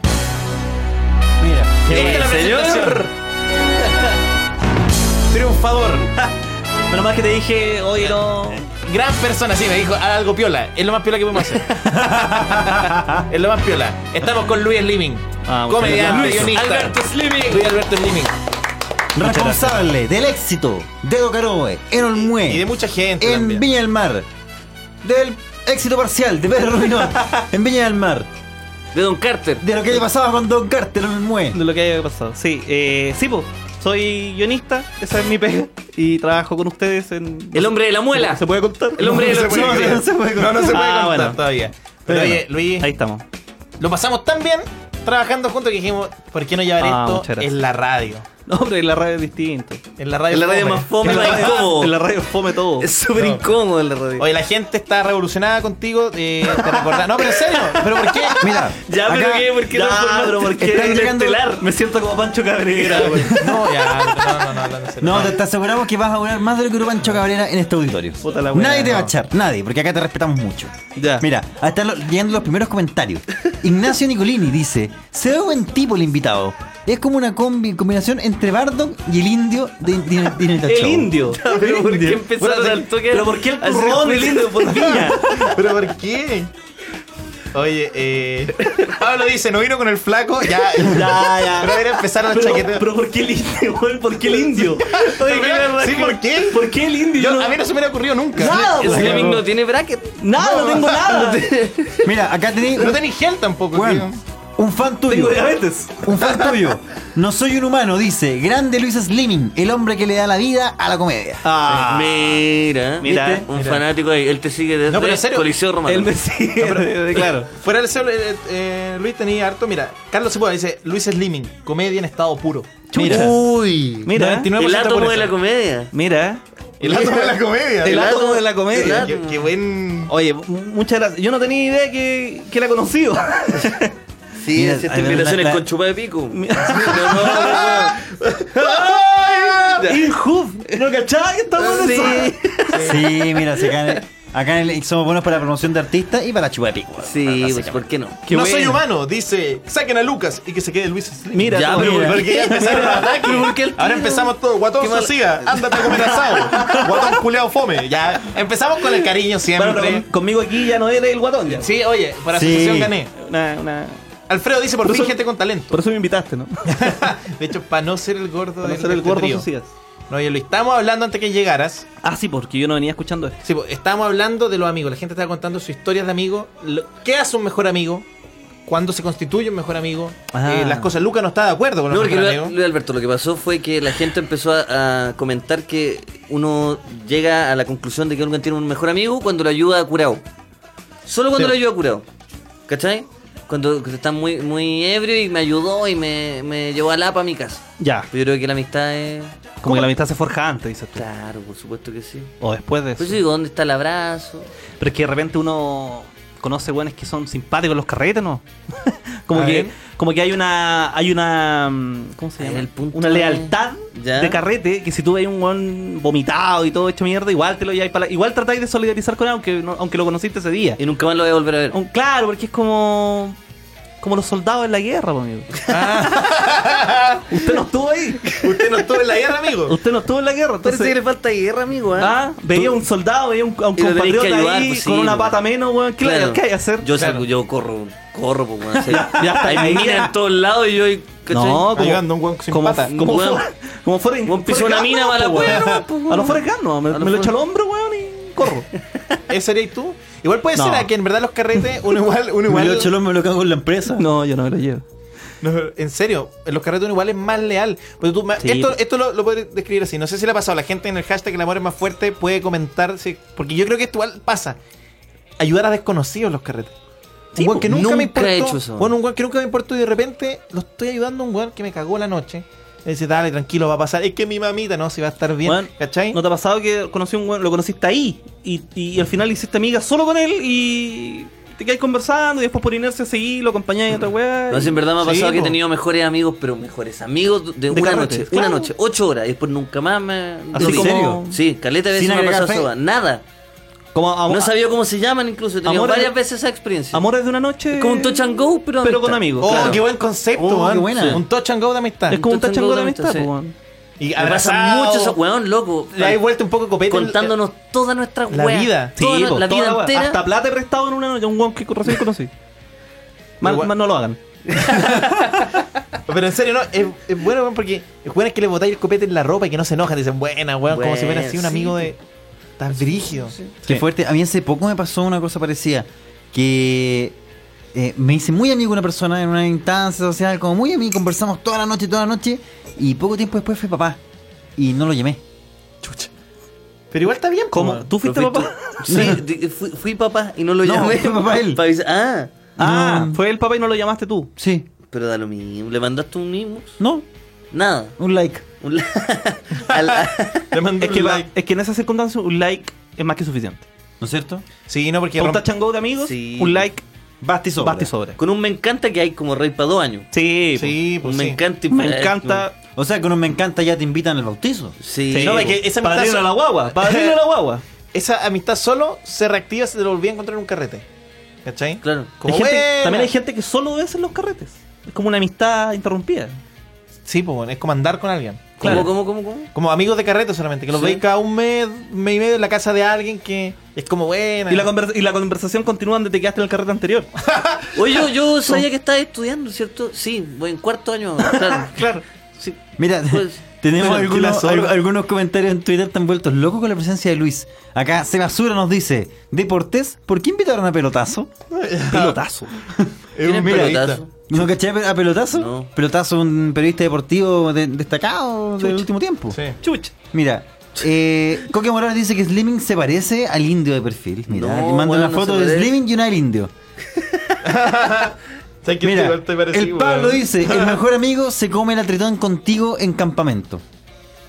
Speaker 4: Mira. Esta es la presentación. Triunfador.
Speaker 10: Menos mal que te dije, oye, no.
Speaker 4: Gran persona, sí, me dijo "Haz algo piola. Es lo más piola que podemos hacer. es lo más piola. Estamos con Luis Slimming.
Speaker 10: Ah, muchas
Speaker 4: comediante,
Speaker 10: gracias.
Speaker 4: guionista.
Speaker 10: Alberto Slimming.
Speaker 4: Luis Alberto Slimming.
Speaker 3: Responsable del éxito de Docaroe en Olmué.
Speaker 4: Y de mucha gente.
Speaker 3: en
Speaker 4: también.
Speaker 3: Viña del Mar. Del éxito parcial de Pedro Rubinot en Viña del Mar.
Speaker 5: De Don Carter.
Speaker 3: De lo que le pasaba con Don Carter en Olmué.
Speaker 10: De lo que haya pasado. Sí, eh, sí, po. Soy guionista, esa es mi pega. Y trabajo con ustedes en.
Speaker 5: El hombre de la muela.
Speaker 10: ¿Se puede contar?
Speaker 5: El hombre de la
Speaker 4: puede
Speaker 5: muela.
Speaker 4: creer.
Speaker 3: se puede
Speaker 4: No, no se puede
Speaker 10: Ah,
Speaker 4: contar
Speaker 10: bueno.
Speaker 4: todavía. Pero
Speaker 3: Bueno.
Speaker 4: oye, Luis,
Speaker 10: Ahí estamos.
Speaker 4: lo pasamos tan bien trabajando juntos que dijimos, ¿por qué no llevar
Speaker 10: Ah, muchas
Speaker 4: esto
Speaker 10: gracias.
Speaker 4: en la radio?
Speaker 10: No, hombre, la radio es distinto.
Speaker 4: En la radio,
Speaker 5: En la radio más fome,
Speaker 4: En la
Speaker 5: más
Speaker 4: radio-
Speaker 5: incómodo.
Speaker 10: En la radio fome todo.
Speaker 5: Es súper
Speaker 4: No.
Speaker 5: incómodo en la radio.
Speaker 4: Oye, la gente está revolucionada contigo. eh, te recordá- No, pero en serio. ¿Pero por qué?
Speaker 3: Mira,
Speaker 10: Ya, pero
Speaker 3: acá-
Speaker 10: ¿qué? ¿Por qué
Speaker 3: Ya,
Speaker 10: transformaste?
Speaker 3: pero ¿por qué?
Speaker 10: Están
Speaker 3: El
Speaker 10: llegando-
Speaker 3: estelar.
Speaker 10: Me siento como Pancho Cabrera, güey.
Speaker 4: No, ya. No, no, no. hablando en serio.
Speaker 3: No, te, te aseguramos que vas a durar más de lo que duró Pancho Cabrera en este auditorio.
Speaker 10: Puta la wea,
Speaker 3: nadie te va a
Speaker 10: no.
Speaker 3: echar, nadie, porque acá te respetamos mucho.
Speaker 10: Ya.
Speaker 3: Mira, ahí están los- llegando los primeros comentarios. Ignacio Nicolini dice: Se ve buen tipo el invitado. Es como una combi- combinación entre Bardock y el indio de Din- Dineta
Speaker 10: El
Speaker 3: Show".
Speaker 10: indio.
Speaker 5: pero ¿por qué empezaron al toque?
Speaker 10: Pero ¿por qué el
Speaker 5: a hacer
Speaker 10: turrón del
Speaker 5: juicio?
Speaker 10: indio por viña?
Speaker 4: ¿Pero por qué? Oye, eh, Pablo dice, no vino con el flaco, ya, ya, ya. Pero era empezar a
Speaker 10: Pero,
Speaker 4: chaquetear.
Speaker 10: pero ¿por qué el indio? güey? ¿Por qué el indio? Oye,
Speaker 4: Sí,
Speaker 10: qué verdad
Speaker 4: sí,
Speaker 10: que-
Speaker 4: ¿por qué?
Speaker 10: ¿Por qué el indio?
Speaker 4: Yo-
Speaker 10: Yo no-
Speaker 4: a mí no se me hubiera ocurrido nunca.
Speaker 10: Nada,
Speaker 5: El
Speaker 10: güey.
Speaker 5: Slimming no tiene bracket.
Speaker 10: Nada, no, tengo nada.
Speaker 3: Mira, acá tenéis
Speaker 4: No tenéis gel tampoco.
Speaker 3: Weón,
Speaker 4: tío.
Speaker 3: un fan tuyo.
Speaker 10: Tengo diabetes.
Speaker 3: Un fan tuyo. No soy un humano, dice. Grande Luis Slimming, el hombre que le da la vida a la comedia.
Speaker 10: Ah,
Speaker 5: Mira,
Speaker 10: Mira,
Speaker 5: ¿viste? un
Speaker 10: mira.
Speaker 5: fanático ahí. Él te sigue desde
Speaker 10: Eh,
Speaker 4: No, pero en serio,
Speaker 5: Coliseo Romano.
Speaker 10: Él me sigue, eh, claro.
Speaker 4: Fuera del cel, eh, eh, Luis tenía harto. Mira, Carlos Sepúlveda dice, Luis Slimming, comedia en estado puro.
Speaker 10: Mira,
Speaker 5: Uy.
Speaker 10: mira,
Speaker 4: 99.
Speaker 5: El
Speaker 4: 99%
Speaker 5: átomo
Speaker 4: por
Speaker 5: de
Speaker 4: eso.
Speaker 5: la comedia.
Speaker 10: mira.
Speaker 4: El átomo de la comedia.
Speaker 10: El átomo
Speaker 5: átomo-
Speaker 10: de la
Speaker 5: el
Speaker 10: comedia.
Speaker 5: átomo.
Speaker 4: Qué, qué buen...
Speaker 10: Oye, mu- muchas gracias. Yo no tenía idea que, que la conocido.
Speaker 5: Sí,
Speaker 3: Mira,
Speaker 5: es esta
Speaker 3: ahí la-
Speaker 5: invitación
Speaker 3: la-
Speaker 5: es con chupa de pico.
Speaker 10: Inhoof. ¿No cachaba que estamos en eso?
Speaker 3: Sí, mira, si acá, en el- acá en el- somos buenos para la promoción de artistas y para la chupa de pico.
Speaker 5: Sí, pues ¿por qué no?
Speaker 10: Qué
Speaker 4: no
Speaker 10: bueno.
Speaker 4: soy humano, dice, saquen a Lucas y que se quede Luis Slimming.
Speaker 10: Mira,
Speaker 5: Ya,
Speaker 10: tú,
Speaker 5: pero-
Speaker 10: mira.
Speaker 4: Porque ya empezaron los ataques.
Speaker 5: ¿Pero por qué el
Speaker 4: Ahora
Speaker 5: tiro?
Speaker 4: empezamos todo. Guatón
Speaker 5: Qué mal-
Speaker 4: Sosiga, ándate a comer asado. Guatón culeado fome. Ya empezamos con el cariño siempre.
Speaker 10: Bueno, pero con- conmigo aquí ya no eres el guatón. Ya.
Speaker 4: Sí, oye, por
Speaker 3: Sí.
Speaker 4: asociación gané.
Speaker 10: Una, una...
Speaker 4: Alfredo dice, por
Speaker 10: Por
Speaker 4: fin
Speaker 10: eso-
Speaker 4: gente con talento.
Speaker 10: Por eso me invitaste, ¿no?
Speaker 4: De hecho, para no ser el gordo
Speaker 10: Para
Speaker 4: del-
Speaker 10: no ser el
Speaker 4: de este
Speaker 10: gordo
Speaker 4: trío.
Speaker 10: Socias.
Speaker 4: No, oye, Luis, estábamos hablando antes que llegaras.
Speaker 10: Ah, sí, porque yo no venía escuchando esto.
Speaker 4: Sí, po, estábamos hablando de los amigos. La gente estaba contando sus historias de amigos. Lo- ¿Qué hace un mejor amigo? ¿Cuándo se constituye un mejor amigo?
Speaker 10: Ah.
Speaker 4: Eh, las cosas. Luca no está de acuerdo con
Speaker 5: No,
Speaker 4: los
Speaker 5: porque
Speaker 4: mejores
Speaker 5: Luis
Speaker 4: amigos.
Speaker 5: Luis Alberto, lo que pasó fue que la gente empezó a, a comentar que uno llega a la conclusión de que uno tiene un mejor amigo cuando lo ayuda a curado. Solo cuando
Speaker 4: Sí.
Speaker 5: lo ayuda a curado. ¿Cachai? Cuando está muy, muy ebrio y me ayudó y me, me llevó a Lapa a mi casa.
Speaker 10: Ya.
Speaker 5: Pero Yo creo que la amistad es.
Speaker 10: Como que la amistad se forja antes, dices tú.
Speaker 5: Claro, por supuesto que Pues sí.
Speaker 10: O después de eso.
Speaker 5: Por eso digo, ¿dónde está el abrazo?
Speaker 10: Pero es que de repente uno conoce buenos que son simpáticos en los carretes, ¿no? como
Speaker 4: A
Speaker 10: que
Speaker 4: ver.
Speaker 10: como que hay una hay una mm, ¿cómo se
Speaker 5: En
Speaker 10: llama?
Speaker 5: el punto
Speaker 10: una
Speaker 5: de-
Speaker 10: lealtad
Speaker 5: Ya.
Speaker 10: de carrete que si tú ves un buen vomitado y todo hecho mierda, igual te lo lleváis para la- igual tratáis de solidarizar con él aunque no- aunque lo conociste ese día.
Speaker 5: Y nunca más lo voy a volver a ver.
Speaker 10: Un- Claro, porque es como como los soldados en la guerra, po, amigo.
Speaker 5: Ah.
Speaker 10: Usted no estuvo ahí.
Speaker 4: Usted no estuvo en la guerra, amigo.
Speaker 10: Usted no estuvo en la guerra,
Speaker 5: Parece que
Speaker 10: entonces
Speaker 5: le falta guerra, amigo. ¿eh?
Speaker 10: Ah, veía un soldado, veía un, a un
Speaker 5: Y lo tenéis que
Speaker 10: compatriota
Speaker 5: ayudar,
Speaker 10: ahí
Speaker 5: pues, sí,
Speaker 10: con una
Speaker 5: po.
Speaker 10: pata menos, weón. ¿Qué, le-
Speaker 5: Claro.
Speaker 10: qué hay que hacer?
Speaker 5: Yo
Speaker 4: Claro.
Speaker 5: salgo, yo corro, corro, pues, weón. Sí.
Speaker 10: Ya está,
Speaker 5: Hay
Speaker 10: ahí ya.
Speaker 5: minas en todos lados y yo.
Speaker 10: No,
Speaker 5: ¿cachai?
Speaker 10: como,
Speaker 4: Ayudando a un weón sin
Speaker 10: como,
Speaker 4: pata.
Speaker 10: como,
Speaker 5: Weón.
Speaker 10: fuera- como fuera
Speaker 5: Weón pisó
Speaker 10: fuera
Speaker 5: una mina,
Speaker 10: Gump,
Speaker 5: va la
Speaker 10: po, weón.
Speaker 5: weón, weón, po, weón.
Speaker 10: A lo fuera Gump, no, me,
Speaker 5: A
Speaker 10: me
Speaker 5: lo
Speaker 10: lo
Speaker 5: Forrest-
Speaker 10: echo al hombro, weón, y corro.
Speaker 4: ¿Ese serías tú? Igual puede
Speaker 10: No.
Speaker 4: ser a que en verdad los carretes, uno igual, uno
Speaker 3: Me
Speaker 4: igual.
Speaker 3: lo cholo, me lo cago en la empresa.
Speaker 10: No, yo no me lo llevo.
Speaker 4: No, en serio, en los carretes uno igual es más leal. Porque tú-
Speaker 10: Sí.
Speaker 4: Esto,
Speaker 5: pues.
Speaker 4: esto lo, lo puedes describir así. No sé si le ha pasado a la gente en el hashtag El amor es más fuerte. Puede comentar. si- porque yo creo que esto igual pasa. Ayudar a desconocidos en los carretes.
Speaker 5: Sí,
Speaker 4: un weón que
Speaker 5: po,
Speaker 4: nunca, me
Speaker 5: nunca
Speaker 4: importó.
Speaker 5: he hecho eso.
Speaker 4: bueno, un weón que nunca me importó y de repente lo estoy ayudando a un weón que me cagó la noche. Y dice, dale, tranquilo, va a pasar. Es que mi mamita, no, si va a estar bien.
Speaker 10: Weón,
Speaker 4: ¿Cachai?
Speaker 10: ¿No te ha pasado que conocí un weón, lo conociste ahí y, y al final hiciste amiga solo con él y te quedáis conversando y después por inercia seguí, lo acompañáis a otra weá?
Speaker 5: No, si en verdad me ha
Speaker 4: Sí,
Speaker 5: pasado que he
Speaker 4: po.
Speaker 5: tenido mejores amigos, pero mejores amigos de,
Speaker 4: De
Speaker 5: una
Speaker 4: carrete,
Speaker 5: noche,
Speaker 4: claro.
Speaker 5: una noche, ocho horas, y después nunca más me.
Speaker 3: ¿Ah, sí?
Speaker 5: Así
Speaker 3: ¿En serio?
Speaker 5: Sí, caleta de
Speaker 3: Sin
Speaker 5: veces me ha
Speaker 3: agregar
Speaker 5: pasado
Speaker 3: fe.
Speaker 5: eso, nada.
Speaker 10: Como a-
Speaker 5: No sabía cómo se llaman incluso, he tenido
Speaker 10: Amor-
Speaker 5: varias veces esa experiencia.
Speaker 10: Amores de una noche.
Speaker 5: Es como un touch and go, pero,
Speaker 10: Pero
Speaker 5: amistad.
Speaker 10: con amigos.
Speaker 4: Oh,
Speaker 10: claro.
Speaker 4: qué buen concepto,
Speaker 3: Oh,
Speaker 4: weón.
Speaker 3: qué buena.
Speaker 4: Un touch and go de amistad.
Speaker 10: Es como un
Speaker 5: touch and
Speaker 10: tachango
Speaker 5: go
Speaker 10: de
Speaker 5: de
Speaker 10: amistad, po,
Speaker 5: amistad, sí.
Speaker 10: weón.
Speaker 4: Y
Speaker 5: Me pasan
Speaker 4: abrazado,
Speaker 5: mucho esos weón, loco.
Speaker 4: Le hay vuelta un poco de copete.
Speaker 5: Contándonos toda nuestra
Speaker 4: La
Speaker 5: weá.
Speaker 4: vida.
Speaker 5: Toda
Speaker 10: eh, Sí,
Speaker 5: la-
Speaker 10: po,
Speaker 5: la
Speaker 10: toda
Speaker 5: vida
Speaker 10: weá.
Speaker 5: entera.
Speaker 10: Hasta plata he prestado en una noche a un weón que recién conocí. Más,
Speaker 4: Igual-
Speaker 10: más no lo hagan.
Speaker 4: Pero en serio, no,
Speaker 10: eh,
Speaker 4: es, es bueno, weón, porque es bueno que le botáis el copete en la ropa y que no se enojan. Dicen, buena, weón, como si fuera así un
Speaker 5: Buena,
Speaker 4: amigo
Speaker 5: sí. pues.
Speaker 4: de. Tan brígido.
Speaker 3: Qué fuerte. A mí hace poco me pasó una cosa parecida. Que eh, me hice muy amigo de una persona en una instancia social, como muy amigo. Conversamos toda la noche, toda la noche. Y poco tiempo después fue papá. Y no lo llamé.
Speaker 4: Pero igual está bien, po,
Speaker 10: ¿Cómo?
Speaker 4: weón.
Speaker 10: ¿Tú fuiste
Speaker 5: Pero
Speaker 10: papá?
Speaker 5: fuiste- Sí, di- fui, fui papá y no lo
Speaker 3: No,
Speaker 5: llamé.
Speaker 3: fui papá él.
Speaker 5: Pa' avisar- ah,
Speaker 10: Ah,
Speaker 3: No.
Speaker 10: fue el papá y no lo llamaste tú.
Speaker 3: Sí.
Speaker 5: pero da lo mismo. ¿Le mandaste un mimo?
Speaker 3: No.
Speaker 5: Nada.
Speaker 3: Un like.
Speaker 5: Un la- al-
Speaker 4: Le mandé
Speaker 10: Es
Speaker 4: un
Speaker 10: que, va-
Speaker 4: like.
Speaker 10: es que en esas circunstancias un like es más que suficiente.
Speaker 3: ¿No es cierto?
Speaker 4: Sí, no, porque
Speaker 10: Un
Speaker 4: romp-
Speaker 10: touch and go de amigos,
Speaker 5: Sí.
Speaker 10: un like,
Speaker 3: Basti sobra.
Speaker 10: basta y sobra.
Speaker 5: con un me encanta que hay como rey para dos años.
Speaker 10: Sí,
Speaker 4: Sí,
Speaker 5: Un
Speaker 4: pues
Speaker 5: me
Speaker 4: sí.
Speaker 5: encanta y eh,
Speaker 10: po. me encanta.
Speaker 3: O sea, que no me encanta ya te invitan al bautizo.
Speaker 5: Sí.
Speaker 4: Sí, no, es que esa amistad,
Speaker 10: Padrino de la guagua, padrino de la guagua.
Speaker 4: esa amistad solo se reactiva si te lo volví a encontrar en un carrete. ¿Cachai?
Speaker 5: eh, Claro.
Speaker 4: Como
Speaker 10: Hay gente-
Speaker 4: buena.
Speaker 10: también hay gente que solo ve eso en los carretes. Es como una amistad interrumpida.
Speaker 4: Sí, pues bueno, es como andar con alguien.
Speaker 10: claro.
Speaker 5: ¿Cómo, cómo, cómo, cómo?
Speaker 4: Como amigos de carrete solamente, que los
Speaker 5: Sí.
Speaker 4: veis cada un mes, mes y medio en la casa de alguien que es como buena.
Speaker 10: Y la, conver- y la conversación continúa donde te quedaste en el carrete anterior.
Speaker 5: Oye, yo, yo sabía que estabas estudiando, ¿cierto? Sí, voy en cuarto año. Claro.
Speaker 4: Claro.
Speaker 5: Sí.
Speaker 3: Mira,
Speaker 5: Pues-
Speaker 3: tenemos
Speaker 4: Pero, ¿qué la
Speaker 3: algunos,
Speaker 4: sobra?
Speaker 3: al- algunos comentarios en Twitter tan vueltos locos con la presencia de Luis. Acá Se Basura nos dice, Deportes, ¿por qué invitaron a pelotazo?
Speaker 10: Pelotazo.
Speaker 5: ¿Quién es
Speaker 4: periodista.
Speaker 5: pelotazo?
Speaker 3: ¿No caché a pelotazo?
Speaker 5: No.
Speaker 3: Pelotazo, un periodista deportivo de- destacado del
Speaker 10: Chucha.
Speaker 3: último tiempo.
Speaker 4: Sí.
Speaker 10: Chucha.
Speaker 3: Mira, eh, Coque Morales dice que Slimming se parece al indio de perfil. Mira,
Speaker 5: No,
Speaker 3: le manda
Speaker 5: bueno,
Speaker 3: una
Speaker 5: no
Speaker 3: foto
Speaker 5: se
Speaker 3: de
Speaker 5: parece.
Speaker 3: Slimming y una del indio.
Speaker 4: ¿Sabes qué?
Speaker 3: Mira,
Speaker 4: Igual te parecí,
Speaker 3: el
Speaker 4: weón.
Speaker 3: Pablo dice, el mejor amigo se come la tritón contigo en campamento.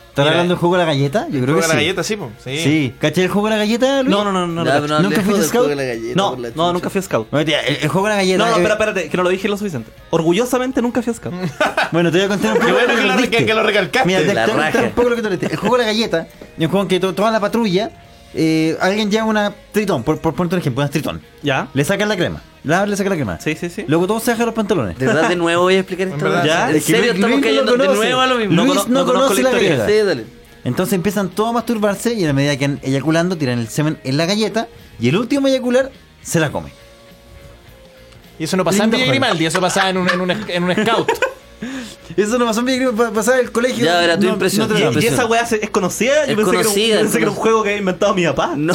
Speaker 3: ¿Estás
Speaker 4: Mira,
Speaker 3: hablando del juego de la galleta? Yo creo
Speaker 4: Juega
Speaker 3: que
Speaker 4: la
Speaker 3: sí.
Speaker 4: galleta, sí, pues. Sí.
Speaker 3: Sí. ¿Caché el juego de la galleta, Luis?
Speaker 10: No, no, no, no.
Speaker 5: Ya,
Speaker 10: No,
Speaker 5: pero
Speaker 10: no,
Speaker 5: no,
Speaker 3: ¿Nunca
Speaker 5: lejos
Speaker 3: fuiste
Speaker 5: del
Speaker 3: scout?
Speaker 5: juego de la galleta,
Speaker 10: no,
Speaker 5: por la
Speaker 10: no,
Speaker 5: chucha.
Speaker 10: nunca fui a scout.
Speaker 3: Bueno, tía, el, el juego de la galleta.
Speaker 10: No, no,
Speaker 3: eh,
Speaker 10: espera, espérate, que no lo dije lo suficiente. Orgullosamente nunca fui a scout.
Speaker 3: Bueno, te voy a contar un poco.
Speaker 4: Qué bueno
Speaker 3: lo
Speaker 4: que lo,
Speaker 3: perdiste.
Speaker 4: que- que lo recalcaste.
Speaker 3: Mira, te te
Speaker 5: La
Speaker 3: voy a contar
Speaker 5: raja.
Speaker 3: un poco lo que tú leíste. El juego de la galleta es un juego en que to- toda la patrulla, eh, alguien lleva una tritón, por, por ponerte un ejemplo, una tritón.
Speaker 10: ¿Ya?
Speaker 3: Le sacan la crema, la le sacan la crema.
Speaker 10: Sí, sí, sí.
Speaker 3: Luego todos se dejan los pantalones.
Speaker 5: De verdad, de nuevo voy a explicar
Speaker 4: En
Speaker 5: esta
Speaker 4: verdad,
Speaker 5: weá.
Speaker 10: Ya,
Speaker 5: ¿En
Speaker 3: es que
Speaker 5: serio
Speaker 3: Luis-
Speaker 5: estamos
Speaker 3: Luis no
Speaker 5: cayendo de
Speaker 3: conoce.
Speaker 5: nuevo a lo mismo?
Speaker 3: Luis
Speaker 10: cono-
Speaker 3: no
Speaker 10: conozco
Speaker 3: conoce la
Speaker 10: historia.
Speaker 3: griega.
Speaker 5: Sí, dale.
Speaker 3: Entonces empiezan todos a masturbarse y a la medida que van eyaculando tiran el semen en la galleta y el último a eyacular se la come.
Speaker 4: Y eso no pasaba en
Speaker 3: Lindo
Speaker 4: Villa
Speaker 3: juego.
Speaker 4: Grimaldi, eso pasaba en un, en un, en un scout.
Speaker 3: Eso no pasó en Villa Griega, pasaba el colegio.
Speaker 5: Ya, verá, tu
Speaker 3: no-
Speaker 5: impresión,
Speaker 3: no te
Speaker 5: tu
Speaker 3: la-
Speaker 10: Y, y esa weá se- es conocida. Yo
Speaker 5: Es
Speaker 10: pensé, que,
Speaker 5: conocida,
Speaker 10: era un,
Speaker 5: es
Speaker 10: pensé que era un
Speaker 5: conocida.
Speaker 10: juego que había inventado mi papá.
Speaker 5: No.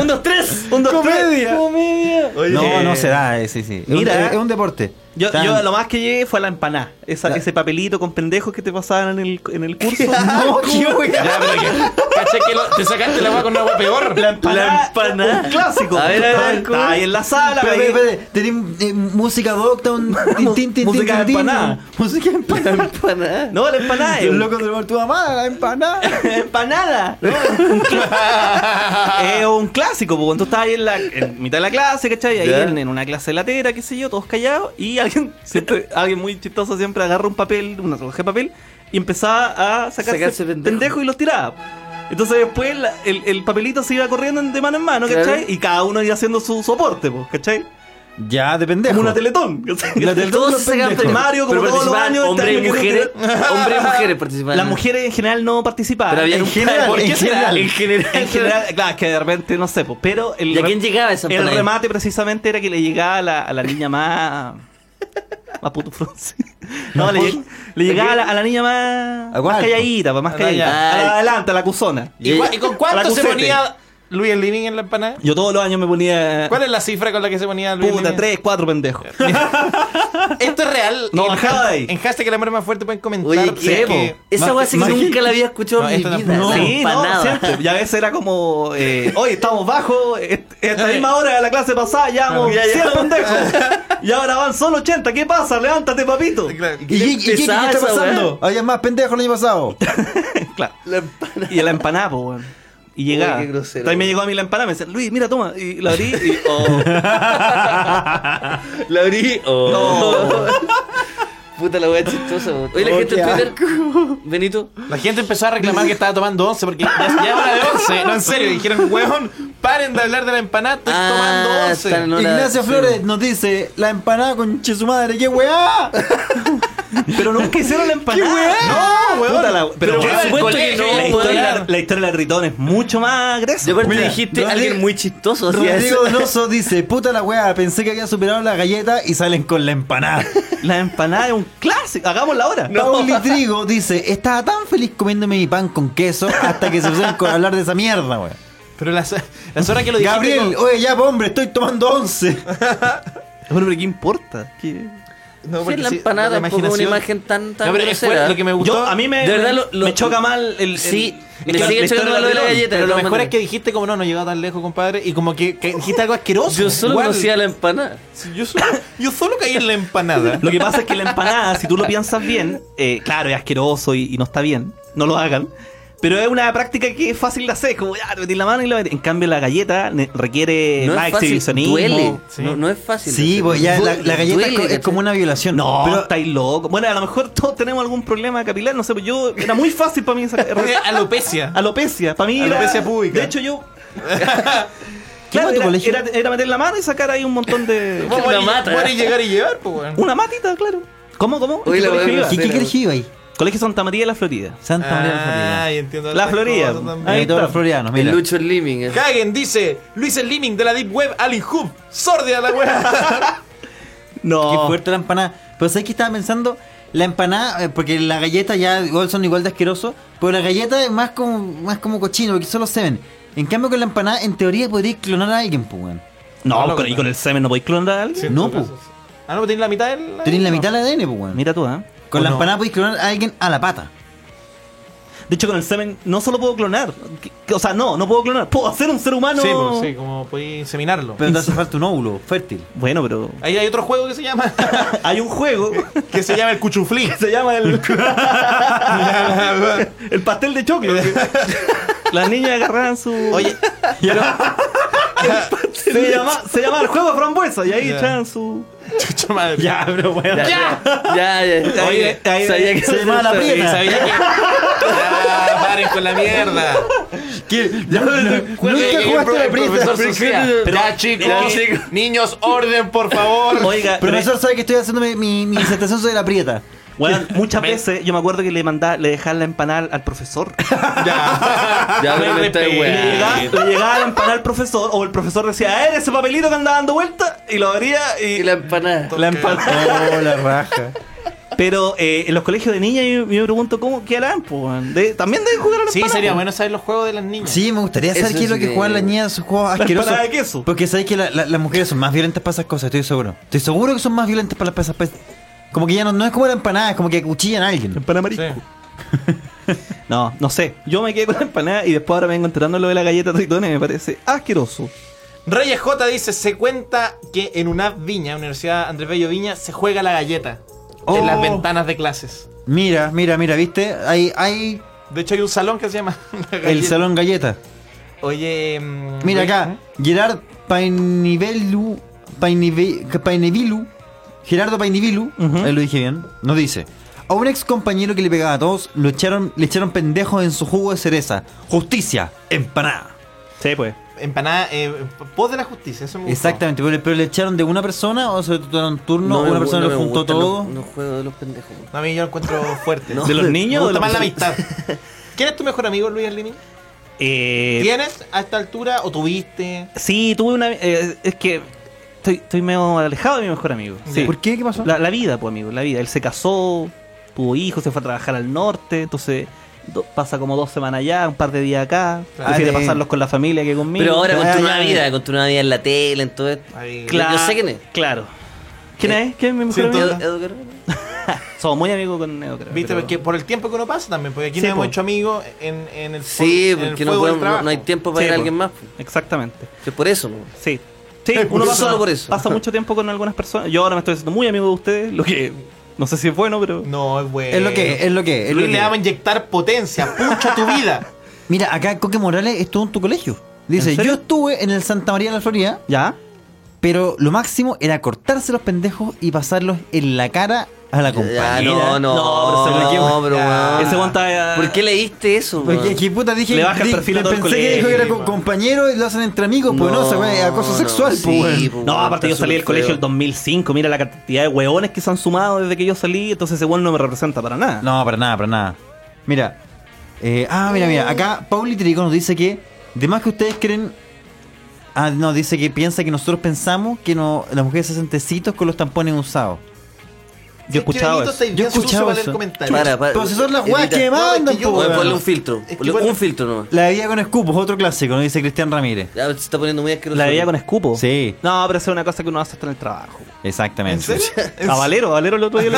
Speaker 10: un, dos, tres. Un, dos, tres. Comedia.
Speaker 3: No,
Speaker 10: Eh,
Speaker 3: no será, eh, sí, sí. Es un-
Speaker 10: Mira.
Speaker 3: es un deporte.
Speaker 10: Yo,
Speaker 3: Tan-
Speaker 10: yo a lo más que llegué fue a la empanada. Esa-
Speaker 3: Ya.
Speaker 10: Ese papelito con pendejos que te pasaban en el, en el curso.
Speaker 3: No, qué wea.
Speaker 4: ya, pero que. ¿Cachai que lo- te sacaste la agua con una agua peor?
Speaker 10: La empanada. Un clásico.
Speaker 5: A ver, a ver,
Speaker 10: Estaba-
Speaker 5: ¿cómo?
Speaker 10: estaba ahí en la sala.
Speaker 3: Pero,
Speaker 10: ahí-
Speaker 3: pero, pero, tenés, eh, música Doctown, tin, tin, tin,
Speaker 10: música
Speaker 3: tin, tin,
Speaker 10: empanada.
Speaker 3: tin. Música empanada.
Speaker 5: Para-
Speaker 10: No, la empanada. es
Speaker 3: El
Speaker 10: un-
Speaker 3: loco del bar, tu mamá, la empanada.
Speaker 10: empanada. es un clásico, porque tú estabas ahí en, la, en mitad de la clase, ¿cachai? Ahí
Speaker 5: Ya.
Speaker 10: en, en una clase latera, qué sé yo, todos callados. Y alguien, siempre, alguien muy chistoso siempre agarra un papel, una hoja de papel, y empezaba a sacarse,
Speaker 5: Sacarse pendejo.
Speaker 10: pendejos y los tiraba. Entonces después la- el, el papelito se iba corriendo de mano en mano,
Speaker 5: Claro.
Speaker 10: ¿cachai? Y cada uno iba haciendo su soporte, pues, ¿cachai?
Speaker 3: Ya, depende.
Speaker 10: Como una teletón. ¿cachai?
Speaker 3: La teletón
Speaker 10: Todos
Speaker 3: de los
Speaker 10: se sacaban
Speaker 3: pendejos.
Speaker 10: Mario, como
Speaker 5: Pero
Speaker 10: todos los
Speaker 5: participaban
Speaker 10: años. este
Speaker 5: hombres y
Speaker 10: año que se
Speaker 5: mujeres.
Speaker 10: tira-
Speaker 5: Hombres y mujeres participaban.
Speaker 10: Las mujeres en general no participaban.
Speaker 5: Pero había
Speaker 10: En
Speaker 5: un-
Speaker 10: general,
Speaker 5: ¿Por
Speaker 10: en
Speaker 5: qué será?
Speaker 10: general.
Speaker 5: En general.
Speaker 10: En general, claro, es que de repente no sé, pues, pero el,
Speaker 5: ¿Y a quién
Speaker 10: re-
Speaker 5: llegaba esa
Speaker 10: el
Speaker 5: empanada?
Speaker 10: remate precisamente era que le llegaba a la, a la niña más. más puto Fronce. No, le, lleg- le llegaba a la, a la niña más.
Speaker 3: ¿A cuál?
Speaker 10: más calladita, pues, más
Speaker 4: A la-
Speaker 10: calladita.
Speaker 5: ay.
Speaker 10: A la adelante, a la cuzona.
Speaker 4: ¿Y, cua- y con
Speaker 10: La
Speaker 4: cuánto se
Speaker 10: cucete.
Speaker 4: ponía Luis el Living en la empanada?
Speaker 10: Yo todos los años me ponía.
Speaker 4: ¿Cuál es la cifra con la que se ponía Luis el
Speaker 10: Puta,
Speaker 4: Living?
Speaker 10: tres, cuatro pendejos.
Speaker 4: Esto es real.
Speaker 10: No,
Speaker 4: en,
Speaker 10: bajaba de ahí.
Speaker 4: en hashtag el amor es más fuerte pueden comentar.
Speaker 5: Oye,
Speaker 4: si
Speaker 5: ¿qué?
Speaker 4: es que-
Speaker 5: Esa weá sí que nunca la había escuchado
Speaker 4: No,
Speaker 5: en mi
Speaker 4: esto
Speaker 5: vida.
Speaker 4: tampoco.
Speaker 5: la
Speaker 10: sí, no,
Speaker 5: empanada.
Speaker 10: siempre. Y a veces era como, eh, oye, estamos bajos, est- esta
Speaker 4: Oye.
Speaker 10: misma hora de la clase pasada ya vamos
Speaker 5: Eh. Ya, ya.
Speaker 10: 100 pendejos. Y ahora van solo 80, ¿qué pasa? Levántate, papito.
Speaker 4: Claro.
Speaker 3: ¿Y qué, y qué- qué
Speaker 5: pesada
Speaker 3: está
Speaker 5: esa weá.
Speaker 3: pasando? Había más pendejos el año pasado.
Speaker 10: Claro.
Speaker 5: La empanada.
Speaker 10: Y la empanada, po, weón. Y llegaba.
Speaker 5: Uy, qué grosero,
Speaker 10: También me
Speaker 5: weón.
Speaker 10: llegó a mí la empanada, me decían, Luis, mira, toma. Y la abrí y. oh,
Speaker 5: La abrí.
Speaker 10: no.
Speaker 5: Puta la weá chistosa, weón. Oye, la
Speaker 3: Oh,
Speaker 5: gente
Speaker 3: qué
Speaker 5: en Twitter. Benito.
Speaker 4: La gente empezó a reclamar que estaba tomando 11 porque ya, ya era de 11. No, en serio, dijeron, huevón, paren de hablar de la empanada, estoy
Speaker 5: Ah,
Speaker 4: tomando 11.
Speaker 5: están en hora-
Speaker 3: Ignacio
Speaker 5: sí.
Speaker 3: Flores nos dice, la empanada con che su madre, qué weá.
Speaker 10: Pero nunca hicieron la empanada.
Speaker 3: weá?
Speaker 10: No, weón. Puta la- pero,
Speaker 4: Pero,
Speaker 10: weón,
Speaker 4: por supuesto que no,
Speaker 10: la,
Speaker 4: weón.
Speaker 10: historia, la historia del ritón es mucho más agresiva.
Speaker 5: Yo aparte
Speaker 3: Mira,
Speaker 5: dijiste
Speaker 3: Rodrigo-
Speaker 5: alguien muy chistoso. o sea,
Speaker 3: Rodrigo
Speaker 5: eso-
Speaker 3: Donoso dice, puta la weá, pensé que había superado la galleta y salen con la empanada.
Speaker 10: La empanada es un clásico. Hagámosla ahora.
Speaker 3: Pauli Trigo dice, estaba tan feliz comiéndome mi pan con queso hasta que se pusieron con hablar de esa mierda, weón.
Speaker 4: Pero las, las horas que lo dijiste.
Speaker 3: Gabriel, oye, ya, po, hombre, estoy tomando once.
Speaker 10: Bueno, pero ¿qué importa? ¿Qué?
Speaker 4: No,
Speaker 5: Sí,
Speaker 4: porque
Speaker 5: la
Speaker 4: sí,
Speaker 5: empanada
Speaker 4: la
Speaker 5: tampoco es una
Speaker 4: imaginación-
Speaker 5: imagen tan, tan
Speaker 4: No, pero es
Speaker 5: grosera.
Speaker 4: fuera, lo que me gustó.
Speaker 10: Yo, a mí me,
Speaker 5: De verdad,
Speaker 10: me-
Speaker 5: lo- lo-
Speaker 10: me choca mal el. el-
Speaker 5: Sí,
Speaker 10: es
Speaker 5: me
Speaker 10: que la-
Speaker 5: sigue
Speaker 10: la historia
Speaker 5: chocando lo de la
Speaker 10: del ritón.
Speaker 5: galleta.
Speaker 4: Pero lo
Speaker 5: todas
Speaker 4: mejor es
Speaker 5: maneras.
Speaker 4: que dijiste como no, no llegaba tan lejos, compadre, y como que, que dijiste algo asqueroso.
Speaker 5: Yo solo
Speaker 4: Igual,
Speaker 5: conocía la empanada.
Speaker 4: yo solo, yo solo caí en la empanada.
Speaker 10: Lo que pasa es que la empanada, si tú lo piensas bien, eh, claro, es asqueroso y, y no está bien, no lo hagan. Pero es una práctica que es fácil de hacer, como ya, te metí la mano y la metí. En cambio, la galleta ne- requiere
Speaker 5: No
Speaker 10: más
Speaker 5: es fácil.
Speaker 10: exhibicionismo.
Speaker 5: Duele.
Speaker 4: Sí.
Speaker 5: No, no es fácil.
Speaker 3: Sí,
Speaker 5: Hacer-
Speaker 3: pues ya, la,
Speaker 5: Duele,
Speaker 3: la galleta es co-
Speaker 5: duele,
Speaker 3: es como una violación.
Speaker 10: No,
Speaker 3: pero
Speaker 10: estáis locos. Bueno, a lo mejor todos tenemos algún problema capilar, no sé, pero yo era muy fácil para mí esa
Speaker 4: Alopecia.
Speaker 10: Alopecia, para mí era-
Speaker 4: Alopecia púbica.
Speaker 10: De hecho, yo.
Speaker 3: fue
Speaker 10: claro,
Speaker 3: tu
Speaker 10: era,
Speaker 3: colegio?
Speaker 10: era- era meter la mano y sacar ahí un montón de.
Speaker 4: Vos
Speaker 5: Una
Speaker 4: podés-
Speaker 5: mata.
Speaker 4: podés llegar y llevar, pues, weón.
Speaker 10: Una matita, claro. ¿Cómo, cómo? ¿En
Speaker 5: Uy,
Speaker 10: qué
Speaker 5: la
Speaker 10: colegio
Speaker 5: verdad,
Speaker 10: ibas?
Speaker 3: ¿Qué, qué quieres ir ahí?
Speaker 10: Colegio Santa María de la Florida.
Speaker 3: Santa María de la Florida.
Speaker 4: Ay, Ah, entiendo.
Speaker 10: La
Speaker 4: otras
Speaker 10: Florida.
Speaker 4: cosas también.
Speaker 10: Ahí
Speaker 3: Ahí todos
Speaker 10: está.
Speaker 3: los florianos,
Speaker 5: El
Speaker 3: mira.
Speaker 5: Lucho el Living. eh.
Speaker 4: Hagen dice, Luis el Liming de la Deep Web, Alien Hub, sordea la weá.
Speaker 3: Qué
Speaker 10: No.
Speaker 3: fuerte la empanada. Pero ¿sabes qué estaba pensando? La empanada, eh, porque la galleta ya igual son igual de asqueroso, pero la galleta es más como, más como cochino, porque solo se ven. En cambio con la empanada, en teoría podrías clonar a alguien, pues, weón.
Speaker 10: No, con- y con el semen no podéis clonar a alguien.
Speaker 3: No, pues.
Speaker 4: Ah, no, pero tenés la mitad del.
Speaker 3: Tenés la mitad del ADN, pues, weón.
Speaker 10: Mira tú, ¿ah?
Speaker 3: Con
Speaker 4: ¿o
Speaker 3: la
Speaker 4: no?
Speaker 3: empanada podéis clonar a alguien a la pata.
Speaker 10: De hecho, con el semen no solo puedo clonar. que- que- O sea, no, no puedo clonar. Puedo hacer un ser humano.
Speaker 4: Sí, pues, sí, como podéis inseminarlo.
Speaker 3: Pero te hace falta un óvulo fértil.
Speaker 10: Bueno, pero.
Speaker 4: Ahí hay otro juego que se llama.
Speaker 10: Hay un juego
Speaker 4: que se llama el cuchuflí.
Speaker 10: que se llama el. el pastel de choclo. Las niñas agarraban su. Oye. se, llama, se llama el juego de frambuesa y ahí
Speaker 4: Ya.
Speaker 10: echaban su.
Speaker 4: Chucha madre.
Speaker 10: pero bueno.
Speaker 5: Ya, ya, ya. ya.
Speaker 10: Oye, ahí-
Speaker 5: sabía que
Speaker 3: se llama la
Speaker 5: sabía-
Speaker 4: Y
Speaker 3: prieta.
Speaker 4: sabía que. Ya, paren con la mierda.
Speaker 3: Nunca jugaste a la prieta.
Speaker 5: Pero-
Speaker 4: ya, chicos.
Speaker 5: Ya, chicos.
Speaker 4: Niños, orden, por favor.
Speaker 10: Oiga, pero
Speaker 3: Profesor sabe que estoy haciendo mi, mi, mi disertación sobre la prieta.
Speaker 10: Weón, muchas veces yo me acuerdo que le mandaba, le dejaba la empanada al profesor.
Speaker 4: Ya.
Speaker 5: Ya, este pero
Speaker 4: No
Speaker 5: no
Speaker 4: me
Speaker 5: estáis
Speaker 4: pegues.
Speaker 10: Le llegaba,
Speaker 5: weá.
Speaker 10: le llegaba la empanada al profesor, o el profesor decía, a ver, ese papelito que andaba dando vuelta, y lo abría y.
Speaker 5: Y la empanada.
Speaker 10: la empanada.
Speaker 3: Oh, la raja.
Speaker 10: Pero eh, en los colegios de niñas yo, yo me pregunto cómo qué harán, po, weón? De- También deben jugar a la
Speaker 4: Sí,
Speaker 10: empanada,
Speaker 4: sería
Speaker 10: po?
Speaker 4: bueno saber los juegos de las niñas.
Speaker 3: Sí, me gustaría saber
Speaker 5: Eso
Speaker 3: qué es lo
Speaker 5: sí
Speaker 3: que
Speaker 5: que-
Speaker 3: juegan las niñas a sus juegos
Speaker 10: La
Speaker 3: asquerosos.
Speaker 10: empanada de queso.
Speaker 3: Porque sabéis que la- la- las mujeres son más violentas para esas cosas, estoy seguro. Estoy seguro que son más violentas para las para esas pesas. Como que ya no, no es como la empanada, es como que acuchillan a alguien.
Speaker 10: Empanada marisco. No, no sé. Yo me quedé con la empanada y después ahora me vengo enterando lo de la galleta tritones, me parece asqueroso.
Speaker 4: Reyes J dice, se cuenta que en una viña, Universidad Andrés Bello Viña, se juega la galleta
Speaker 3: Oh.
Speaker 4: en las ventanas de clases.
Speaker 3: Mira, mira, mira, ¿viste? Hay, hay
Speaker 4: De hecho, hay un salón que se llama La
Speaker 3: el
Speaker 4: Galleta.
Speaker 3: salón galleta.
Speaker 4: Oye, mm,
Speaker 3: Mira
Speaker 4: Rey-
Speaker 3: acá, Gerard Painivelu, Painive- Painevilu, Gerardo Painivilu,
Speaker 10: Ujú.
Speaker 3: ahí lo dije bien, nos dice, a un ex compañero que le pegaba a todos, lo echaron, le echaron pendejos en su jugo de cereza. Justicia, empanada.
Speaker 10: Sí, pues.
Speaker 4: Empanada, eh, voz de la justicia, eso me gustó.
Speaker 3: Exactamente, pero, pero le echaron de una persona o se tuvieron turno,
Speaker 5: me
Speaker 3: una
Speaker 5: gu-
Speaker 3: persona
Speaker 5: me
Speaker 3: lo juntó
Speaker 5: gustan
Speaker 3: todo.
Speaker 5: los- los juegos de los pendejos.
Speaker 4: No, a mí yo lo encuentro fuerte.
Speaker 5: No.
Speaker 10: ¿De los niños o
Speaker 4: Me
Speaker 10: de
Speaker 4: gusta
Speaker 10: los
Speaker 4: más la amistad. ¿Quién es tu mejor amigo, Luis Limín?
Speaker 10: Eh,
Speaker 4: ¿Tienes a esta altura o tuviste?
Speaker 10: Sí, tuve una. eh, es que estoy, estoy medio alejado de mi mejor amigo. Sí.
Speaker 3: ¿Por qué? ¿Qué pasó?
Speaker 10: La, la vida, pues, amigo, la vida. Él se casó, tuvo hijos, se fue a trabajar al norte, entonces do- pasa como dos semanas allá, un par de días acá.
Speaker 5: Claro.
Speaker 10: Prefiere
Speaker 5: Ah, de-
Speaker 10: pasarlos con la familia que conmigo.
Speaker 5: Pero ahora con tu nueva
Speaker 10: Ah, ya,
Speaker 5: vida,
Speaker 10: ya.
Speaker 5: con tu nueva vida en la tele, en todo esto.
Speaker 10: Claro.
Speaker 5: Yo sé quién es.
Speaker 10: Claro. ¿Quién es? ¿Quién es mi mejor
Speaker 5: Siento-
Speaker 10: amigo?
Speaker 5: Edu- Edu Guerrero.
Speaker 10: Somos muy amigos con Edo, creo.
Speaker 4: Viste,
Speaker 10: pero-
Speaker 4: porque por el tiempo que uno pasa también, porque aquí
Speaker 10: Sí,
Speaker 4: nos hemos
Speaker 10: po.
Speaker 4: hecho amigos en, en el
Speaker 5: Sí,
Speaker 4: fu- en el
Speaker 5: porque no,
Speaker 4: fuego del
Speaker 5: podemos- no- no hay
Speaker 4: trabajo.
Speaker 5: tiempo para
Speaker 10: Sí,
Speaker 5: ir a
Speaker 10: po.
Speaker 5: alguien más.
Speaker 10: Exactamente.
Speaker 5: Que por eso, ¿no?
Speaker 10: Sí. Sí,
Speaker 5: Por
Speaker 10: uno
Speaker 5: eso.
Speaker 10: pasa,
Speaker 5: Solo por eso.
Speaker 10: pasa mucho tiempo con algunas personas. Yo ahora me estoy haciendo muy amigo de ustedes, lo que no sé si es bueno, pero.
Speaker 4: No, es bueno.
Speaker 3: Es lo que es, es lo que es. es
Speaker 4: Luis
Speaker 3: lo
Speaker 4: le
Speaker 3: que es.
Speaker 4: vamos a inyectar potencia, pucha tu vida.
Speaker 3: Mira, acá Coque Morales estuvo en tu colegio.
Speaker 10: ¿En
Speaker 3: Dice,
Speaker 10: serio?
Speaker 3: yo estuve en el Santa María de la Florida,
Speaker 10: ¿Ya?
Speaker 3: pero lo máximo era cortarse los pendejos y pasarlos en la cara a la compañera.
Speaker 5: Ya, no, no, no,
Speaker 3: pero se me
Speaker 5: pero,
Speaker 3: equivo-
Speaker 5: weón.
Speaker 10: Ese eh, guanta.
Speaker 5: ¿Por qué leíste eso?
Speaker 3: Porque
Speaker 5: weón?
Speaker 3: aquí puta dije,
Speaker 10: Le baja el
Speaker 3: di-
Speaker 10: perfil a todo el
Speaker 3: pensé que dijo que era
Speaker 4: colegio,
Speaker 3: con
Speaker 4: man.
Speaker 3: compañero y lo hacen entre amigos, pues no, se ve acoso
Speaker 5: no,
Speaker 3: sexual,
Speaker 5: sí,
Speaker 3: pues. weón.
Speaker 5: po,
Speaker 10: No,
Speaker 5: weón,
Speaker 10: aparte yo
Speaker 5: está
Speaker 10: salí del
Speaker 5: súper
Speaker 10: colegio
Speaker 5: feo.
Speaker 10: el 2005, mira la cantidad de hueones que se han sumado desde que yo salí, entonces ese hueón no me representa para nada.
Speaker 3: No, para nada, para nada. Mira. eh, ah, mira, mira. Acá Pauli Trigo nos dice que, de más que ustedes creen... Ah, no, dice que piensa que nosotros pensamos que no, las mujeres hacen tecitos con los tampones usados.
Speaker 10: Yo he escuchado eso.
Speaker 3: Yo he escuchado eso.
Speaker 5: Para, para.
Speaker 3: Pero si son las weas
Speaker 5: Edita.
Speaker 3: que mandan,
Speaker 4: es que yo-
Speaker 3: po,
Speaker 5: Weón,
Speaker 3: weón.
Speaker 5: ponle un filtro.
Speaker 4: que
Speaker 5: ponle
Speaker 4: igual-
Speaker 5: un filtro nomás.
Speaker 3: La bebida con escupos, otro clásico, nos dice Cristian Ramírez.
Speaker 5: Ya se está poniendo muy asqueroso.
Speaker 10: La bebida con escupo.
Speaker 3: Sí.
Speaker 10: No, pero esa es una cosa que uno hace hasta en el trabajo.
Speaker 4: ¿En
Speaker 3: Exactamente.
Speaker 4: serio?
Speaker 10: A Valero, a Valero el otro día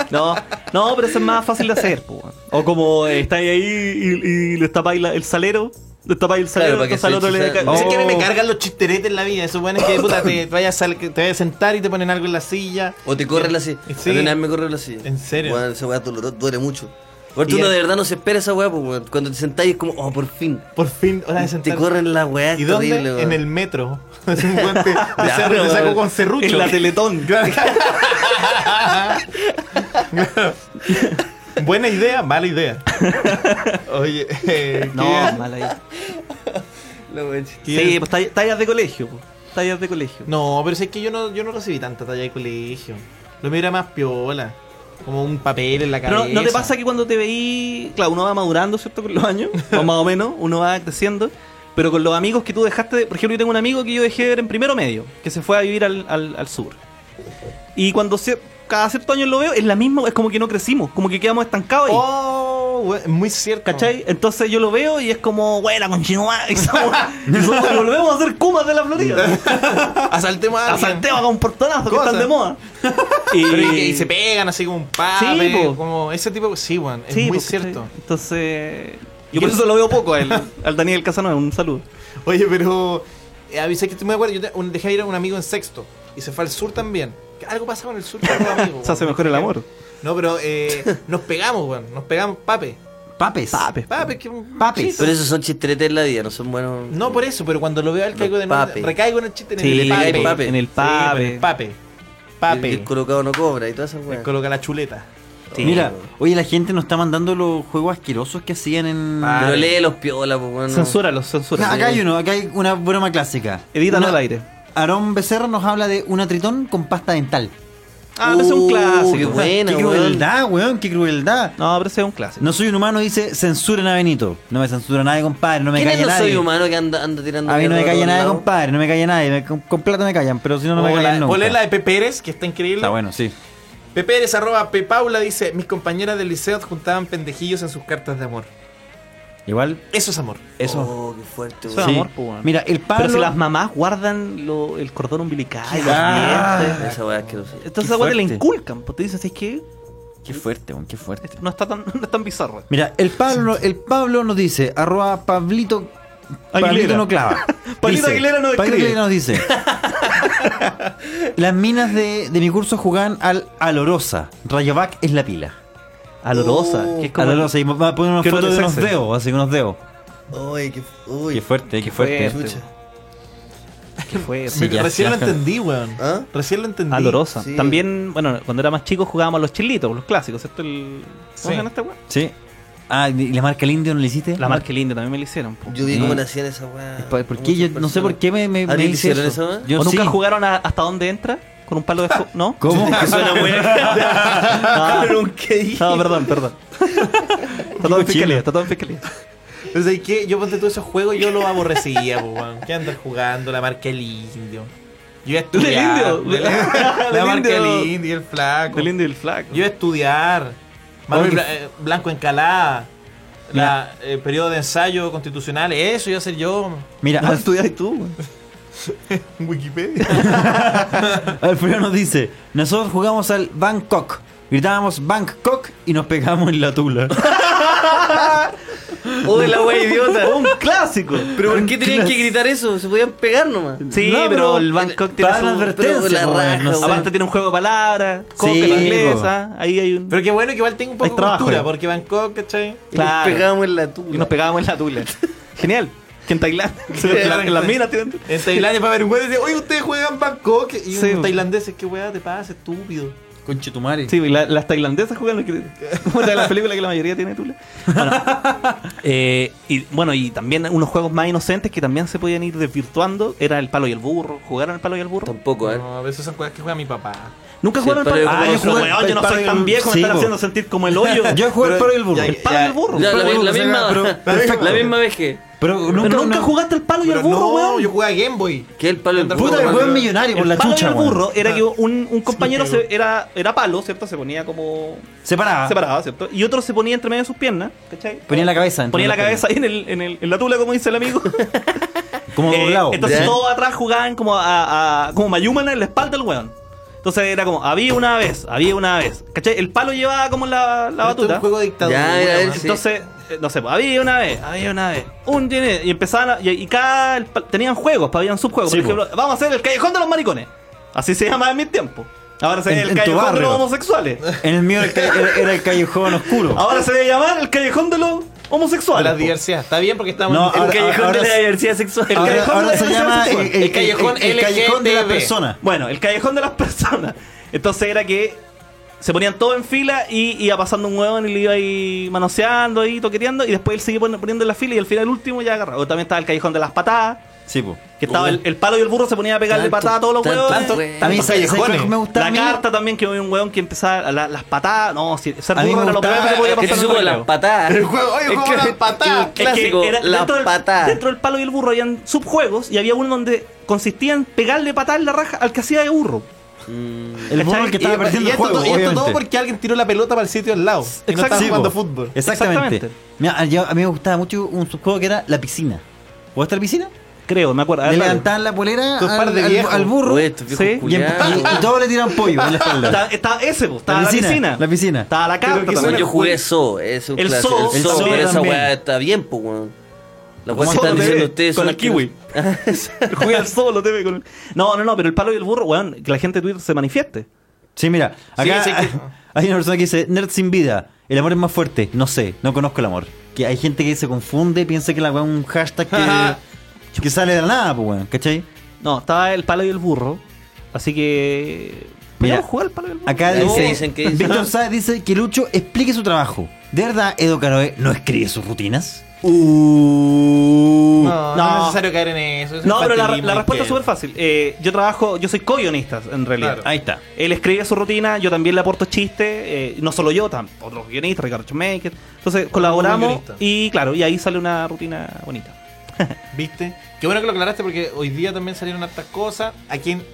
Speaker 10: le No, no, pero eso es más fácil de hacer, po. O como eh, estáis ahí y, y le tapáis la- el salero, le tapáis el salero,
Speaker 5: Claro, para que
Speaker 10: entonces al
Speaker 5: se
Speaker 10: otro le
Speaker 5: eche
Speaker 10: ca-
Speaker 5: sal-
Speaker 4: Dicen que a mí me
Speaker 10: Oh.
Speaker 4: cargan los chisteretes en la vida. Eso bueno es que puta, te, te vayas a, sal- que te vayas a sentar y te ponen algo en la silla.
Speaker 5: O te corre la silla.
Speaker 4: Sí.
Speaker 5: A mí una vez me corre la silla.
Speaker 4: ¿En serio?
Speaker 5: Weón, esa weá dolor- duele mucho. Porque
Speaker 4: Y
Speaker 5: uno
Speaker 4: el-
Speaker 5: de verdad no se espera esa weá, pues, weón. Cuando te sentáis es como, oh, por fin.
Speaker 4: Por fin, hora de
Speaker 5: Te
Speaker 4: sentar.
Speaker 5: corren la weá, es
Speaker 4: ¿Y dónde?
Speaker 5: terrible, weón.
Speaker 4: en el metro. Es un guante de
Speaker 5: Ya,
Speaker 4: cerro,
Speaker 5: pero-
Speaker 4: te saco con serrucho.
Speaker 10: En la Teletón.
Speaker 4: Buena idea, mala idea. Oye, eh,
Speaker 10: No,
Speaker 4: ¿qué-
Speaker 10: mala idea.
Speaker 5: La weá
Speaker 10: Sí, pues tall- tallas de colegio, po. Tallas de colegio.
Speaker 4: No, pero si es que yo no, yo no recibí tanta talla de colegio. Lo mío era más piola. Como un papel en la
Speaker 10: Pero
Speaker 4: cabeza.
Speaker 10: no, ¿no te pasa que cuando te veí, claro, uno va madurando, ¿cierto? Con los años, o más o menos, uno va creciendo, pero con los amigos que tú dejaste, de- por ejemplo, yo tengo un amigo que yo dejé de ver en primero medio, que se fue a vivir al, al- al sur. Y cuando cier- cada cierto año lo veo, es la misma, es como que no crecimos, como que quedamos estancados ahí.
Speaker 4: Oh, we- es muy cierto.
Speaker 10: ¿Cachai? Entonces yo lo veo y es como, bueno, continúa. Y somos- y somos- volvemos a ser cumas de la Florida.
Speaker 4: Asaltemos a alguien.
Speaker 10: Asaltemos con portonazos que
Speaker 4: Cosa.
Speaker 10: están de moda.
Speaker 4: Pero y, que- y se pegan así como un pape,
Speaker 10: Sí, po.
Speaker 4: como ese tipo. Sí, weón, es
Speaker 10: Sí,
Speaker 4: muy
Speaker 10: pues,
Speaker 4: cierto.
Speaker 10: ¿cachai? Entonces. Yo por eso lo veo poco a él. al Daniel Casanova, un saludo.
Speaker 4: Oye, pero. eh, avisé que estoy muy de acuerdo. Yo te- un- dejé ir a un amigo en sexto y se fue al sur también. Que Algo pasa con el sur con los amigos.
Speaker 10: Se hace
Speaker 4: weón.
Speaker 10: mejor el amor.
Speaker 4: No, pero eh, nos pegamos, weón. Nos pegamos, pape.
Speaker 3: Papes.
Speaker 5: Ah,
Speaker 4: Pape, que.
Speaker 3: Papes.
Speaker 5: Pero esos son chisteretes en la vida, no son buenos.
Speaker 4: No por eso, pero cuando lo veo al caigo de nuevo,
Speaker 5: pape.
Speaker 4: recaigo en el chiste en
Speaker 10: Sí,
Speaker 4: el
Speaker 5: le cae
Speaker 4: pape.
Speaker 5: pape.
Speaker 10: En el
Speaker 4: Sí, en
Speaker 10: pape.
Speaker 4: el pape. Pape.
Speaker 5: El, el colocado no cobra y todas esas
Speaker 4: Le
Speaker 5: weas.
Speaker 4: coloca la chuleta.
Speaker 5: Sí.
Speaker 3: Mira, oye, la gente nos está mandando los juegos asquerosos que hacían en...
Speaker 5: Pero lee los piola, pues, weón.
Speaker 10: Censúralos,
Speaker 3: No,
Speaker 10: censúralos.
Speaker 3: acá hay uno, acá hay una broma clásica.
Speaker 10: Edítalo
Speaker 3: Una-
Speaker 10: al aire.
Speaker 3: Aarón Becerra nos habla de una tritón con pasta dental.
Speaker 10: Ah, pero ese es un
Speaker 5: Uh,
Speaker 10: clásico.
Speaker 5: qué buena,
Speaker 3: qué
Speaker 5: weón.
Speaker 3: crueldad, weón, qué crueldad.
Speaker 10: No, pero ese es un clásico.
Speaker 3: No soy un humano, dice, censuren a Benito. No me censura nadie, compadre, no me
Speaker 5: ¿Quién es
Speaker 3: calla
Speaker 5: no soy
Speaker 3: nadie.
Speaker 5: humano que anda, anda tirando?
Speaker 3: A mí no me
Speaker 5: mierda
Speaker 3: calla
Speaker 5: por
Speaker 3: nadie,
Speaker 5: todos lados?
Speaker 3: compadre, no me calla nadie. me- con, con plata me callan, pero si no, no me
Speaker 4: O la-
Speaker 3: callan nunca.
Speaker 4: ponle la de Pepe Pérez, que está increíble.
Speaker 3: Está bueno, sí.
Speaker 4: Pepe Pérez, arroba Pepaula, dice: Mis compañeras del liceo juntaban pendejillos en sus cartas de amor.
Speaker 3: Igual,
Speaker 4: Eso es amor.
Speaker 3: eso.
Speaker 5: Oh, qué fuerte,
Speaker 10: Eso
Speaker 5: weón.
Speaker 10: es
Speaker 3: Sí.
Speaker 10: amor, po, weón.
Speaker 3: Mira, el Pablo...
Speaker 10: Pero si las mamás guardan lo- el cordón umbilical, los
Speaker 3: Ah.
Speaker 10: dientes.
Speaker 5: Esa weá es asquerosa.
Speaker 10: Entonces
Speaker 3: Qué
Speaker 10: esa weá te la
Speaker 3: fuerte.
Speaker 10: inculcan, pues te dicen, es que
Speaker 3: Qué fuerte, weón, qué fuerte.
Speaker 10: no está tan, no es tan bizarro.
Speaker 3: Mira, el Pablo, el Pablo nos dice, arroba Pablito.
Speaker 10: Aguilera.
Speaker 3: Pablito no clava.
Speaker 10: Pablito Aguilera nos
Speaker 3: Pablito Aguilera
Speaker 10: escribe.
Speaker 3: nos dice. Las minas de, de mi curso jugaban al Alorosa. Rayovac es la pila.
Speaker 10: Alorosa, que es como.
Speaker 3: Alorosa. Y va a poner una
Speaker 10: que
Speaker 3: foto
Speaker 10: no te
Speaker 3: de unos
Speaker 10: sexen.
Speaker 3: dedos, así con unos dedos.
Speaker 5: Uy, qué, uy.
Speaker 3: Qué fuerte, qué fuerte.
Speaker 10: fuerte. ¿Qué fue?
Speaker 3: Sí, ya,
Speaker 4: Recién
Speaker 3: ya.
Speaker 4: lo entendí, weón.
Speaker 5: ¿Ah?
Speaker 4: Recién lo entendí.
Speaker 10: Alorosa.
Speaker 5: Sí.
Speaker 10: También, bueno, cuando era más chico jugábamos a los chilitos, los clásicos, ¿cierto? El... ¿Cómo
Speaker 4: Sí.
Speaker 10: se llama esta weá?
Speaker 3: Sí. Ah, ¿y la marca Lindio no le hiciste?
Speaker 10: La marca linda también me la hicieron. po. Mm.
Speaker 5: Yo vi
Speaker 3: Sí.
Speaker 5: cómo le hacían esa weá.
Speaker 3: Pa- ¿Por qué? Yo no sé por qué me, me,
Speaker 5: ¿A ti
Speaker 3: me
Speaker 5: te
Speaker 3: hice
Speaker 5: hicieron
Speaker 3: eso.
Speaker 5: eso, eh?
Speaker 3: Yo
Speaker 10: ¿O nunca
Speaker 3: sí.
Speaker 10: jugaron a- hasta dónde entra? ¿Con un palo de fo- ¿No?
Speaker 3: ¿Cómo?
Speaker 10: Suena muy. Ah, no, perdón, perdón. Está todo en fiscalía, está todo en fiscalía.
Speaker 4: Entonces, ¿qué? Yo ponte todos esos juegos y yo los aborrecía, po, weón. ¿Qué andas jugando? La marca El Indio. Yo iba a
Speaker 10: Del
Speaker 4: estudiar.
Speaker 10: indio.
Speaker 4: La, la
Speaker 10: Del
Speaker 4: marca
Speaker 10: indio.
Speaker 4: El Indio, el flaco.
Speaker 10: Del indio y el flaco.
Speaker 4: Yo iba a estudiar. Manuel
Speaker 3: Oye,
Speaker 4: Bla- eh, Blanco Encalá, la, el periodo de ensayo constitucional, eso iba a ser yo.
Speaker 3: Mira,
Speaker 10: No
Speaker 3: Alf-
Speaker 10: estudias tú, güey.
Speaker 4: Wikipedia.
Speaker 3: Alfredo nos dice, nosotros jugamos al Bangkok. Gritábamos Bangkok y nos pegamos en la tula.
Speaker 5: ¡Oh, la wea idiota!
Speaker 10: Un clásico.
Speaker 5: ¿Pero por qué tenían que gritar eso? Se podían pegar nomás.
Speaker 10: Sí,
Speaker 3: No,
Speaker 10: pero, eh,
Speaker 3: pero
Speaker 10: el Bangkok tiene
Speaker 3: para la
Speaker 10: su...
Speaker 3: advertencia,
Speaker 10: pero la
Speaker 3: po,
Speaker 10: raja,
Speaker 3: weón, no sé.
Speaker 10: Aparte tiene un juego de palabras, coca
Speaker 3: Sí,
Speaker 10: la
Speaker 3: po.
Speaker 10: inglesa, ahí hay un...
Speaker 4: Pero qué bueno que igual tengo un poco
Speaker 3: Hay
Speaker 4: de
Speaker 3: trabajo,
Speaker 4: cultura,
Speaker 3: ya.
Speaker 4: porque Bangkok, ¿cachai?
Speaker 10: Claro.
Speaker 5: Nos pegábamos en la tula.
Speaker 10: Y nos pegábamos en la tula. Genial. Que en Tailandia. en la- en las minas tienen...
Speaker 4: En Tailandia para ver un güey dice, oye, ustedes juegan Bangkok. Y
Speaker 10: Sí.
Speaker 4: unos tailandeses, qué weá te pasa, estúpido.
Speaker 3: Conchetumare.
Speaker 10: Sí, la- las tailandesas juegan lo que. Una de las películas que la mayoría tiene Tula. Bueno, eh, y bueno, y también unos juegos más inocentes que también se podían ir desvirtuando. Era el palo y el burro. ¿Jugaron el palo y el burro?
Speaker 5: Tampoco, ¿eh?
Speaker 4: No, a veces son cosas que juega mi papá.
Speaker 10: Nunca
Speaker 5: Sí,
Speaker 10: jugaron
Speaker 5: el
Speaker 10: el
Speaker 5: palo
Speaker 10: palo
Speaker 5: y
Speaker 10: y
Speaker 5: el
Speaker 10: el burro.
Speaker 5: burro.
Speaker 10: Ah, yo, weón, yo no soy tan viejo, me
Speaker 3: Sí,
Speaker 10: están
Speaker 3: po.
Speaker 10: haciendo sentir como el hoyo.
Speaker 3: Yo jugué al
Speaker 4: Pero-
Speaker 3: palo y el burro.
Speaker 10: El palo y el burro.
Speaker 5: Ya, la,
Speaker 3: Pero-
Speaker 5: la misma,
Speaker 3: pero-
Speaker 5: la misma vez que.
Speaker 3: Pero
Speaker 10: Pero
Speaker 3: nunca,
Speaker 10: nunca,
Speaker 3: no-
Speaker 10: jugaste el palo y el
Speaker 4: Pero
Speaker 10: burro,
Speaker 4: no,
Speaker 10: weón.
Speaker 4: yo jugaba Game Boy.
Speaker 5: Que el palo del
Speaker 3: Puta, el
Speaker 5: burro,
Speaker 3: weón
Speaker 5: man.
Speaker 3: millonario por
Speaker 10: El
Speaker 3: la
Speaker 10: palo y
Speaker 3: chucha,
Speaker 10: el
Speaker 3: weón.
Speaker 10: burro era que un, un compañero se- era, era palo, ¿cierto? Se ponía como
Speaker 3: Se paraba.
Speaker 10: separado, ¿cierto? Y otro se ponía entre medio de sus piernas, ¿cachai?
Speaker 3: Ponía la cabeza. entre
Speaker 10: Ponía la
Speaker 3: las
Speaker 10: cabeza ahí en, el, en, el, en la tula, como dice el amigo.
Speaker 3: piernas. Como
Speaker 10: Eh,
Speaker 3: doblado.
Speaker 10: entonces
Speaker 5: Ya.
Speaker 10: todos atrás jugaban como a, a- como Mayumana en la espalda del weón. Entonces era como, había una vez, había una vez. ¿Cachai? El palo llevaba como la, la
Speaker 4: Esto es
Speaker 10: batuta.
Speaker 4: un juego de dictadura.
Speaker 5: Ya, era
Speaker 4: weón.
Speaker 5: él, sí.
Speaker 10: Entonces, eh, no sé, pues, había una vez, había una vez. Un tiene y empezaban a- y, y cada el pa- tenían juegos, pues, habían subjuegos,
Speaker 3: Sí,
Speaker 10: por ejemplo, vamos a hacer el callejón de los maricones. Así se llamaba en mi tiempo. Ahora se
Speaker 3: En-
Speaker 10: ve el
Speaker 3: en tu
Speaker 10: callejón de
Speaker 3: barrio.
Speaker 10: los homosexuales.
Speaker 3: En el mío era el ca- era, era el callejón oscuro.
Speaker 10: Ahora se debe llamar el callejón de los homosexuales. pues.
Speaker 4: Las
Speaker 10: po.
Speaker 4: diversidades. Está bien porque estamos
Speaker 3: No,
Speaker 4: en-
Speaker 3: ahora-
Speaker 5: El callejón
Speaker 3: ahora
Speaker 5: de la
Speaker 3: se-
Speaker 5: diversidad sexual. El
Speaker 3: ahora
Speaker 5: callejón
Speaker 3: ahora
Speaker 5: de la
Speaker 3: se llama
Speaker 5: diversidad
Speaker 3: el,
Speaker 5: sexual.
Speaker 3: el-
Speaker 4: El callejón
Speaker 3: el- el callejón de la
Speaker 4: LGTB.
Speaker 3: persona.
Speaker 10: Bueno, el callejón de las personas. Entonces era que se ponían todos en fila y iba pasando un huevón y le iba ahí manoseando y toqueteando y después él seguía pon- poniendo en la fila y al final el último ya agarraba. O también estaba el callejón de las patadas,
Speaker 3: Sí, po.
Speaker 10: que estaba el, el palo y el burro se ponía a pegarle
Speaker 5: Tanto-
Speaker 10: patadas a todos los
Speaker 5: tanto-
Speaker 10: huevos.
Speaker 5: tanto-
Speaker 3: A mí
Speaker 5: Tantos
Speaker 3: ¿sabes cuál
Speaker 4: callejones.
Speaker 3: me gustaba
Speaker 10: La
Speaker 3: a mí?
Speaker 10: carta también, que había un huevón que empezaba la- las patadas. No, si, ser
Speaker 3: A mí
Speaker 10: burro
Speaker 3: me
Speaker 10: era lo peor
Speaker 3: gustaba
Speaker 10: que podía
Speaker 5: Que
Speaker 10: pasar.
Speaker 5: se
Speaker 10: en un
Speaker 5: supo las
Speaker 10: recreo.
Speaker 5: patadas.
Speaker 4: El juego- oye,
Speaker 5: Es
Speaker 4: juego
Speaker 5: que-
Speaker 4: las patadas.
Speaker 5: el clásico,
Speaker 10: era-
Speaker 5: las
Speaker 10: dentro, del,
Speaker 5: patadas.
Speaker 10: dentro del palo y el burro habían subjuegos y había uno donde consistía en pegarle patada en la raja al que hacía de burro.
Speaker 5: Mm.
Speaker 3: El burro el que estaba
Speaker 4: Y-
Speaker 3: perdiendo
Speaker 4: y
Speaker 3: el
Speaker 4: esto,
Speaker 3: juego.
Speaker 4: y esto todo
Speaker 3: obviamente.
Speaker 4: porque alguien tiró la pelota para el sitio al lado. Y no estaba
Speaker 3: Sí,
Speaker 4: jugando
Speaker 3: po.
Speaker 4: fútbol.
Speaker 3: Exactamente.
Speaker 10: Exactamente.
Speaker 3: Mira, yo- a mí me gustaba mucho un subjuego que era la piscina. ¿Jugaste a la piscina?
Speaker 10: Creo, me acuerdo. A
Speaker 3: Le
Speaker 10: ver, dale.
Speaker 3: levantaban la polera
Speaker 4: Con par
Speaker 3: al,
Speaker 4: de
Speaker 3: al-
Speaker 4: viejos.
Speaker 3: al burro
Speaker 5: Oye, estos viejos
Speaker 10: Sí, y en-
Speaker 3: y, en-
Speaker 5: culiados.
Speaker 3: y- y todos le tiran pollo en la espalda.
Speaker 10: Está, está ese, po, estaba la piscina.
Speaker 3: La piscina.
Speaker 10: Estaba la carta.
Speaker 4: Pero que
Speaker 10: también.
Speaker 5: Bueno, yo jugué eso, es un
Speaker 10: El
Speaker 5: clásico.
Speaker 10: zoo,
Speaker 5: el
Speaker 10: el
Speaker 5: zoo,
Speaker 10: zoo
Speaker 5: pero esa
Speaker 3: también.
Speaker 5: weá está bien, pues, weón. La weá
Speaker 10: Como
Speaker 5: que están
Speaker 10: solo
Speaker 5: diciendo
Speaker 10: TV,
Speaker 5: ustedes
Speaker 10: con
Speaker 5: son
Speaker 10: el kiwi.
Speaker 5: asquerosos.
Speaker 10: Jugué al solo, TV con el- No, no, no, pero el palo y el burro, weón, que la gente de Twitter se manifieste.
Speaker 3: Sí, mira, acá
Speaker 4: Sí, sí, que-
Speaker 3: hay una persona que dice, nerd sin vida, el amor es más fuerte. No sé, no conozco el amor. Que hay gente que se confunde, piensa que la weá es un hashtag que, que sale de la nada, pues weón, ¿cachai?
Speaker 10: No, estaba el palo y el burro. Así que.
Speaker 3: Mira,
Speaker 10: Mira, jugar al palo y el burro.
Speaker 3: Acá
Speaker 5: Ahí
Speaker 3: dice,
Speaker 5: se dicen que dicen.
Speaker 3: Víctor Sáez dice que Lucho explique su trabajo. ¿De verdad Edo Caroe no escribe sus rutinas? Uh.
Speaker 4: No, no,
Speaker 10: No.
Speaker 4: es necesario caer en eso. eso es
Speaker 10: No, pero la,
Speaker 4: infantilismo
Speaker 10: la respuesta
Speaker 4: izquierdo.
Speaker 10: es súper fácil. Eh, yo trabajo, yo soy co-guionista, en realidad.
Speaker 4: Claro.
Speaker 3: Ahí está.
Speaker 10: Él escribe su rutina, yo también le aporto chistes, eh, no solo yo, tam, otros guionistas, Ricardo Schumacher. Entonces colaboramos
Speaker 4: guionista.
Speaker 10: y claro, y ahí sale una rutina bonita.
Speaker 4: ¿Viste? Qué bueno que lo aclaraste porque hoy día también salieron hartas cosas. Aquí en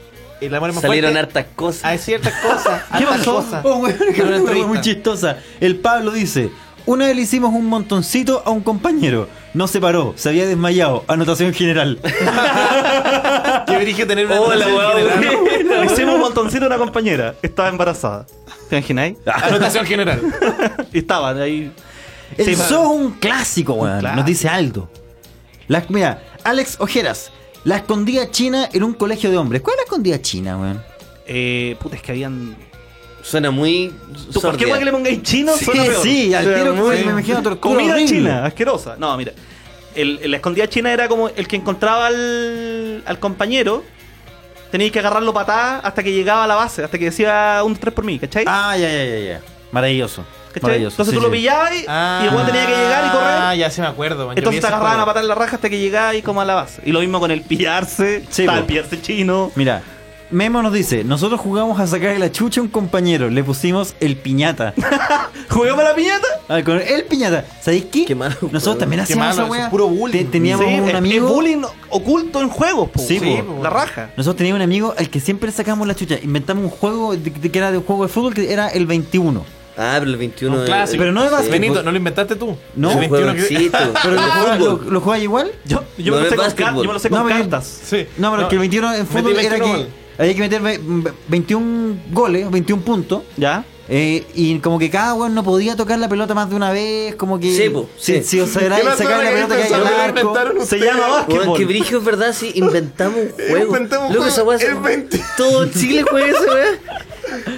Speaker 4: El Amor es más
Speaker 5: Salieron
Speaker 4: fuerte,
Speaker 5: hartas
Speaker 4: Hay
Speaker 5: cosas.
Speaker 4: ciertas cosas.
Speaker 3: ¿Qué
Speaker 4: hartas
Speaker 3: pasó?
Speaker 4: cosas.
Speaker 3: Oh, weón, que
Speaker 4: Una
Speaker 3: una
Speaker 4: entrevista.
Speaker 3: muy chistosa. El Pablo dice: Una vez le hicimos un montoncito a un compañero. No se paró, se había desmayado. Anotación general.
Speaker 4: Qué brillo tener una
Speaker 5: Hola,
Speaker 4: anotación
Speaker 5: weón.
Speaker 4: general.
Speaker 10: Le hicimos un montoncito a una compañera, estaba embarazada. ¿Te imagináis?
Speaker 4: Anotación general.
Speaker 10: Y estaba ahí.
Speaker 3: El
Speaker 10: Sí,
Speaker 3: zoo es un clásico, weón.
Speaker 10: clásico.
Speaker 3: Nos dice Aldo. Las, mira, Alex Ojeras. La escondida china en un colegio de hombres. ¿Cuál es la escondida china, weón?
Speaker 10: Eh, puta, es que habían.
Speaker 5: Suena muy.
Speaker 10: ¿Tú, ¿Por qué
Speaker 5: sordea.
Speaker 10: weón, que le pongáis chino?
Speaker 3: Sí,
Speaker 10: Suena peor.
Speaker 3: sí, al
Speaker 5: Suena
Speaker 3: tiro que
Speaker 5: muy-
Speaker 3: me imagino tortura
Speaker 10: Comida
Speaker 3: horrible.
Speaker 10: china, asquerosa. No, mira. El, el- la escondida china era como el que encontraba al, al compañero. Tenías que agarrarlo patada hasta que llegaba a la base, hasta que decía un 3 por mí, ¿cachai?
Speaker 3: Ah, ya, ya, ya, ya. Maravilloso.
Speaker 10: ¿Cachai?
Speaker 3: Maravilloso.
Speaker 10: Entonces
Speaker 3: Sí,
Speaker 10: tú lo
Speaker 3: sí. Ah,
Speaker 10: pillabas y, y el weón tenía que llegar y
Speaker 4: Ah,
Speaker 10: correr.
Speaker 4: ya se me acuerdo. man. Yo vi
Speaker 10: Entonces te
Speaker 4: ese
Speaker 10: agarraban a
Speaker 4: juego.
Speaker 10: patar la raja hasta que llegabas y como a la base. Y lo mismo con el pillarse,
Speaker 3: Sí,
Speaker 10: estaba
Speaker 3: po.
Speaker 10: el pillarse chino.
Speaker 3: Mira, Memo nos dice, nosotros jugamos a sacar la chucha a un compañero, le pusimos el piñata.
Speaker 10: ¿Juguemos a la piñata?
Speaker 3: Ah, con el piñata. ¿Sabéis qué?
Speaker 5: Qué malo,
Speaker 3: nosotros
Speaker 5: weón.
Speaker 3: también
Speaker 4: Qué
Speaker 3: hacíamos
Speaker 4: malo,
Speaker 3: esa
Speaker 4: eso es
Speaker 3: weá.
Speaker 4: puro bullying.
Speaker 3: Te- teníamos
Speaker 10: Sí,
Speaker 3: un
Speaker 10: es- es
Speaker 3: amigo.
Speaker 10: bullying oculto en juegos, po.
Speaker 3: Sí, po.
Speaker 10: La raja.
Speaker 3: Nosotros teníamos un amigo al que siempre le sacamos la chucha. Inventamos un juego de- de- que era de un juego de fútbol que era el 21.
Speaker 5: Ah, pero el 21
Speaker 4: Un
Speaker 5: es-
Speaker 4: clásico.
Speaker 3: Pero no es básquetbol.
Speaker 4: Benito, no lo inventaste tú.
Speaker 3: No.
Speaker 4: El
Speaker 5: Es un juego
Speaker 4: 21 que-
Speaker 5: exito.
Speaker 3: ¿Pero
Speaker 5: Es
Speaker 3: lo, lo,
Speaker 5: fútbol.
Speaker 3: lo juega igual?
Speaker 10: Yo, yo me,
Speaker 5: No
Speaker 10: lo
Speaker 5: es
Speaker 10: sé con car-
Speaker 5: básquetbol.
Speaker 10: yo me lo sé con
Speaker 3: No, pero-
Speaker 10: cartas.
Speaker 4: Sí.
Speaker 3: No, pero que el 21 en
Speaker 4: Metí
Speaker 3: fútbol era
Speaker 4: 21
Speaker 3: que
Speaker 4: goles.
Speaker 3: había que meter ve- ve- 21 goles, 21 puntos.
Speaker 10: ¿Ya?
Speaker 3: eh, y como que cada weón no podía tocar la pelota más de una vez, como que.
Speaker 5: Sí, po, sí.
Speaker 3: Si, si os sacáis-
Speaker 9: ¿Qué más
Speaker 3: sacáis la
Speaker 9: saben
Speaker 3: pelota que
Speaker 9: que
Speaker 3: hay al
Speaker 9: lo
Speaker 3: arco.
Speaker 9: inventaron
Speaker 10: Se
Speaker 9: ustedes?
Speaker 10: llama
Speaker 5: Weón,
Speaker 10: básquetbol.
Speaker 5: que brillo, es verdad, sí, inventamos un juego.
Speaker 9: Inventamos un
Speaker 5: Loco, esa
Speaker 9: juego,
Speaker 5: weá se-
Speaker 9: el 20.
Speaker 5: Todo Chile juega esa weá.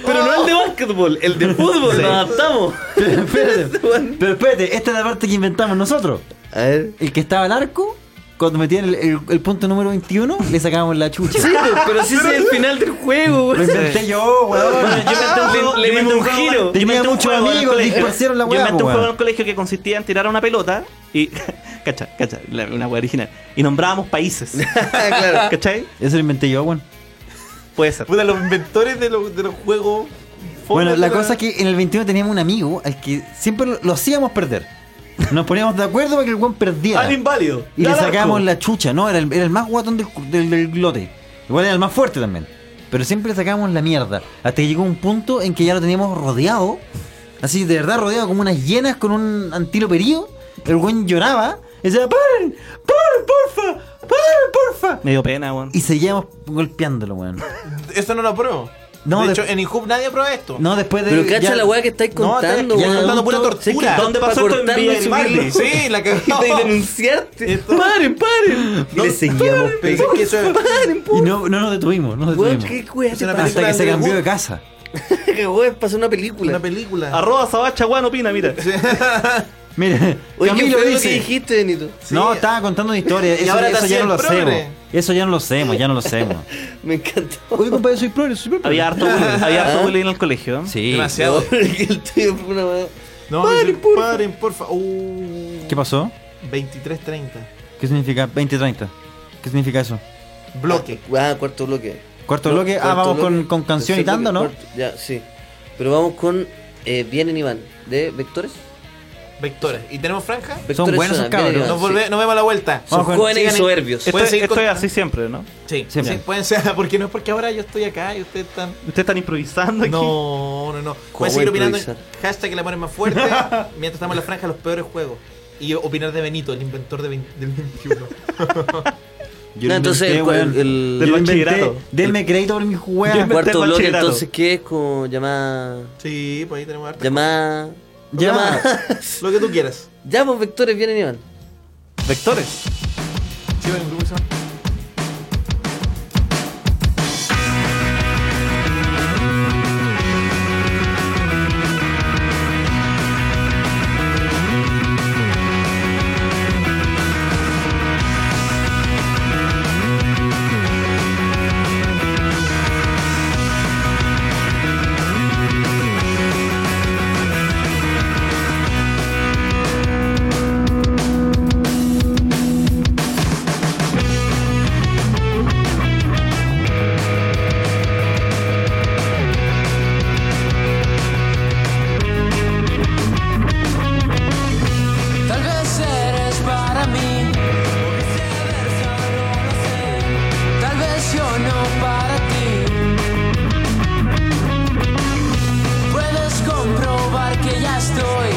Speaker 10: Pero no el de básquetbol, el de fútbol.
Speaker 5: Nos
Speaker 10: ¿no?
Speaker 5: adaptamos.
Speaker 3: Pero Oh. espérate, pero espérate, esta es la parte que inventamos nosotros.
Speaker 5: A ver.
Speaker 3: El que estaba al arco, cuando metían el, el- el punto número 21, le sacábamos la chucha.
Speaker 5: Sí, po, pero si ese es el final del juego,
Speaker 3: Lo
Speaker 5: weón.
Speaker 3: inventé yo, weón.
Speaker 10: Yo inventé un juego-
Speaker 5: le
Speaker 10: yo
Speaker 5: dimos
Speaker 10: inventé
Speaker 5: un giro.
Speaker 10: juego- yo
Speaker 3: Tenía
Speaker 10: inventé un
Speaker 3: muchos
Speaker 10: juego en el
Speaker 3: amigos,
Speaker 10: colegio.
Speaker 3: dispersaron la
Speaker 10: Yo
Speaker 3: weá,
Speaker 10: inventé un
Speaker 3: weón.
Speaker 10: juego en el colegio que consistía en tirar una pelota y. cacha, cacha, la- una weá original. Y nombrábamos países.
Speaker 5: Claro.
Speaker 10: ¿Cachai?
Speaker 3: Eso lo inventé yo, weón.
Speaker 10: Puede ser.
Speaker 4: Puta, los inventores de los, de los juegos.
Speaker 3: Bueno,
Speaker 4: Fórmula-
Speaker 3: la cosa es que en el 21 teníamos un amigo al que siempre lo, lo hacíamos perder. Nos poníamos de acuerdo para que el weón perdiera.
Speaker 10: Al inválido.
Speaker 3: Y le
Speaker 10: Al arco.
Speaker 3: sacábamos la chucha, ¿no? Era el, era el más guatón del, del, del lote. Igual era el más fuerte también. Pero siempre le sacábamos la mierda. Hasta que llegó un punto en que ya lo teníamos rodeado. Así, de verdad, rodeado como unas hienas con un antiloperío. El weón lloraba. Y decía, ¡paren! ¡Paren, porfa! ¡Paren, porfa!
Speaker 10: Me dio pena, weón.
Speaker 3: Y seguíamos golpeándolo, weón.
Speaker 4: Eso no lo apruebo.
Speaker 3: No,
Speaker 4: de
Speaker 3: de-
Speaker 4: hecho, en IHUB nadie aprueba esto.
Speaker 3: No, después de...
Speaker 5: Pero cacha
Speaker 3: ya-
Speaker 5: la weá que estáis
Speaker 4: No,
Speaker 5: contando,
Speaker 4: te- ya
Speaker 5: weón.
Speaker 4: estás dando pura
Speaker 5: Adulto, sé que
Speaker 4: tortura.
Speaker 5: pa-
Speaker 10: ¿Dónde
Speaker 5: pa'
Speaker 10: pasó esto en
Speaker 5: cortarlo
Speaker 10: Villa
Speaker 5: y
Speaker 10: del
Speaker 5: subirlo.
Speaker 10: Mar?
Speaker 4: Sí, la que.
Speaker 5: Y denunciarte. ¡Paren, paren! Y le seguíamos
Speaker 4: Pensé
Speaker 5: pegando.
Speaker 4: que eso era-
Speaker 5: ¡Paren,
Speaker 3: Y
Speaker 5: por
Speaker 3: no, no nos detuvimos, no nos
Speaker 5: Weón,
Speaker 3: detuvimos.
Speaker 5: qué weá
Speaker 4: Es
Speaker 5: te
Speaker 4: una
Speaker 5: pasa.
Speaker 3: Hasta
Speaker 4: película
Speaker 3: que se
Speaker 4: de
Speaker 3: cambió
Speaker 4: Wood.
Speaker 3: de casa.
Speaker 5: Que weón, pasó una película.
Speaker 4: Una película.
Speaker 10: Arroba Sabacha, weón, opina, mira.
Speaker 3: Mira,
Speaker 5: Oye, ¿qué
Speaker 3: Camilo
Speaker 5: fue lo que
Speaker 3: dice...
Speaker 5: dijiste, Benito?
Speaker 3: No, estaba contando una historia.
Speaker 4: Y
Speaker 3: Eso,
Speaker 4: ahora te
Speaker 3: eso
Speaker 4: hacía
Speaker 3: ya no lo
Speaker 4: el progre.
Speaker 3: hacemos. Eso ya no lo hacemos, ya no lo hacemos.
Speaker 5: Me encantó.
Speaker 3: Oye, compadre, soy progre, soy progre.
Speaker 10: Había harto bullying, había harto bullying en el colegio.
Speaker 3: ¿Ah? Sí. Oh,
Speaker 4: Demasiado.
Speaker 5: No, porque el tuyo fue una weá.
Speaker 4: No,
Speaker 5: Paren,
Speaker 4: paren,
Speaker 5: porfa.
Speaker 4: paren, porfa. Uh,
Speaker 3: ¿Qué pasó?
Speaker 4: 23.30.
Speaker 3: ¿Qué significa 2030? ¿Qué significa eso?
Speaker 4: Bloque.
Speaker 5: Ah, cuarto bloque.
Speaker 3: Cuarto
Speaker 5: No,
Speaker 3: bloque. ah,
Speaker 5: cuarto
Speaker 3: vamos
Speaker 5: bloque.
Speaker 3: con, con canción y
Speaker 5: Tercer
Speaker 3: tanto, ¿no?
Speaker 5: bloque, cuarto- Ya, sí. Pero vamos con eh, Vienen y Van, de Vectores.
Speaker 4: Vectores. ¿Y tenemos franja?
Speaker 5: Vectores
Speaker 3: buenos esos
Speaker 5: suena, Vienen y
Speaker 3: cabros.
Speaker 5: Van,
Speaker 4: Nos,
Speaker 5: sí.
Speaker 4: volve- nos vemos a la vuelta.
Speaker 5: Son
Speaker 3: Vamos con-
Speaker 5: jóvenes y
Speaker 4: sigan en-
Speaker 5: soberbios.
Speaker 10: Esto,
Speaker 4: Pueden seguir
Speaker 10: esto es
Speaker 4: con-
Speaker 10: así siempre, ¿no?
Speaker 4: Sí,
Speaker 3: Sí,
Speaker 4: sí,
Speaker 3: sí.
Speaker 4: pueden ser. Porque no es porque ahora yo estoy acá y ustedes están.
Speaker 10: Ustedes están improvisando aquí.
Speaker 4: No, no, no. Pueden seguir opinando en
Speaker 5: improvisar?
Speaker 4: hashtag el amor es más fuerte. mientras estamos en la franja, los peores juegos. Y opinar de Benito, el inventor de vein- del 21.
Speaker 5: No, entonces el,
Speaker 3: weón.
Speaker 5: el- el-
Speaker 10: Del
Speaker 3: Yo inventé-
Speaker 10: bachillerato.
Speaker 3: Denme crédito por mi
Speaker 10: Yo
Speaker 3: juega.
Speaker 10: inventé
Speaker 5: cuarto
Speaker 10: el
Speaker 5: bloque
Speaker 10: bachillerato.
Speaker 5: entonces que es con llamada...
Speaker 4: sí, pues ahí tenemos harta.
Speaker 5: Llamada...
Speaker 3: Llamada.
Speaker 5: Llamada...
Speaker 4: Lo que tú quieras.
Speaker 5: Ya, pues Vectores Vienen y Van.
Speaker 10: Vectores.
Speaker 4: Sí, bueno, el grupo se llama-
Speaker 6: Tal vez eres para mí, o viceversa, no lo sé. Tal vez yo no para ti. Puedes comprobar que ya estoy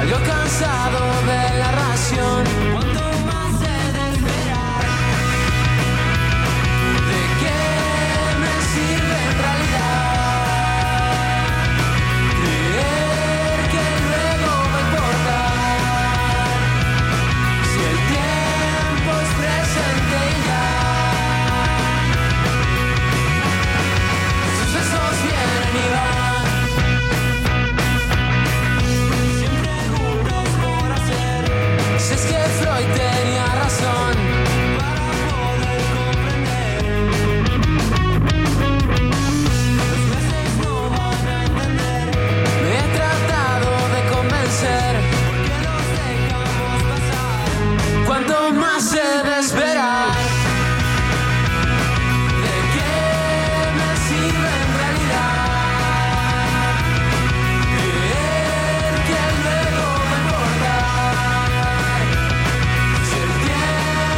Speaker 6: algo cansado de la ración. Cuanto más he de esperar, ¿de qué me sirve en realidad? Creer que luego me importa Si el tiempo es presente y ya Sucesos vienen y van Sin preguntas por hacer Si es que Freud tenía razón Para poder comprender Los meses no van a entender me he tratado de convencer porque nos dejamos pasar. Cuanto más he de esperar, ¿de qué me sirve en realidad? Creer que luego me importa. Si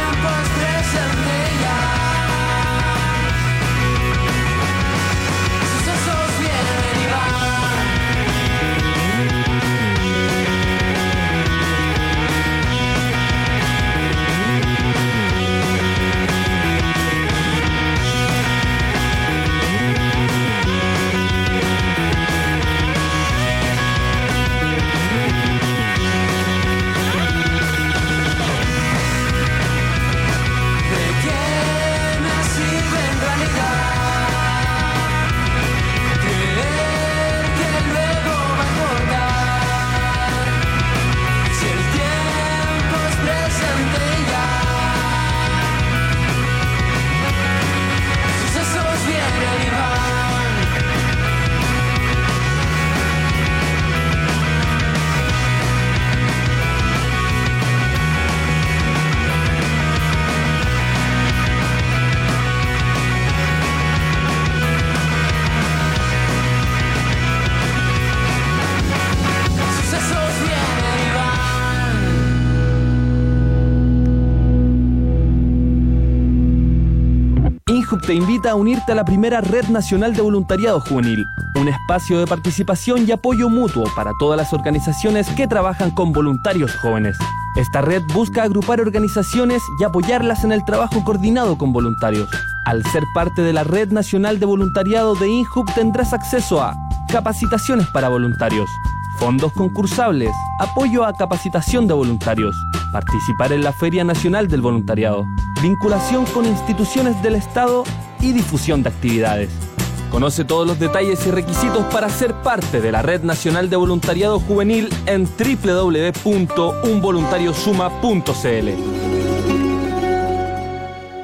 Speaker 11: Hub te invita a unirte a la primera Red Nacional de Voluntariado Juvenil, un espacio de participación y apoyo mutuo para todas las organizaciones que trabajan con voluntarios jóvenes. Esta red busca agrupar organizaciones y apoyarlas en el trabajo coordinado con voluntarios. Al ser parte de la Red Nacional de Voluntariado de InHub tendrás acceso a capacitaciones para voluntarios, fondos concursables, apoyo a capacitación de voluntarios, participar en la Feria Nacional del Voluntariado, vinculación con instituciones del Estado y difusión de actividades. Conoce todos los detalles y requisitos para ser parte de la Red Nacional de Voluntariado Juvenil en www.unvoluntariosuma.cl.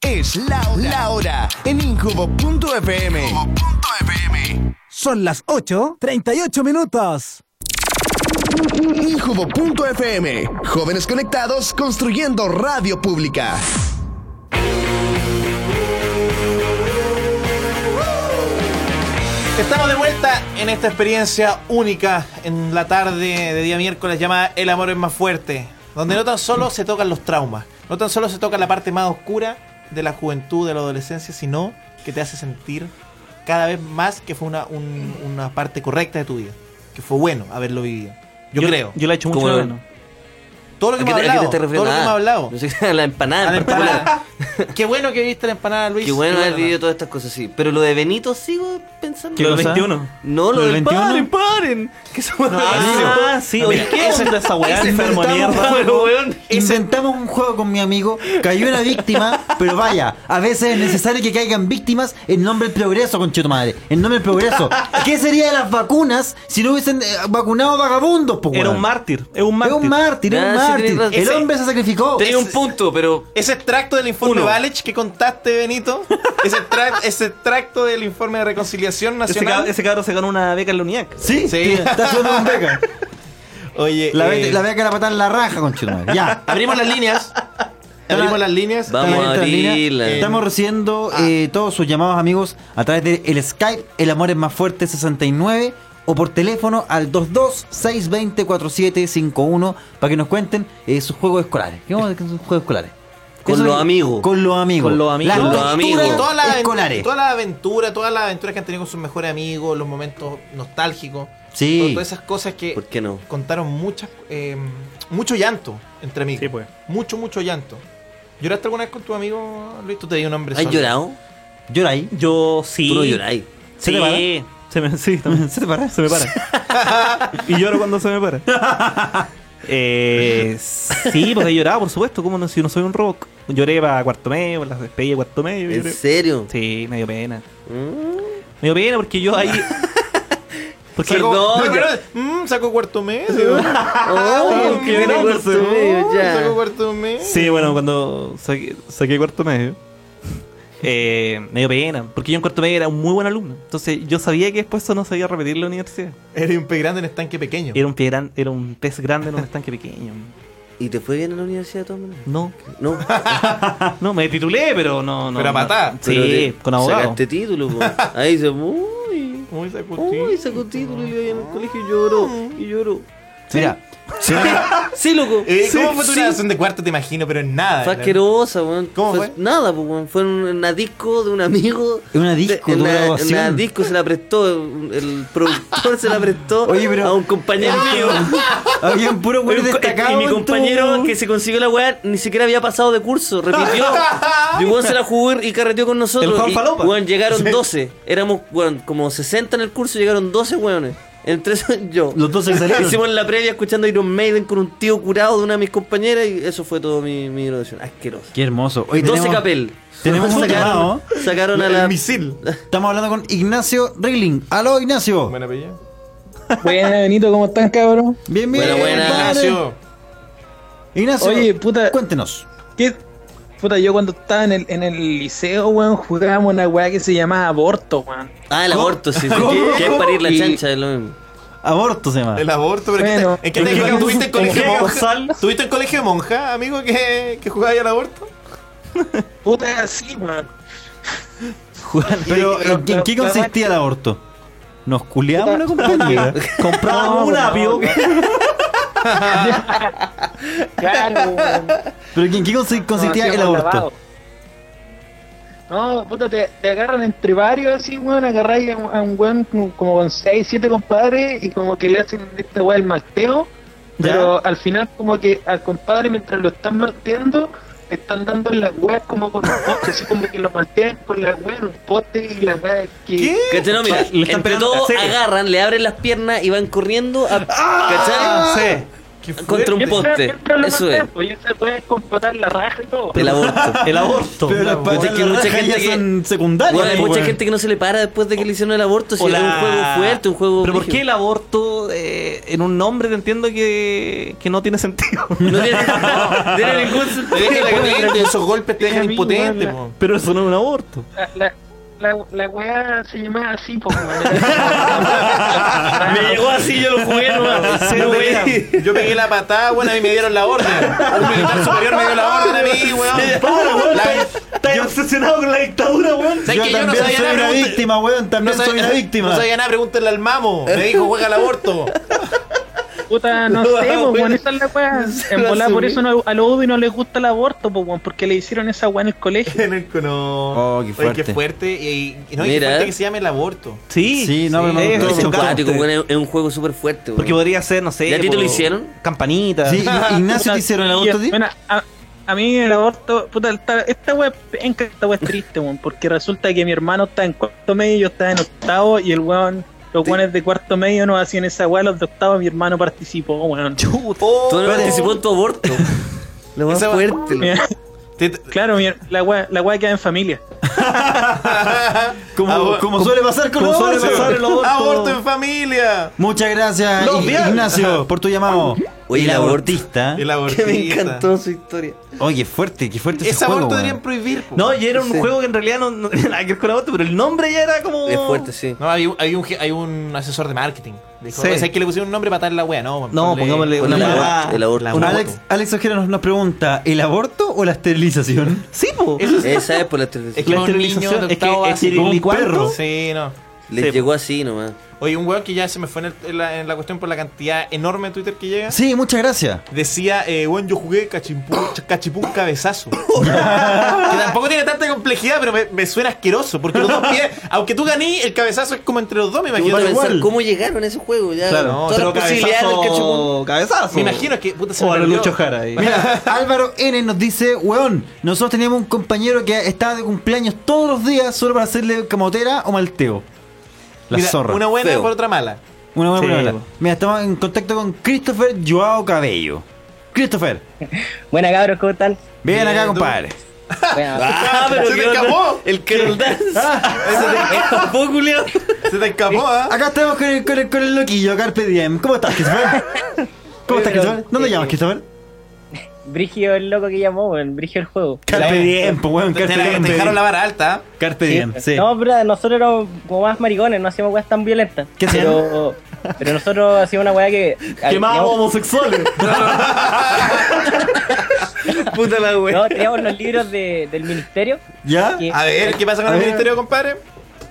Speaker 12: Es la hora, la hora en Incubo.fm. Son las 8, 38 minutos. Incubo.fm. Jóvenes conectados construyendo radio pública.
Speaker 4: Estamos de vuelta en esta experiencia única en la tarde de día miércoles llamada El amor es más fuerte, donde no tan solo se tocan los traumas, no tan solo se toca la parte más oscura de la juventud, de la adolescencia, sino que te hace sentir cada vez más que fue una, un- una parte correcta de tu vida, que fue bueno haberlo vivido. Yo, creo.
Speaker 10: Yo la he hecho mucho
Speaker 4: Como-
Speaker 10: de menos.
Speaker 4: Todo lo que
Speaker 10: ¿A
Speaker 4: me ha
Speaker 10: qué te- Ah. a
Speaker 4: hablado.
Speaker 10: qué te
Speaker 4: Todo
Speaker 10: estás
Speaker 4: lo que me
Speaker 10: refiriendo?
Speaker 4: ha hablado.
Speaker 5: Ah. No sé, la empanada. en particular.
Speaker 4: Qué bueno que viste la empanada, Luis.
Speaker 5: Qué bueno haber
Speaker 4: ¿no?
Speaker 5: vivido todas estas cosas así. Pero lo de Benito sigo pensando.
Speaker 10: ¿Qué ¿Lo del cosa? 21?
Speaker 5: No, lo,
Speaker 10: ¿Lo del
Speaker 5: del
Speaker 10: 21?
Speaker 5: paren, paren.
Speaker 10: ¿Qué
Speaker 5: Ah,
Speaker 10: sí, oye, ¿qué onda esa weá? Enfermo de mierda.
Speaker 3: Pero, weón, Inventamos un juego con mi amigo, cayó una víctima, pero vaya, a veces es necesario que caigan víctimas en nombre del progreso, conchito madre. En nombre del progreso. ¿Qué sería de las vacunas si no hubiesen eh, vacunado vagabundos, po,
Speaker 10: Era
Speaker 3: weón?
Speaker 10: un mártir. Es un
Speaker 3: Era
Speaker 10: mártir.
Speaker 3: un mártir, era un
Speaker 10: Ah, sí,
Speaker 3: mártir.
Speaker 10: tenés razón.
Speaker 3: El
Speaker 10: Ese-
Speaker 3: hombre se sacrificó.
Speaker 10: tenía
Speaker 3: Es-
Speaker 10: un
Speaker 5: Punto, pero.
Speaker 4: Ese extracto del informe
Speaker 10: Uno.
Speaker 4: Valech que contaste, Benito. Ese, extra- ese extracto del informe de reconciliación
Speaker 10: Ese, cab-
Speaker 4: nacional.
Speaker 10: ese cabrón se ganó una beca en la UNIAC.
Speaker 3: Sí,
Speaker 4: Sí.
Speaker 3: está haciendo un beca.
Speaker 4: Oye,
Speaker 3: La
Speaker 4: eh,
Speaker 3: beca, la beca la patada en la raja, conchito madre. Ya.
Speaker 4: Abrimos las líneas. Abrimos las líneas.
Speaker 5: Vamos Ah.
Speaker 3: Está
Speaker 5: a
Speaker 3: abierta la línea.
Speaker 5: abrirla.
Speaker 3: Eh, Estamos recibiendo eh, todos sus llamados amigos a través del Skype, el amor es más fuerte 69 o por teléfono al 22-620-4751 para que nos cuenten eh, sus juegos escolares. ¿Qué vamos a hacer con sus juegos escolares?
Speaker 5: Con
Speaker 3: Eso
Speaker 5: los
Speaker 3: es-
Speaker 5: amigos.
Speaker 3: Con los amigos.
Speaker 5: Con los amigos.
Speaker 3: Las
Speaker 5: Con los
Speaker 3: aventuras
Speaker 5: amigos.
Speaker 4: Toda la, aven-
Speaker 3: escolares.
Speaker 4: toda la aventura, todas las aventuras que han tenido con sus mejores amigos, los momentos nostálgicos.
Speaker 3: Sí.
Speaker 4: Todo- Todas esas cosas que
Speaker 5: ¿Por qué no?
Speaker 4: contaron muchas, eh, mucho llanto entre amigos.
Speaker 10: Sí, pues.
Speaker 4: Mucho, mucho llanto. ¿Lloraste alguna vez con tu amigo Luis? Tú te di un hombre
Speaker 5: ¿Has
Speaker 4: solo.
Speaker 5: llorado?
Speaker 3: Llora ahí.
Speaker 10: Yo sí.
Speaker 5: Tú no lloráis.
Speaker 10: Sí.
Speaker 3: te para?
Speaker 10: Se me, sí, también.
Speaker 3: ¿Se te para?
Speaker 10: Se me para. y lloro cuando se me para. Eh, sí, pues he llorado, por supuesto. ¿Cómo no? Si no soy un rock. Lloré para cuarto medio, para las despedidas de cuarto medio.
Speaker 5: ¿En
Speaker 10: lloré.
Speaker 5: serio?
Speaker 10: Sí, me dio pena. Me dio pena porque yo ahí. Porque
Speaker 4: Sacó-
Speaker 5: Perdón,
Speaker 4: no,
Speaker 5: ya.
Speaker 4: pero- mm, sacó cuarto medio.
Speaker 5: Oh,
Speaker 4: Ay,
Speaker 5: qué
Speaker 4: mira, no
Speaker 5: bueno,
Speaker 4: sé.
Speaker 5: cuarto medio, ya.
Speaker 4: Sacó cuarto medio.
Speaker 10: Sí, bueno, cuando saqué, saqué cuarto medio, eh, me dio pena, porque yo en cuarto medio era un muy buen alumno. Entonces yo sabía que después eso no sabía repetir la universidad.
Speaker 4: Eres un pez grande en estanque pequeño.
Speaker 10: Era un, pie gran- era un pez grande en un estanque pequeño.
Speaker 5: ¿Y te fue bien en la universidad de todas maneras?
Speaker 10: No,
Speaker 5: No.
Speaker 10: no, me titulé, pero no. no
Speaker 4: Pero a
Speaker 10: no.
Speaker 4: patada.
Speaker 10: Sí,
Speaker 5: Pero te-
Speaker 10: con abogado.
Speaker 5: Sacaste título, po. Ahí "Uh". se. Uy.
Speaker 4: Uy, sacó
Speaker 5: Uy,
Speaker 4: tío.
Speaker 5: sacó título y le en el colegio y lloró. Y lloró.
Speaker 3: Mira.
Speaker 5: Sí, loco.
Speaker 4: Eh,
Speaker 5: Sí,
Speaker 4: ¿Cómo fue tu
Speaker 5: sí.
Speaker 4: graduación de cuarto? Te imagino, pero en nada.
Speaker 5: Fue
Speaker 4: La-
Speaker 5: asquerosa, weón.
Speaker 4: ¿Cómo fue?
Speaker 5: Nada, pues, weón. Fue en una disco de un amigo.
Speaker 3: En una disco,
Speaker 5: en
Speaker 3: tu
Speaker 5: la-
Speaker 3: graduación.
Speaker 5: en la disco se la prestó, el productor se la prestó
Speaker 3: Oye, pero-
Speaker 5: a un compañero mío.
Speaker 3: Había un puro güey
Speaker 5: Y un co-
Speaker 3: destacado.
Speaker 5: y mi
Speaker 3: en tu-
Speaker 5: compañero que se consiguió la weá ni siquiera había pasado de curso, repitió.
Speaker 3: Ah,
Speaker 5: Y weón Ah, se la jugó y carreteó con nosotros.
Speaker 10: El Juan
Speaker 5: y,
Speaker 10: Falopa.
Speaker 5: weón, llegaron 12. Éramos weón, como 60 en el curso, llegaron 12 weones. Entre esos yo.
Speaker 3: Los dos se salieron.
Speaker 5: Hicimos la previa escuchando Iron Maiden con un tío curado de una de mis compañeras y eso fue todo mi, mi graduación. Asqueroso.
Speaker 3: Qué hermoso. Hoy
Speaker 5: 12
Speaker 3: tenemos-
Speaker 5: capel.
Speaker 3: tenemos un llamado.
Speaker 5: sacaron a
Speaker 4: El
Speaker 5: la.
Speaker 4: misil.
Speaker 3: Estamos hablando con Ignacio Regling. Aló, Ignacio.
Speaker 4: Buen apellido.
Speaker 13: Buena, Benito, ¿cómo están, cabrón?
Speaker 3: Bien, bien.
Speaker 5: Buena, buena.
Speaker 3: compadre.
Speaker 4: Ignacio.
Speaker 3: Ignacio,
Speaker 13: Oye, puta,
Speaker 3: cuéntenos.
Speaker 13: ¿qué? Puta, yo cuando estaba en el, en el liceo, weón, jugábamos una weá que se llamaba aborto, weón.
Speaker 5: Ah, el aborto, sí. sí. Que, que es parir la chancha, es lo mismo.
Speaker 3: Aborto se llama.
Speaker 4: El aborto, pero ¿qué
Speaker 3: Bueno.
Speaker 4: te- ¿en qué
Speaker 3: ¿En
Speaker 4: te-
Speaker 3: qué-
Speaker 4: ¿Tuviste en
Speaker 3: en
Speaker 4: colegio
Speaker 3: qué
Speaker 4: monja?
Speaker 3: causal?
Speaker 4: ¿Tuviste en colegio monja, amigo, que, que jugaba ahí al aborto?
Speaker 13: Puta, sí, man.
Speaker 3: Pero, ¿en, en qué consistía el aborto? ¿Nos culeamos la compañía?
Speaker 13: Compramos
Speaker 3: un apio.
Speaker 13: Claro, weón.
Speaker 3: ¿Pero en qué consi- consistía
Speaker 13: hacíamos
Speaker 3: el aborto?
Speaker 13: lavado. No, puta, te, te agarran entre varios así, weón, agarráis a, un- a un weón como como con 6, 7 compadres y como que le hacen este weón el malteo, pero al final como que al compadre mientras lo están malteando, le están dando en las weas como con los postes, así como que lo maltean con las weas, los postes y las weas que...
Speaker 5: ¿Cachai?
Speaker 6: Ah,
Speaker 5: No, mira, entre todos agarran, le abren las piernas y van corriendo a. ¿Cachai? Contra un poste. Eso es.
Speaker 13: Y se puede compotar la raja y todo.
Speaker 5: El aborto. El aborto.
Speaker 3: Pero las
Speaker 5: Pero es
Speaker 3: patas
Speaker 5: que
Speaker 3: de la
Speaker 5: mucha
Speaker 3: raja
Speaker 5: gente
Speaker 3: ya
Speaker 5: que-
Speaker 3: son secundarias.
Speaker 5: Bueno, hay
Speaker 3: pues,
Speaker 5: mucha
Speaker 3: weón.
Speaker 5: gente que no se le para después de que le hicieron el aborto. Si
Speaker 10: O
Speaker 5: es un
Speaker 10: la-
Speaker 5: juego fuerte, un juego.
Speaker 10: Pero ¿por
Speaker 5: brígido.
Speaker 10: qué el aborto eh, en un nombre te entiendo que, que no tiene sentido? No tiene, ningún
Speaker 4: Te dejan impotente, esos golpes te dejan impotente, po.
Speaker 10: Pero eso no es un aborto.
Speaker 13: La, la, la, la wea se llamaba así, po, weón.
Speaker 10: Me llegó así, yo lo jugué nomás.
Speaker 4: Yo pegué- Yo pegué la patada, bueno, a mí me dieron la orden. Un militar superior me dio la orden a mí, weón.
Speaker 3: Estás obsesionado con la dictadura, weón.
Speaker 4: ¿Sabes
Speaker 3: Yo
Speaker 4: que yo no
Speaker 3: también
Speaker 4: sabía
Speaker 3: soy
Speaker 4: nada,
Speaker 3: una
Speaker 4: pregunta-
Speaker 3: víctima, weón. También soy una víctima.
Speaker 4: No sabía nada, pregúntenle al mamo. Me dijo, juega al aborto.
Speaker 13: Puta, Ah, no
Speaker 4: No,
Speaker 13: sé, po,
Speaker 4: bueno.
Speaker 13: weón, esa es la weá.
Speaker 4: Se
Speaker 13: En
Speaker 4: va a
Speaker 13: volada, por
Speaker 4: subir.
Speaker 13: eso no, a los UBI no les gusta el aborto, po, weón, porque le hicieron esa weá en el colegio.
Speaker 4: No.
Speaker 3: Oh, qué
Speaker 4: Oye, qué
Speaker 3: fuerte.
Speaker 4: fuerte. Y, y no, y qué
Speaker 5: Mira.
Speaker 4: fuerte que se llame el aborto.
Speaker 10: Sí,
Speaker 3: Sí, no, pero me
Speaker 10: es
Speaker 3: gustó.
Speaker 10: chocante.
Speaker 5: Cuático, weón, es- es un juego súper fuerte. weón.
Speaker 10: Porque podría ser, no sé.
Speaker 5: ¿Y a ti te lo
Speaker 10: po,
Speaker 5: hicieron?
Speaker 10: Campanita.
Speaker 3: Sí, Ignacio
Speaker 13: Puta,
Speaker 3: te hicieron el
Speaker 13: y-
Speaker 3: aborto, tío.
Speaker 13: bueno, a, a mí el aborto, puta, esta, esta wea es penca, esta wea es triste, weón, porque resulta que mi hermano está en cuarto medio, yo estaba en octavo, y el weón, los weones de cuarto medio no hacían esa weá, los de octavo, mi hermano participó, weón.
Speaker 3: Oh,
Speaker 5: Tú no participó en tu aborto. Lo más
Speaker 13: Esa wea-
Speaker 5: fuerte.
Speaker 13: Mira, Claro, mi her- la weá la wea queda en familia.
Speaker 3: Como,
Speaker 13: Ah, bueno.
Speaker 3: como suele pasar con
Speaker 13: Como
Speaker 3: los
Speaker 13: suele
Speaker 3: abortos.
Speaker 13: pasar el aborto.
Speaker 4: Aborto en familia.
Speaker 3: Muchas gracias,
Speaker 4: Los
Speaker 3: Ig-
Speaker 4: viernes.
Speaker 3: Ignacio, por tu llamado.
Speaker 5: Oye,
Speaker 3: el
Speaker 5: el aborto.
Speaker 3: abortista.
Speaker 4: El abortista.
Speaker 10: su historia.
Speaker 3: Oye, qué fuerte, qué fuerte
Speaker 4: Ese
Speaker 3: ese
Speaker 4: aborto
Speaker 3: juego.
Speaker 4: deberían
Speaker 3: weón.
Speaker 4: prohibir, po.
Speaker 10: No, y era un juego que en realidad no, no tenía nada que ver con aborto, pero el nombre ya era como.
Speaker 5: Es fuerte, sí.
Speaker 4: No, hay, un- hay un, je- hay un asesor de marketing. Dijo,
Speaker 10: Sí.
Speaker 4: "O sea, que le pusieron un nombre para tal la wea, no.
Speaker 10: No, pongámosle una
Speaker 5: el
Speaker 10: huevada.
Speaker 5: aborto, el aborto.
Speaker 10: Una-
Speaker 3: Alex, Alex Ojera nos, nos pregunta, ¿el aborto o la esterilización?
Speaker 10: Sí, po.
Speaker 5: Esa es por la televisión.
Speaker 4: Es que
Speaker 10: La
Speaker 4: un niño de
Speaker 10: esterilización, es que
Speaker 4: octavo básico,
Speaker 10: esteril-
Speaker 4: un
Speaker 10: ¿y cuánto?
Speaker 4: perro. Sí, no.
Speaker 5: Les
Speaker 10: Sí.
Speaker 5: llegó así nomás.
Speaker 4: Oye, un weón que ya se me fue en, el- en la, en la cuestión por la cantidad enorme de Twitter que llega.
Speaker 3: Sí, muchas gracias.
Speaker 4: Decía, eh, weón, yo jugué cachimpún, cachipún cabezazo. que tampoco tiene tanta complejidad, pero me, me suena asqueroso. Porque los dos pies, aunque tú ganí, el cabezazo es como entre los dos, me
Speaker 5: Yo
Speaker 4: imagino.
Speaker 5: pensar
Speaker 4: Igual.
Speaker 5: cómo llegaron a ese juego. Ya,
Speaker 4: Claro, no,
Speaker 5: todas
Speaker 4: pero
Speaker 5: las posibilidades del
Speaker 10: cabezazo.
Speaker 5: cachupón.
Speaker 10: Cabezazo.
Speaker 4: Me imagino que puta, se
Speaker 10: O
Speaker 4: me
Speaker 10: a los
Speaker 4: perdió.
Speaker 10: Lucho Jara ahí.
Speaker 3: Mira, Álvaro N nos dice, weón, nosotros teníamos un compañero que estaba de cumpleaños todos los días solo para hacerle camotera o malteo. La
Speaker 4: Mira,
Speaker 3: zorra.
Speaker 4: Una buena
Speaker 5: Feo.
Speaker 4: por otra mala.
Speaker 3: Una buena,
Speaker 10: Sí,
Speaker 3: buena, buena.
Speaker 10: po.
Speaker 3: Mira, estamos en contacto con Christopher Joao Cabello. Christopher,
Speaker 14: Buena cabros, ¿cómo tal?
Speaker 3: ven
Speaker 4: Bien,
Speaker 3: acá,
Speaker 4: tú.
Speaker 3: compadre.
Speaker 14: Bueno,
Speaker 5: Ah, pero
Speaker 4: Se te
Speaker 5: qué onda.
Speaker 4: escapó.
Speaker 5: El Carol Dance. Se te escapó, Julián.
Speaker 4: Se te escapó, ¿ah?
Speaker 3: Acá estamos con el, con el, con el loquillo, Carpe Diem. ¿Cómo estás, Christopher? ¿Cómo estás,
Speaker 14: Pero,
Speaker 3: Christopher? ¿Dónde
Speaker 14: eh,
Speaker 3: llamas, Christopher?
Speaker 14: Brigio el loco que llamó, weón, Brigio el juego.
Speaker 3: Carpe Diem, pues, weón,
Speaker 4: Te,
Speaker 3: Carpe
Speaker 4: te la-
Speaker 3: Diem.
Speaker 4: te dejaron la vara alta. ¿ah?
Speaker 3: Carpe Diem, sí.
Speaker 14: No, pero nosotros éramos como más maricones, no hacíamos weas tan violentas.
Speaker 3: ¿Qué
Speaker 14: pero, pero nosotros hacíamos una wea que. teníamos-
Speaker 3: homosexuales.
Speaker 5: Puta la wea.
Speaker 14: No, teníamos los libros de- del ministerio
Speaker 3: ¿Ya?
Speaker 14: que,
Speaker 4: A ver, ¿qué pasa con
Speaker 3: A
Speaker 4: el
Speaker 3: ver.
Speaker 4: ministerio, compadre?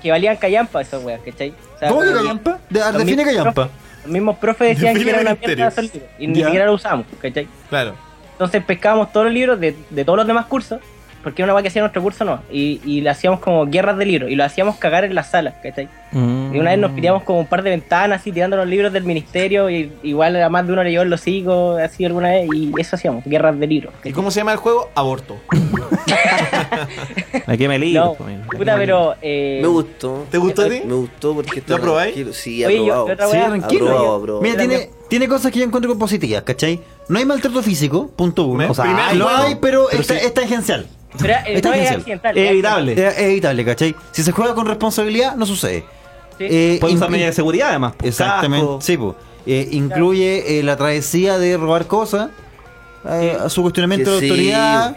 Speaker 14: que valían callampa esos weas, ¿cachai? O sea,
Speaker 3: ¿Cómo que
Speaker 14: como
Speaker 3: callampa? De,
Speaker 14: los
Speaker 3: define
Speaker 14: mismos
Speaker 3: callampa.
Speaker 14: profes- Los mismos profes decían
Speaker 4: Define
Speaker 14: que era una
Speaker 4: ministerio.
Speaker 14: mierda esos libros y ni
Speaker 3: Ya.
Speaker 14: siquiera lo usamos, ¿cachai?
Speaker 4: Claro.
Speaker 14: Entonces pescábamos todos los libros de, de todos los demás cursos, porque era una weá que hacía nuestro curso no, y, y le hacíamos como guerras de libros, y lo hacíamos cagar en la sala, ¿cachai? Y una vez
Speaker 6: Mm.
Speaker 14: nos pillamos como un par de ventanas así tirando los libros del ministerio, y igual a más de uno le llevó en los higos, así alguna vez, y eso hacíamos, guerras de libros.
Speaker 4: ¿Y cómo se llama el juego? Aborto.
Speaker 10: Aquí me
Speaker 14: No,
Speaker 10: lío.
Speaker 14: puta, pero... eh,
Speaker 5: Me gustó.
Speaker 4: ¿Te gustó a ti?
Speaker 5: Me gustó porque estaba
Speaker 4: probáis?
Speaker 5: tranquilo. Sí,
Speaker 14: Oye, yo-
Speaker 5: aprobado.
Speaker 14: otra
Speaker 3: Sí,
Speaker 14: wea-
Speaker 3: tranquilo.
Speaker 5: Aprobado, aprobado.
Speaker 3: Mira, tiene, tiene cosas que yo encuentro positivas, ¿cachai? No hay maltrato físico, punto uno.
Speaker 4: Me-
Speaker 3: O sea,
Speaker 4: primer
Speaker 3: lo
Speaker 4: juego.
Speaker 3: hay, pero,
Speaker 4: Pero
Speaker 3: está,
Speaker 4: sí.
Speaker 3: está tangencial.
Speaker 14: pero, eh,
Speaker 3: Está
Speaker 14: no, es
Speaker 3: difícil.
Speaker 14: accidental.
Speaker 10: Es
Speaker 14: es
Speaker 10: evitable.
Speaker 3: Es es evitable, ¿cachai? Si se juega con responsabilidad, no sucede.
Speaker 14: Sí.
Speaker 3: Eh,
Speaker 10: Pueden usar
Speaker 3: inclu-
Speaker 10: medidas de seguridad además. po,
Speaker 3: Exactamente,
Speaker 10: casco.
Speaker 3: sí, po. Eh, incluye eh, la travesía de robar cosas, eh, a su cuestionamiento de la
Speaker 5: Que sí.
Speaker 3: autoridad.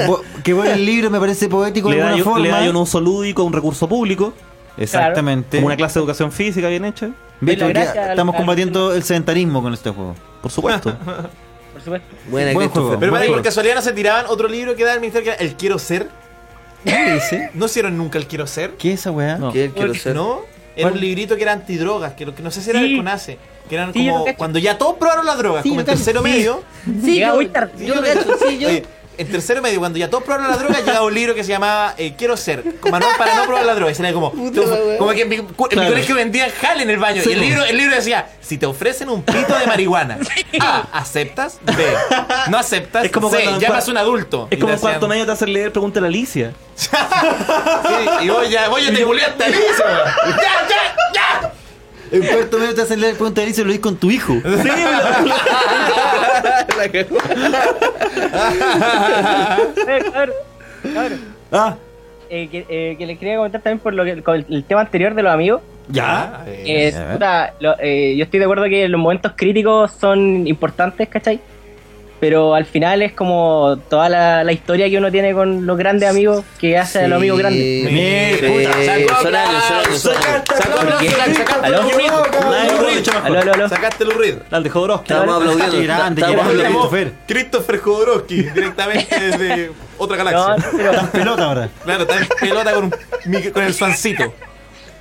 Speaker 3: eh, bo- que bueno, el libro me parece poético
Speaker 10: Le
Speaker 3: de
Speaker 10: da,
Speaker 3: alguna
Speaker 10: yo-
Speaker 3: forma.
Speaker 10: le da un uso lúdico, un recurso público.
Speaker 3: Exactamente.
Speaker 10: Como una clase de educación física bien hecha.
Speaker 3: Viste, porque estamos combatiendo el sedentarismo con este juego.
Speaker 10: Por supuesto.
Speaker 14: Por supuesto.
Speaker 3: Buena, Buen juego.
Speaker 4: Pero para
Speaker 3: Buen
Speaker 4: ahí, por
Speaker 3: juego.
Speaker 4: casualidad no se tiraban otro libro que da el ministerio que era El Quiero Ser.
Speaker 3: ¿Qué dice?
Speaker 4: ¿No hicieron nunca El Quiero Ser?
Speaker 3: ¿Qué es esa weá?
Speaker 4: No.
Speaker 5: ¿Qué? Quiero
Speaker 4: Porque-
Speaker 5: ser.
Speaker 4: ¿No? Era un
Speaker 5: ¿Cuál?
Speaker 4: librito que era antidrogas, que, lo que no sé si era
Speaker 5: Sí.
Speaker 4: el CONACE. Que eran
Speaker 5: Sí, yo lo
Speaker 4: como
Speaker 5: cacho.
Speaker 4: cuando ya todos probaron las drogas,
Speaker 5: Sí,
Speaker 4: como
Speaker 5: yo
Speaker 4: en
Speaker 5: cacho.
Speaker 4: tercero
Speaker 5: Sí.
Speaker 4: medio.
Speaker 5: Sí, Llegaba yo- muy tarde. yo lo cacho, sí, yo-
Speaker 4: Oye, en tercero medio, cuando ya todos probaron las drogas, llegaba un libro que se llamaba eh, Quiero ser, con manual para no probar las drogas. Y era como,
Speaker 5: Puta
Speaker 4: como-
Speaker 5: la wea.
Speaker 4: como que en mi, cu- en mi
Speaker 5: Claro.
Speaker 4: colegio vendían jale en el baño.
Speaker 5: Sí.
Speaker 4: Y el libro, el libro decía, si te ofrecen un pito de marihuana, A, aceptas, B, no aceptas,
Speaker 10: Es como
Speaker 4: C,
Speaker 10: cuando-
Speaker 4: llamas a un adulto.
Speaker 10: Es como en
Speaker 4: cuando
Speaker 10: cuarto medio te hacen leer pregunta a la Alicia.
Speaker 4: y vos ya, vos ya te culiaste a Alicia, weón. ¡Ya, ya, ya!
Speaker 3: En cuarto medio te hacen leer el cuento de Alicia y lo dices con tu hijo.
Speaker 10: Sí,
Speaker 14: Eh, cabrón, cabrón.
Speaker 4: Ah.
Speaker 14: Eh, que, eh, que les quería comentar también por lo que, con el, el tema anterior de los amigos.
Speaker 6: Ah.
Speaker 3: ¿Ya?
Speaker 14: Eh, puta, lo- eh, yo estoy de acuerdo que los momentos críticos son importantes, ¿cachai? Pero al final es como toda la, la historia que uno tiene con los grandes amigos que hace a los amigos grandes.
Speaker 5: Sí,
Speaker 4: sacó
Speaker 5: Eh, son años, son años, son años.
Speaker 4: Sacó el
Speaker 5: Porque-
Speaker 4: Urrid, sacaste el
Speaker 5: ¿Aló?
Speaker 4: Urrid,
Speaker 5: Nadie lo
Speaker 4: Urrid.
Speaker 5: escucha mejor.
Speaker 4: Sacaste el Urrid.
Speaker 10: Al de Jodorowsky.
Speaker 5: Estábamos aplaudiendo.
Speaker 3: Grande,
Speaker 5: estábamos
Speaker 3: grande,
Speaker 5: aplaudiendo.
Speaker 3: Christopher.
Speaker 4: Christopher Jodorowsky, directamente desde otra galaxia.
Speaker 3: Estás pelota ahora.
Speaker 4: Claro, está en pelota con, un mic- con el suancito.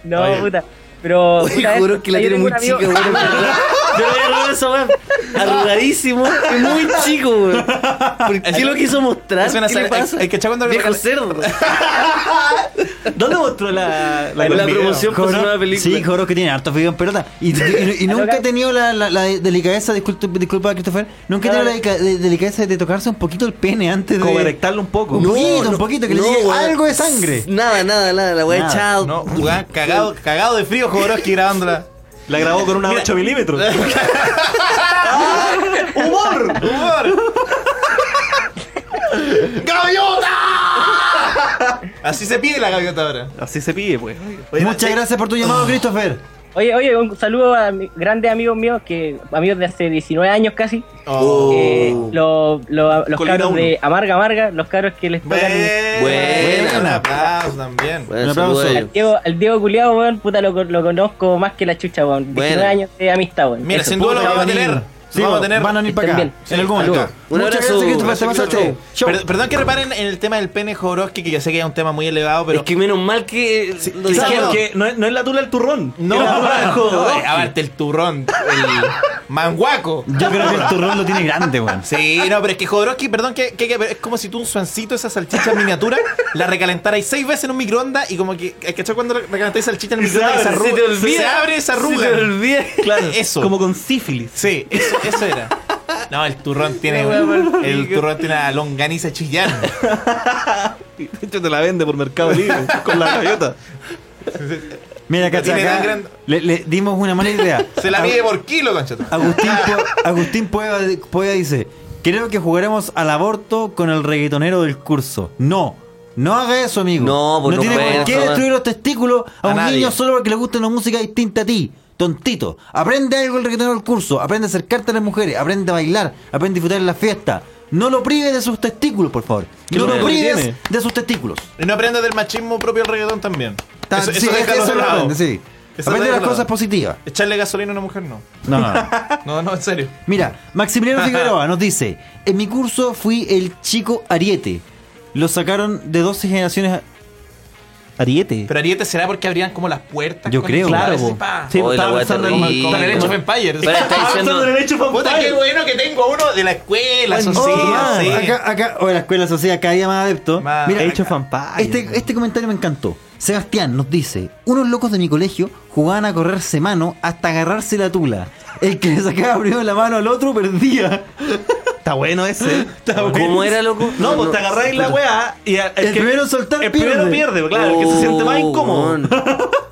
Speaker 14: No,
Speaker 4: Oye.
Speaker 14: puta. Pero.
Speaker 5: Oye,
Speaker 14: puta,
Speaker 5: juro
Speaker 14: es-
Speaker 5: que la
Speaker 14: yo
Speaker 5: tiene
Speaker 14: tengo
Speaker 5: muy
Speaker 14: un amigo-
Speaker 5: chica, weón. Yo le voy a robar esa weón. Arrugadísimo y muy chico, weón. ¿Por qué lo quiso mostrar?
Speaker 4: Es una
Speaker 5: ¿Qué le
Speaker 4: sal-
Speaker 5: pasa?
Speaker 4: es- es que Chaco no-
Speaker 5: Viejo cerdo.
Speaker 10: ¿Dónde mostró la,
Speaker 5: la- la promoción para su nueva película?
Speaker 3: Sí, Joro que tiene hartos videos en pelota. Y, y- y- y nunca ha tenido la, la- la delicadeza, disculpa, disculpa Christopher, nunca ha tenido la deca- de- delicadeza de tocarse un poquito el pene antes de.
Speaker 10: Como erectarlo un poco.
Speaker 3: Un poquito, un poquito, que le llegue algo de sangre.
Speaker 5: Nada, nada, nada. La weá
Speaker 3: Nada.
Speaker 5: echado.
Speaker 4: No, weón, cagado, cagado de frío Jodorowsky grabándola.
Speaker 10: La grabó con una
Speaker 4: Mira.
Speaker 10: 8 milímetros.
Speaker 4: ¡Humor! ¡Humor! ¡Gaviota! Así se pide la gaviota ahora. eh,
Speaker 10: Así se pide, pues.
Speaker 3: Muchas gracias por tu
Speaker 5: Ah.
Speaker 3: llamado, Christopher.
Speaker 14: Oye, oye, un saludo a mi- grandes amigos míos, que amigos de hace 19 años casi.
Speaker 4: Oh.
Speaker 14: Eh, lo- lo- los
Speaker 10: Colina
Speaker 14: cabros
Speaker 10: uno.
Speaker 14: de Amarga Amarga, los cabros que les tocan.
Speaker 5: Buena.
Speaker 4: Un aplauso también.
Speaker 5: Bueno,
Speaker 3: Un
Speaker 5: saludo
Speaker 3: aplauso.
Speaker 5: a ellos.
Speaker 14: Al Diego, al Diego Culeado, weón, puta, lo, lo conozco más que la chucha, weón. 19
Speaker 5: Bueno.
Speaker 14: años de amistad, weón.
Speaker 4: Mira,
Speaker 14: Eso.
Speaker 4: sin duda lo vamos a tener.
Speaker 3: Sí,
Speaker 4: vamos a tener.
Speaker 3: Van a venir para acá.
Speaker 14: Estén bien.
Speaker 3: En algún
Speaker 4: Acá.
Speaker 3: momento.
Speaker 5: Un
Speaker 3: Muchas
Speaker 5: abrazo.
Speaker 3: gracias, Christopher. Se pasa
Speaker 4: Perdón,
Speaker 3: show. Show.
Speaker 4: Perdón, perdón que reparen en el tema del pene Jodorowsky, que yo sé que es un tema muy elevado, pero.
Speaker 5: Es que menos mal que. lo
Speaker 10: Es que-
Speaker 5: dijeron.
Speaker 10: que no, es- no es la tula el turrón.
Speaker 4: No,
Speaker 10: es la tula del Jodorowsky.
Speaker 4: Oye, aparte el turrón, el manguaco.
Speaker 3: Yo creo que el turrón lo tiene grande, weón.
Speaker 4: Sí, no, pero es que Jodorowsky, perdón, que, que- que- pero es como si tú un suancito, esa salchicha en miniatura, la recalentáis seis veces en un microondas y como que, ¿cachai? Cuando recalentáis salchicha en el microondas y se
Speaker 10: abre,
Speaker 4: arruga.
Speaker 10: se te olvida.
Speaker 4: se abre esa arruga.
Speaker 10: Se te olvida.
Speaker 4: Claro, eso.
Speaker 10: Como con sífilis.
Speaker 4: Sí, eso, eso era. No, el turrón tiene un- el turrón tiene una longaniza chillana.
Speaker 10: De hecho, te la vende por Mercado Libre con la gaviota.
Speaker 3: Mira, cacha,
Speaker 4: tiene tan
Speaker 3: acá Ah.
Speaker 4: grande.
Speaker 3: le, le dimos una mala idea.
Speaker 4: Se la mide por kilo, conchata.
Speaker 3: Agustín, Po- Agustín Pueda, Pueda dice: Creo que jugaremos al aborto con el reggaetonero del curso. No. No haga eso, amigo.
Speaker 5: No, pues no
Speaker 3: tiene
Speaker 5: puede,
Speaker 3: por qué
Speaker 5: no,
Speaker 3: destruir los testículos a,
Speaker 4: A
Speaker 3: un
Speaker 4: nadie.
Speaker 3: niño solo porque le gusta una música distinta a ti. Tontito. Aprende algo el reggaetonero del curso. Aprende a acercarte a las mujeres. Aprende a bailar. Aprende a disfrutar en la fiesta. No lo prives de sus testículos, por favor.
Speaker 10: ¿Qué
Speaker 3: No
Speaker 10: problema
Speaker 3: lo prives
Speaker 10: tiene?
Speaker 3: de sus testículos.
Speaker 4: Y no aprendas del machismo propio al reggaetón también.
Speaker 3: Tan-
Speaker 4: eso,
Speaker 3: sí,
Speaker 4: eso déjalo
Speaker 3: eso
Speaker 4: de
Speaker 3: lo
Speaker 4: lado.
Speaker 3: aprende, sí.
Speaker 4: Eso
Speaker 3: Aprende
Speaker 4: déjalo
Speaker 3: las
Speaker 4: de
Speaker 3: cosas
Speaker 4: lado.
Speaker 3: positivas.
Speaker 4: Echarle gasolina a una mujer no.
Speaker 3: No, no, no.
Speaker 4: No, no, en serio.
Speaker 3: Mira, Maximiliano Figueroa nos dice, en mi curso fui el chico ariete. Lo sacaron de 12 generaciones... a- ¿Ariete?
Speaker 4: Pero Ariete será porque abrían como las puertas.
Speaker 3: Yo
Speaker 4: con
Speaker 3: creo.
Speaker 4: los
Speaker 3: Claro,
Speaker 4: lares,
Speaker 3: po.
Speaker 4: así, pa.
Speaker 10: Sí,
Speaker 5: Oye,
Speaker 10: estaba
Speaker 5: la weá
Speaker 10: pensando
Speaker 5: terrible.
Speaker 10: como-
Speaker 4: Con el hecho
Speaker 5: Pero
Speaker 4: Vampire.
Speaker 5: está diciendo.
Speaker 10: hecho
Speaker 4: Puta, qué bueno que tengo uno de la escuela,
Speaker 3: Oh,
Speaker 4: social,
Speaker 3: man,
Speaker 4: sí.
Speaker 3: Acá, acá, o en la escuela social cada día más adepto.
Speaker 4: Man,
Speaker 3: Mira,
Speaker 10: He hecho
Speaker 3: acá-
Speaker 10: fanpage.
Speaker 3: este, este comentario me encantó. Sebastián nos dice, unos locos de mi colegio jugaban a correrse mano hasta agarrarse la tula. El que le sacaba primero la mano al otro perdía.
Speaker 10: Está bueno ese. Está
Speaker 5: ¿Cómo era, loco?
Speaker 10: No, pues te agarráis la weá y a-
Speaker 3: El primero en soltar
Speaker 10: el primero pierde, pues, claro, el que se siente más incómodo.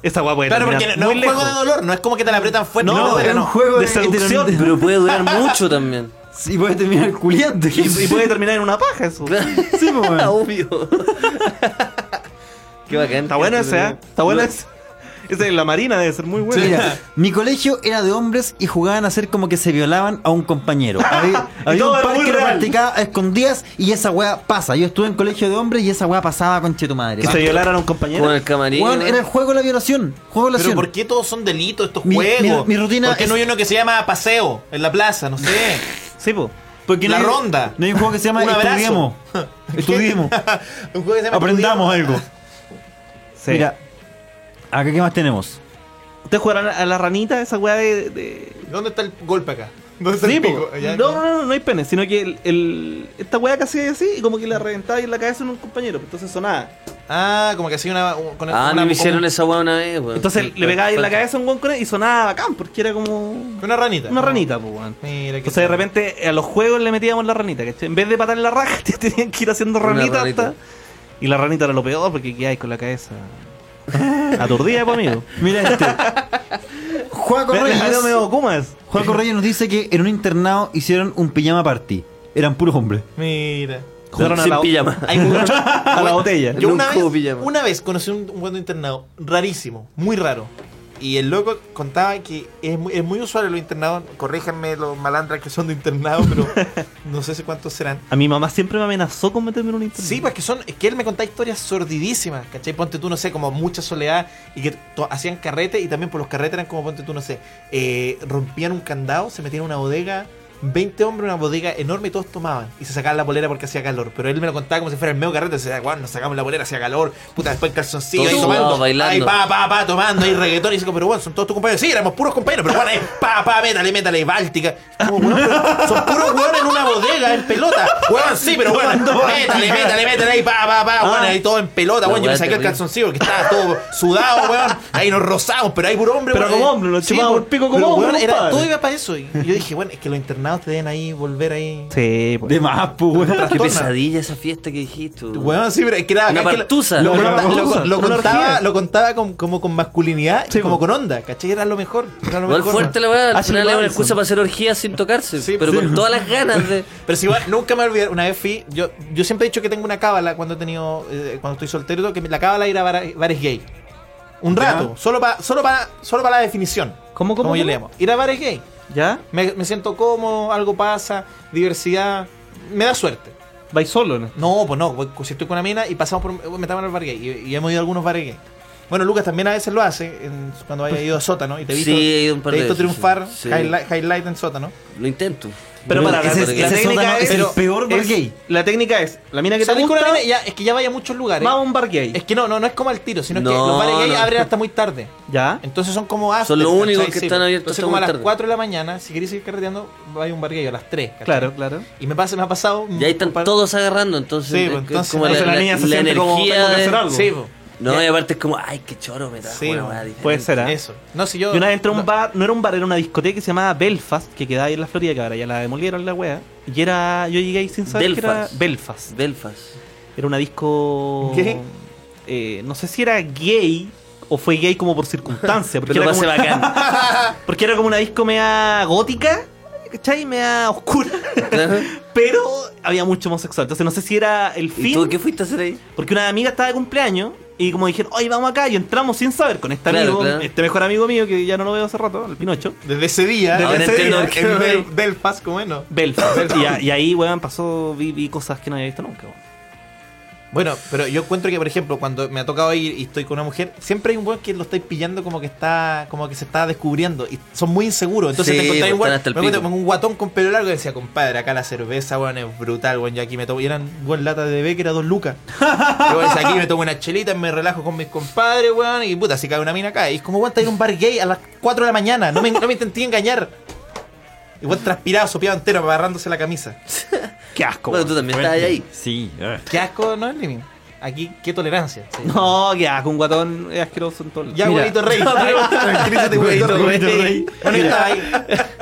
Speaker 10: Esa weá puede
Speaker 4: Claro, porque
Speaker 10: terminar
Speaker 4: no es
Speaker 10: muy
Speaker 4: un juego de
Speaker 10: lejos.
Speaker 4: dolor, no es como que te la apretan fuerte.
Speaker 10: No,
Speaker 4: te duele,
Speaker 10: es un
Speaker 3: juego
Speaker 10: de seducción.
Speaker 5: Pero puede durar mucho también.
Speaker 3: Y puede terminar culiando.
Speaker 10: Y, y puede terminar en una paja eso. pues,
Speaker 3: Sí, po, man.
Speaker 5: Obvio. Qué bacán.
Speaker 10: Está bueno ese, ¿eh? Está bueno ese. Esa es la marina, debe ser muy buena.
Speaker 3: Mira, mi colegio era de hombres y jugaban a hacer como que se violaban a un compañero. Había,
Speaker 10: Y
Speaker 3: había
Speaker 10: todo
Speaker 3: un
Speaker 10: era
Speaker 3: par
Speaker 10: muy
Speaker 3: que lo
Speaker 10: real.
Speaker 3: practicaba a escondidas y esa weá pasa. Yo estuve en colegio de hombres y esa weá pasaba con tu madre.
Speaker 10: Que se violaran a un compañero.
Speaker 5: Con el camarín.
Speaker 3: Weón, era el juego de la violación. Juego de la
Speaker 4: Pero
Speaker 3: violación.
Speaker 4: ¿por qué todos son delitos estos
Speaker 3: Mi-
Speaker 4: juegos?
Speaker 3: mi- mi rutina
Speaker 4: ¿Por qué no
Speaker 3: es-
Speaker 4: hay uno que se llama paseo en la plaza? No sé.
Speaker 10: sí, po.
Speaker 4: Porque la
Speaker 3: no hay-
Speaker 4: ronda.
Speaker 3: no hay un juego que se llama
Speaker 4: Un abrazo.
Speaker 3: Estudiemos. Estudiemos.
Speaker 4: Un juego que se llama
Speaker 3: Aprendamos algo. Mira, acá qué más tenemos.
Speaker 10: ¿Ustedes jugaron a la ranita, esa weá de. de-
Speaker 4: ¿Dónde está el golpe acá? ¿Dónde está
Speaker 10: Sí,
Speaker 4: el
Speaker 10: po.
Speaker 4: pico? Ya,
Speaker 10: no, no, no, no hay pene, sino que el, el- esta weá que hacía así y como que la reventaba y en la cabeza en un compañero, pues, entonces sonaba.
Speaker 4: Ah, como que hacía una. Con
Speaker 5: Ah, a mí me hicieron esa weá una vez, weón.
Speaker 10: Entonces le pegaba ahí en la cabeza a un weón con él y sonaba bacán, porque era como. Una
Speaker 4: ranita.
Speaker 10: Una ranita, pues weón.
Speaker 4: Mira, que
Speaker 10: Entonces de repente a los juegos le metíamos la ranita, ¿cachai? En vez de patar la raja, te tenían que ir haciendo
Speaker 5: Una
Speaker 10: ranita,
Speaker 5: ranita.
Speaker 10: hasta. Y la ranita era lo peor porque quedáis con la cabeza. Aturdida, pues amigo.
Speaker 3: Mira este. Juaco
Speaker 10: Ve-
Speaker 3: Reyes.
Speaker 10: ve- ve- veo
Speaker 3: Juaco Reyes nos dice que en un internado hicieron un pijama party. Eran puros hombres.
Speaker 4: Mira.
Speaker 3: Jugaron a la- Sin pijama.
Speaker 4: Hay mucho-
Speaker 3: A la botella.
Speaker 4: Yo
Speaker 3: Nunca
Speaker 4: una
Speaker 3: hubo
Speaker 4: vez,
Speaker 3: pijama.
Speaker 4: una vez conocí un, un buen internado, rarísimo, muy raro. Y el loco contaba que es muy, es muy usual en los internados, corríjanme los malandras que son de internado, pero no sé si cuántos serán.
Speaker 10: A mi mamá siempre me amenazó con meterme en un internet.
Speaker 4: Sí, pues que son, es que él me contaba historias sordidísimas, ¿cachai? Ponte tú, no sé, como mucha soledad y que to- hacían carrete y también por los carretes eran como, ponte tú, no sé, eh, rompían un candado, se metían en una bodega, 20 hombres en una bodega enorme y todos tomaban y se sacaban la polera porque hacía calor, pero él me lo contaba como si fuera el medio carrete, se decía, "Guau, nos sacamos la polera, hacía calor, puta, después el calzoncillo,
Speaker 5: Todos
Speaker 4: ahí
Speaker 5: sudados,
Speaker 4: tomando,
Speaker 5: bailando.
Speaker 4: ahí pa, pa, pa, tomando, ahí reggaetón y dice, pero bueno, son todos tus compañeros, sí, éramos puros compañeros, pero bueno, ahí, pa, pa, métale, métale, báltica, Como, "Weón, pero son puros hueones en una bodega, en pelota, hueón, sí, pero bueno,
Speaker 6: Tomando
Speaker 4: métale,
Speaker 6: báltica.
Speaker 4: métale, métale ahí, pa, pa, pa,
Speaker 6: Ah.
Speaker 4: bueno, ahí todo en pelota,
Speaker 6: La
Speaker 4: bueno, yo
Speaker 6: weá
Speaker 4: me saqué el
Speaker 6: terrible.
Speaker 4: calzoncillo porque estaba todo sudado, weón, ahí nos rozamos, pero ahí puro hombre,
Speaker 10: Pero
Speaker 4: weón.
Speaker 10: como hombre, nos chupábamos
Speaker 4: weón,
Speaker 10: el pico como
Speaker 4: pero,
Speaker 10: hombre,
Speaker 4: weón, era,
Speaker 10: compadre.
Speaker 4: todo iba para eso, y yo dije, bueno, es que los internados te deben ahí volver ahí.
Speaker 10: Sí, pues.
Speaker 3: De más, pues, weón.
Speaker 5: Qué
Speaker 4: Trastorna.
Speaker 5: pesadilla esa fiesta que dijiste, weón.
Speaker 4: Weón, sí, pero es que era.
Speaker 5: Una
Speaker 4: es que lo-
Speaker 5: partusa.
Speaker 4: Lo,
Speaker 5: Una
Speaker 4: conta- lo-
Speaker 5: partusa.
Speaker 4: lo
Speaker 5: Una
Speaker 4: contaba,
Speaker 5: orgía.
Speaker 4: lo contaba con- como con masculinidad, y como con onda, ¿cachai? Era lo mejor. Era lo
Speaker 5: Igual
Speaker 4: mejor.
Speaker 5: fuerte la weá, al
Speaker 4: Ashley
Speaker 5: final era una
Speaker 4: Madison.
Speaker 5: excusa para hacer orgías sin tocarse, pero
Speaker 4: sí.
Speaker 5: con todas las ganas de.
Speaker 4: Pero si igual, nunca me olvidé, una vez fui, yo, yo siempre he dicho que tengo una cábala cuando he tenido, eh, cuando estoy soltero, y todo, que la cábala era bares, bares gay. Un rato, solo para solo para solo para la definición.
Speaker 10: ¿Cómo,
Speaker 4: como yo
Speaker 10: cómo?
Speaker 4: le llamo. Ir a bares gay.
Speaker 10: ¿Ya?
Speaker 4: Me, me siento cómodo, algo pasa, diversidad, me da suerte.
Speaker 10: ¿Vais solo? No?
Speaker 4: No, pues no, voy- si estoy con una mina y pasamos por, metamos al bar gay, y, y hemos ido a algunos bares gay. Bueno, Lucas también a veces lo hace, en- cuando haya ido a sótano y te he visto,
Speaker 5: Sí, he ido un par
Speaker 4: te he
Speaker 5: de
Speaker 4: visto
Speaker 5: veces,
Speaker 4: triunfar,
Speaker 5: sí. Sí.
Speaker 4: highlight, highlight en sótano.
Speaker 5: Lo intento.
Speaker 10: Pero para,
Speaker 5: Ese-
Speaker 10: la,
Speaker 5: ese
Speaker 10: la técnica
Speaker 5: sótano
Speaker 10: es,
Speaker 5: es el
Speaker 10: pero
Speaker 5: peor bar
Speaker 10: es-
Speaker 5: gay.
Speaker 10: La técnica es, la mina que te
Speaker 4: Salís con
Speaker 10: gusta,
Speaker 4: una mina y ya- es que ya vaya a muchos lugares.
Speaker 10: vamos a un bar gay.
Speaker 4: Es que no, no, no es como al tiro, sino que
Speaker 5: No,
Speaker 4: los bares gay
Speaker 5: no.
Speaker 4: abren hasta muy tarde.
Speaker 10: ¿Ya?
Speaker 4: Entonces son como after,
Speaker 5: Son los
Speaker 4: ¿cachai?
Speaker 5: únicos que están abiertos
Speaker 4: Entonces
Speaker 5: hasta
Speaker 4: como a
Speaker 5: muy
Speaker 4: las
Speaker 5: tarde.
Speaker 4: 4 de la mañana, si queréis seguir carreteando, vaya a un bar gay a las 3. ¿cachai?
Speaker 10: Claro, claro.
Speaker 4: Y me pasa, me ha pasado...
Speaker 5: Y ahí están todos agarrando, entonces.
Speaker 4: Sí,
Speaker 5: es
Speaker 4: pues, entonces-
Speaker 5: como la,
Speaker 4: entonces la
Speaker 5: la-
Speaker 4: niña se
Speaker 5: la
Speaker 4: siente como,
Speaker 5: energía
Speaker 4: tengo que
Speaker 5: de-
Speaker 4: hacer algo. Sí, pues.
Speaker 5: No,
Speaker 4: Ya.
Speaker 5: y aparte es como, ay, qué choro me da.
Speaker 4: Sí,
Speaker 5: una
Speaker 4: pues,
Speaker 5: weá diferente.
Speaker 10: Puede ser, ¿ah?
Speaker 4: Eso. No, si yo...
Speaker 10: Yo una vez entré a un bar, no era un bar, era una discoteca que se llamaba Belfast, que quedaba ahí en la Florida, que ahora ya la demolieron la wea. Y era, yo llegué ahí sin saber
Speaker 5: Belfast.
Speaker 10: que era Belfast.
Speaker 5: Belfast.
Speaker 10: Era una disco...
Speaker 5: ¿Qué?
Speaker 10: eh, no sé si era gay o fue gay como por circunstancia. Porque,
Speaker 5: Pero
Speaker 10: era,
Speaker 5: lo
Speaker 10: como,
Speaker 5: pasé
Speaker 10: porque era como una disco media gótica, ¿cachai? Media oscura. Pero había mucho homosexual. Entonces no sé si era el fin.
Speaker 5: tú qué fuiste a hacer ahí?
Speaker 10: Porque una amiga estaba de cumpleaños y como dijeron, oye, vamos acá y entramos sin saber con este
Speaker 5: Claro,
Speaker 10: amigo,
Speaker 5: claro.
Speaker 10: este mejor amigo mío que ya no lo veo hace rato, el Pinocho.
Speaker 4: Desde ese día,
Speaker 10: Desde
Speaker 5: Ahora
Speaker 10: ese
Speaker 5: entiendo
Speaker 10: día,
Speaker 5: por qué
Speaker 10: en
Speaker 5: no
Speaker 10: Bel-
Speaker 4: Bel- Belfast, como bueno.
Speaker 10: Belfast. y, a- y ahí, weón, pasó, vi, vi cosas que no había visto nunca. weón.
Speaker 4: Bueno, pero yo encuentro que, por ejemplo, cuando me ha tocado ir y estoy con una mujer, siempre hay un weón que lo estáis pillando como que está, como que se está descubriendo. Y son muy inseguros. Entonces
Speaker 5: Sí,
Speaker 4: te encontrás
Speaker 5: pues,
Speaker 4: un weón-
Speaker 5: están hasta el
Speaker 4: me encontré
Speaker 5: pico.
Speaker 4: con un guatón con pelo largo y decía, compadre, acá la cerveza, weón, es brutal, weón, yo aquí me tomo. Y eran weón lata de bebé que era dos lucas. Yo decía, aquí me tomo una chelita, me relajo con mis compadres, weón, y puta, si cae una mina acá. Y es como weón, está en un bar gay a las 4 de la mañana. No me, no me intenté engañar. Igual transpirado, sopeado entero, agarrándose la camisa.
Speaker 10: Qué asco.
Speaker 5: Bueno, tú también estabas ahí.
Speaker 3: Sí.
Speaker 4: Qué asco, ¿no, Liming? Aquí, qué tolerancia. sí.
Speaker 10: No, que asco, un guatón es asqueroso en todo. el-
Speaker 4: Ya,
Speaker 10: Mira.
Speaker 4: huevito rey. Tranquilízate, huevito rey. Bueno, yo estaba ahí.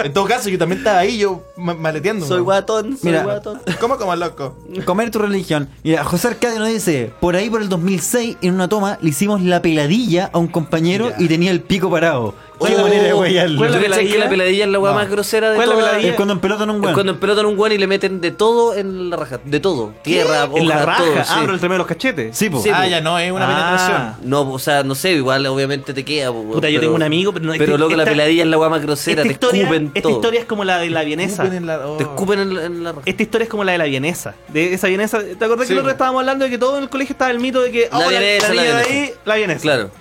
Speaker 4: En todo caso, yo también estaba ahí, yo ma- maleteando.
Speaker 5: Soy guatón, soy
Speaker 3: Mira.
Speaker 5: guatón.
Speaker 4: ¿Cómo como loco?
Speaker 3: Comer tu religión. Mira, José Arcadio nos dice, por ahí por el 2006, en una toma, le hicimos la peladilla a un compañero y tenía el pico parado. Qué
Speaker 5: Oh,
Speaker 3: manera de huellarlo.
Speaker 5: ¿Tú cachai que la peladilla es la weá
Speaker 3: No.
Speaker 5: más grosera de
Speaker 10: ¿Cuál es la
Speaker 5: todas?
Speaker 10: peladilla?
Speaker 3: Es cuando empelotan a un
Speaker 5: Es
Speaker 3: weón.
Speaker 5: cuando empelotan un guan y le meten de todo en la raja. De todo. Tierra, hoja,
Speaker 10: en la raja.
Speaker 5: todo. sí.
Speaker 10: Ah, pero el tremendo de los cachetes. 17.
Speaker 5: Sí,
Speaker 10: po.
Speaker 4: Ah, ya no, es una penetración.
Speaker 5: No, o sea, no sé, igual obviamente te queda. po,
Speaker 10: Puta, yo tengo un amigo, pero no-
Speaker 5: Pero
Speaker 10: este-
Speaker 5: loco, la
Speaker 10: esta-
Speaker 5: peladilla es la guama grosera,
Speaker 10: Esta,
Speaker 5: te
Speaker 10: historia,
Speaker 5: escupen
Speaker 10: esta
Speaker 5: todo.
Speaker 10: historia es como la de la vienesa.
Speaker 5: escupen en Te escupen en la, oh.
Speaker 10: Esta historia es como la de la vienesa. De esa vienesa. ¿Te acordás que el otro día estábamos hablando de que todo en el colegio estaba el mito de que
Speaker 5: La
Speaker 10: oh,
Speaker 5: vienesa, la
Speaker 10: niña de
Speaker 5: vienesa.
Speaker 10: ahí, la vienesa?
Speaker 5: Claro.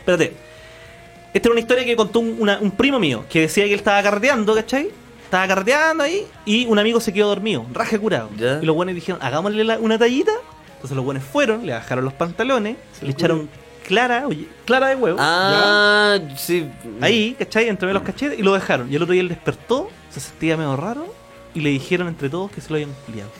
Speaker 10: Espérate. Esta era una historia que contó un, una- un primo mío que decía que él estaba carreteando, ¿cachai? Estaba carreteando ahí y un amigo se quedó dormido, raje curado. Y los buenos dijeron, hagámosle la- una tallita. Entonces los buenos fueron, le bajaron los pantalones, le echaron clara, oye, clara de huevo.
Speaker 5: Ah, sí. Mm.
Speaker 10: Ahí, ¿cachai? Entre medio de los cachetes y lo dejaron. Y el otro día él despertó, se sentía medio raro y le dijeron entre todos que se lo habían culiado.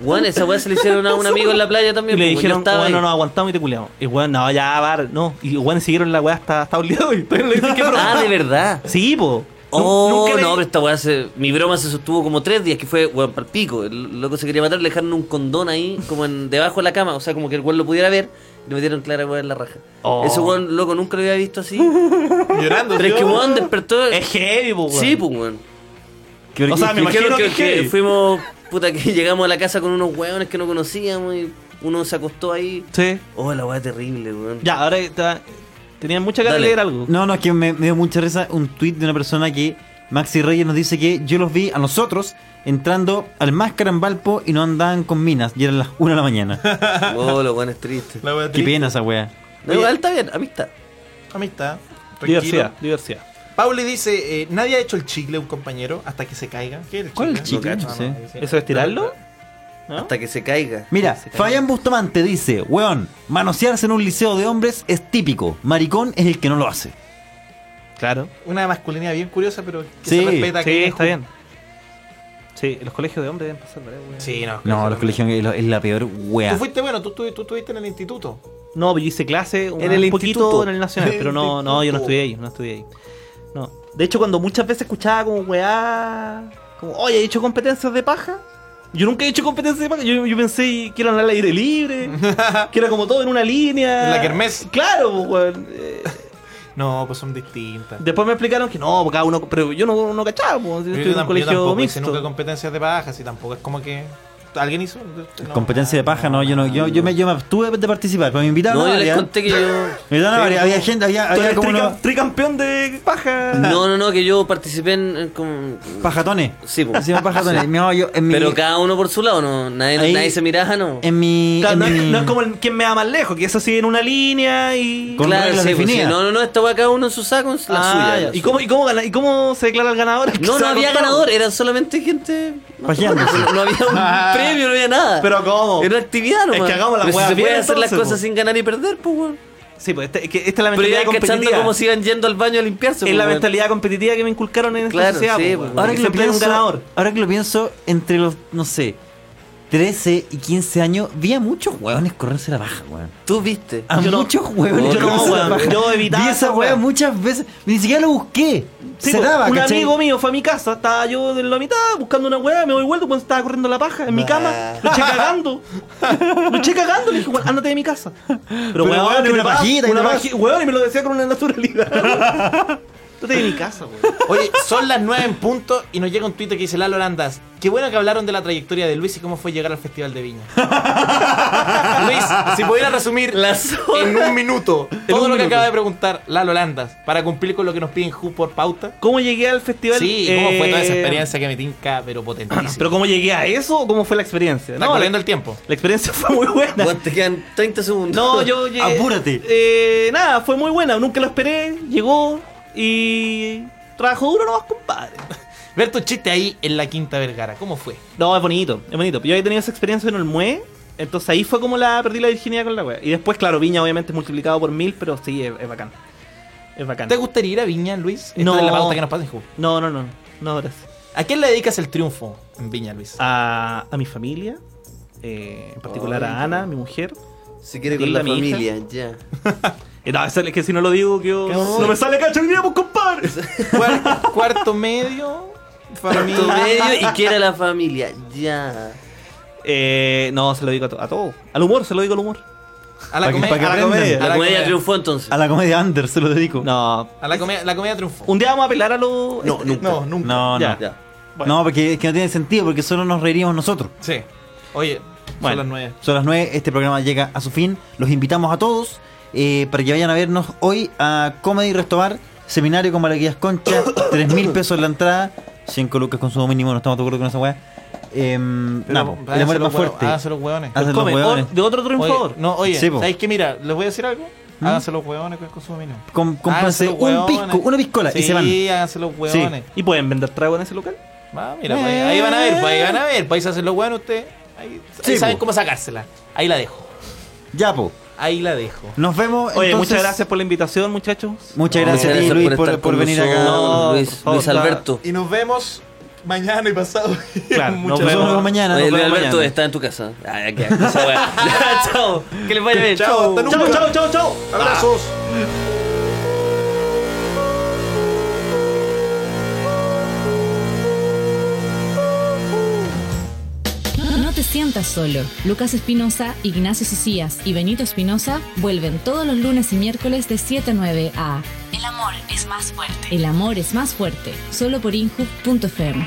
Speaker 5: Bueno, esa weá se le hicieron a un amigo en la playa también.
Speaker 10: Y le
Speaker 5: po, yo
Speaker 10: dijeron,
Speaker 5: estaba
Speaker 10: bueno,
Speaker 5: ahí.
Speaker 10: no aguantamos y te culiamos. Y bueno, no, ya, bar, no. Y bueno, siguieron la weá hasta, hasta el día de hoy. Todavía no le dicen qué broma.
Speaker 5: Ah, de verdad.
Speaker 10: Sí, po.
Speaker 5: Oh,
Speaker 10: Nunca le-
Speaker 5: no, pero esta weá se. Mi broma se sostuvo como tres días, que fue, weón, pal pico. El loco se quería matar, le dejaron un condón ahí, como en, debajo de la cama, o sea, como que el weón lo pudiera ver, y le metieron clara weón en la raja.
Speaker 10: Oh.
Speaker 5: Ese weón, loco, nunca lo había visto así. Llorando, Pero es que weón despertó.
Speaker 10: Es heavy, po, weón.
Speaker 5: Sí, pues, weón.
Speaker 10: O sea, me
Speaker 5: Dijeron
Speaker 10: imagino que,
Speaker 5: que,
Speaker 10: es
Speaker 5: que
Speaker 10: heavy.
Speaker 5: fuimos, puta, que llegamos a la casa con unos weones que no conocíamos y uno se acostó ahí.
Speaker 10: Sí.
Speaker 5: Oh, la weá terrible, weón.
Speaker 10: Ya, ahora está... tenían mucha cara de leer algo.
Speaker 3: No, no, es que me, me dio mucha risa un tweet de una persona que Maxi Reyes nos dice que yo los vi a nosotros entrando al Máscara en Valpo y no andaban con minas y eran las 1 de la mañana.
Speaker 5: Oh, lo weón es triste.
Speaker 3: Qué pena esa wea.
Speaker 5: No, igual está bien, amistad.
Speaker 4: Amistad. tranquilo.
Speaker 10: Diversidad, diversidad.
Speaker 4: Pauli dice, eh, nadie ha hecho el chicle a un compañero hasta que se caiga. ¿Qué es el chicle?
Speaker 3: ¿Cuál es el chicle?
Speaker 4: No, no,
Speaker 3: Sí.
Speaker 4: no, sí.
Speaker 10: ¿Eso es tirarlo?
Speaker 5: Hasta que se caiga.
Speaker 3: Mira, Fabián Bustamante dice, weón, manosearse en un liceo de hombres es típico, maricón es el que no lo hace.
Speaker 10: Claro.
Speaker 4: Una masculinidad bien curiosa, pero que
Speaker 3: Sí,
Speaker 4: se respeta.
Speaker 10: Sí,
Speaker 4: que
Speaker 10: está bien. Sí, en los colegios de hombres deben pasar varias weas.
Speaker 4: Sí, no.
Speaker 3: No, los colegios es lo- es la peor
Speaker 4: Tú
Speaker 3: wea.
Speaker 4: fuiste bueno, tú, estuvi- tú estuviste en el instituto.
Speaker 10: No, pero yo hice clase un
Speaker 4: En el
Speaker 10: poquito
Speaker 4: instituto.
Speaker 10: en el nacional, pero no, no, yo no estudié ahí, no estudié ahí. No. De hecho, cuando muchas veces escuchaba como weá, como, oye, he hecho competencias de paja. Yo nunca he hecho competencias de paja. Yo, yo pensé que eran al aire libre, que era como todo en una línea.
Speaker 4: En la kermés.
Speaker 10: Claro, pues, weón. Eh,
Speaker 4: No, pues son distintas.
Speaker 10: Después me explicaron que no, pues, cada uno, pero yo no, no cachaba, pues, yo
Speaker 4: Yo
Speaker 10: estuve en
Speaker 4: tam-
Speaker 10: un
Speaker 4: yo
Speaker 10: colegio
Speaker 4: tampoco hice
Speaker 10: mixto.
Speaker 4: nunca competencias de bajas y tampoco es como que... ¿Alguien hizo? No.
Speaker 3: Competencia de paja, no, yo no, yo, yo me, yo me abstuve de participar, pero me invitaron
Speaker 5: No,
Speaker 3: a
Speaker 5: yo les
Speaker 3: varias.
Speaker 5: conté que yo.
Speaker 3: Me invitaron a varias, había gente, había,
Speaker 5: Tú
Speaker 3: había
Speaker 5: eres
Speaker 3: como unos
Speaker 10: Tricampeón de paja.
Speaker 5: No, no, no, que yo participé en. en con-
Speaker 3: pajatones.
Speaker 5: Sí, pues.
Speaker 3: Se llaman pajatones. No, yo en mi-
Speaker 5: Pero cada uno por su lado, ¿no? Nadie,
Speaker 3: Ahí-
Speaker 5: nadie se miraba, ¿no?
Speaker 3: En mi.
Speaker 10: Claro,
Speaker 3: en
Speaker 10: no, es,
Speaker 3: mi-
Speaker 10: no es como el, quien me da más lejos, que eso sigue en una línea y.
Speaker 3: Con reglas
Speaker 5: sí, pues,
Speaker 3: definidas.
Speaker 5: sí. No, no, no, esta va cada uno en su saco, en la
Speaker 10: Ah,
Speaker 5: suya.
Speaker 10: ya.
Speaker 5: la
Speaker 10: ¿Y,
Speaker 5: suya.
Speaker 10: cómo, y, cómo gana- ¿Y cómo se declara el ganador?
Speaker 5: No, no había ganador, era solamente gente.
Speaker 3: Pajeándose.
Speaker 5: No había un premio, no había nada.
Speaker 10: Pero ¿cómo?
Speaker 5: Era una actividad, nomás.
Speaker 10: Es que hagamos la
Speaker 5: Pero si
Speaker 10: hueá
Speaker 5: se puede
Speaker 10: bien,
Speaker 5: hacer las
Speaker 10: entonces,
Speaker 5: cosas
Speaker 10: po.
Speaker 5: sin ganar y perder, pues, weón.
Speaker 10: Sí, pues este- que esta es la
Speaker 5: Pero
Speaker 10: mentalidad
Speaker 5: ya cachando
Speaker 10: competitiva.
Speaker 5: cómo se iban yendo al baño a limpiarse,
Speaker 10: es
Speaker 5: po,
Speaker 10: la
Speaker 5: weón.
Speaker 10: mentalidad competitiva que me inculcaron en esta
Speaker 5: Claro,
Speaker 10: sociedad.
Speaker 5: sí,
Speaker 10: po,
Speaker 5: pues,
Speaker 10: weón.
Speaker 3: Ahora que, lo
Speaker 10: siempre hay un
Speaker 3: pienso,
Speaker 10: ganador.
Speaker 3: ahora que lo pienso, entre los, no sé, 13 y 15 años, vi a muchos hueones correrse la baja, weón.
Speaker 5: Tú viste. Oh,
Speaker 3: A
Speaker 10: Yo no-
Speaker 3: muchos hueones
Speaker 10: yo no,
Speaker 3: correrse la
Speaker 10: weón.
Speaker 3: baja.
Speaker 10: Yo evitaba
Speaker 3: Vi esa
Speaker 10: esa
Speaker 3: hueá
Speaker 10: weá.
Speaker 3: muchas veces. Ni siquiera lo busqué.
Speaker 10: Sí,
Speaker 3: se
Speaker 10: pues,
Speaker 3: daba,
Speaker 10: un
Speaker 3: ¿cachai?
Speaker 10: amigo mío fue a mi casa, estaba yo en la mitad buscando una hueá, me doy vuelta cuando estaba corriendo la paja en mi cama, lo eché cagando. lo eché cagando, le dije, "Weón, ándate de mi casa. Pero, weón,
Speaker 3: weón,
Speaker 10: ¿qué
Speaker 3: una
Speaker 10: te pasa?
Speaker 3: pajita y
Speaker 10: una
Speaker 3: una
Speaker 10: paji- Weón, y me lo decía con una naturalidad. ándate de mi casa, weón.
Speaker 4: Oye, son las 9 en punto y nos llega un tuit que dice Lalo Landas. Qué bueno que hablaron de la trayectoria de Luis y cómo fue llegar al Festival de Viña. Luis, si pudiera resumir
Speaker 5: Las
Speaker 4: en un minuto todo
Speaker 10: un
Speaker 4: lo que
Speaker 10: minuto.
Speaker 4: acaba de preguntar Lalo Landas para cumplir con lo que nos piden Ju por pauta.
Speaker 10: ¿Cómo llegué al festival?
Speaker 4: Sí, cómo fue toda esa
Speaker 10: Eh,
Speaker 4: experiencia que me tinca, pero potentísima.
Speaker 10: ¿Pero cómo llegué a eso o cómo fue la experiencia?
Speaker 4: Está
Speaker 10: No,
Speaker 4: corriendo
Speaker 10: la,
Speaker 4: el tiempo.
Speaker 10: la experiencia fue muy buena.
Speaker 5: Weón, te quedan 30 segundos.
Speaker 10: No, yo llegué.
Speaker 3: Apúrate.
Speaker 10: Eh, nada, fue muy buena. Nunca lo esperé. Llegó y. Trabajó duro nomás, compadre.
Speaker 4: Ver tu chiste ahí en la Quinta Vergara, ¿cómo fue?
Speaker 10: No, es bonito, es bonito. Yo había tenido esa experiencia en el MUE. Entonces ahí fue como la perdí la virginidad con la wea. Y después, claro, Viña obviamente es multiplicado por mil, pero sí, es, es bacán. Es bacán.
Speaker 4: ¿Te gustaría ir a Viña, Luis? Esta
Speaker 10: No.
Speaker 4: es la pauta que nos pasa en Ju.
Speaker 10: No, no, no. No, gracias.
Speaker 4: ¿A quién le dedicas el triunfo en Viña, Luis?
Speaker 10: A, a mi familia, eh, en particular
Speaker 5: Ay,
Speaker 10: a Ana, mi mujer.
Speaker 5: Si quiere
Speaker 10: Dile
Speaker 5: con la
Speaker 10: a mi hija.
Speaker 5: familia, ya.
Speaker 10: Eh, no, eso es que si no lo digo, que yo-
Speaker 4: Qué
Speaker 10: no
Speaker 4: horror.
Speaker 10: me sale cacho hoy día, pues, compadre.
Speaker 4: Cuar- cuarto medio, familia.
Speaker 5: Tu medio y quiere la familia, ya.
Speaker 10: Eh, no, se lo digo a, to- a todo. Al humor, se lo digo al humor.
Speaker 4: A la,
Speaker 3: Pa' que-
Speaker 4: come-
Speaker 3: pa' que
Speaker 4: a la
Speaker 3: aprendan.
Speaker 4: comedia.
Speaker 5: La comedia triunfó entonces.
Speaker 3: A la comedia under se lo dedico. No,
Speaker 10: No.
Speaker 4: A la comedia, la comedia triunfó.
Speaker 10: Un día vamos a apelar a los. este,
Speaker 5: No, nunca.
Speaker 4: No, nunca.
Speaker 3: no.
Speaker 10: ya.
Speaker 5: Ya.
Speaker 10: bueno.
Speaker 3: No, porque es que no tiene sentido, porque solo nos reiríamos nosotros.
Speaker 4: Sí. Oye, Bueno. Son las nueve.
Speaker 3: Son las 9, este programa llega a su fin. Los invitamos a todos eh, para que vayan a vernos hoy a Comedy Restobar, seminario con Malaquías Concha, 3 mil pesos la entrada, 5 lucas consumo mínimo, no estamos de acuerdo con esa weá. Eh, nada, po, el amor es más fuerte.
Speaker 4: Háganse ah, los hueones.
Speaker 3: Háganse los
Speaker 4: Come,
Speaker 3: hueones.
Speaker 10: oh,
Speaker 4: o- De otro triunfador. no, oye,
Speaker 3: Sí, po.
Speaker 4: ¿sabéis qué? Mira, les voy a decir algo.
Speaker 3: ¿Mm?
Speaker 4: Háganse los hueones con el consumo mínimo.
Speaker 3: Com- cómprense
Speaker 4: Háganse los
Speaker 3: un
Speaker 4: hueones.
Speaker 3: pisco, una piscola y
Speaker 4: Sí,
Speaker 3: se van.
Speaker 4: háganse los hueones.
Speaker 10: ¿Y pueden vender trago en ese local?
Speaker 4: Ah, mira, pues, ahí van a ver, pues, ahí van a ver. Pues, ahí se hacen los hueones ustedes. Ahí, ahí
Speaker 3: Sí,
Speaker 4: saben
Speaker 3: po.
Speaker 4: cómo sacársela. Ahí la dejo.
Speaker 3: Ya, po.
Speaker 4: Ahí la dejo.
Speaker 3: Nos vemos.
Speaker 10: Oye,
Speaker 3: entonces.
Speaker 10: muchas gracias por la invitación, muchachos.
Speaker 3: Muchas gracias a ti, Luis, por, por venir acá.
Speaker 10: No, por favor, claro.
Speaker 4: Y nos vemos mañana y pasado.
Speaker 10: Claro,
Speaker 4: Muchas
Speaker 10: nos vemos.
Speaker 4: gracias.
Speaker 3: mañana,
Speaker 5: Oye,
Speaker 3: nos
Speaker 5: Luis
Speaker 3: vemos
Speaker 5: Alberto
Speaker 3: mañana.
Speaker 5: está en tu casa. Ah, ya, queda, esa weá. Ya, chao. Que les vaya bien.
Speaker 4: Chao, hasta nunca.
Speaker 10: Chao, chao, chao, chao.
Speaker 4: Abrazos.
Speaker 1: No te sientas solo. Lucas Espinosa, Ignacio Socias y Benito Espinosa vuelven todos los lunes y miércoles de 7 a 9 a
Speaker 2: El amor es más fuerte.
Speaker 1: El amor es más fuerte, solo por inju.fm.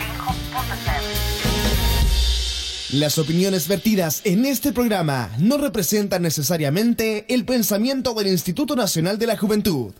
Speaker 12: Las opiniones vertidas en este programa no representan necesariamente el pensamiento del Instituto Nacional de la Juventud.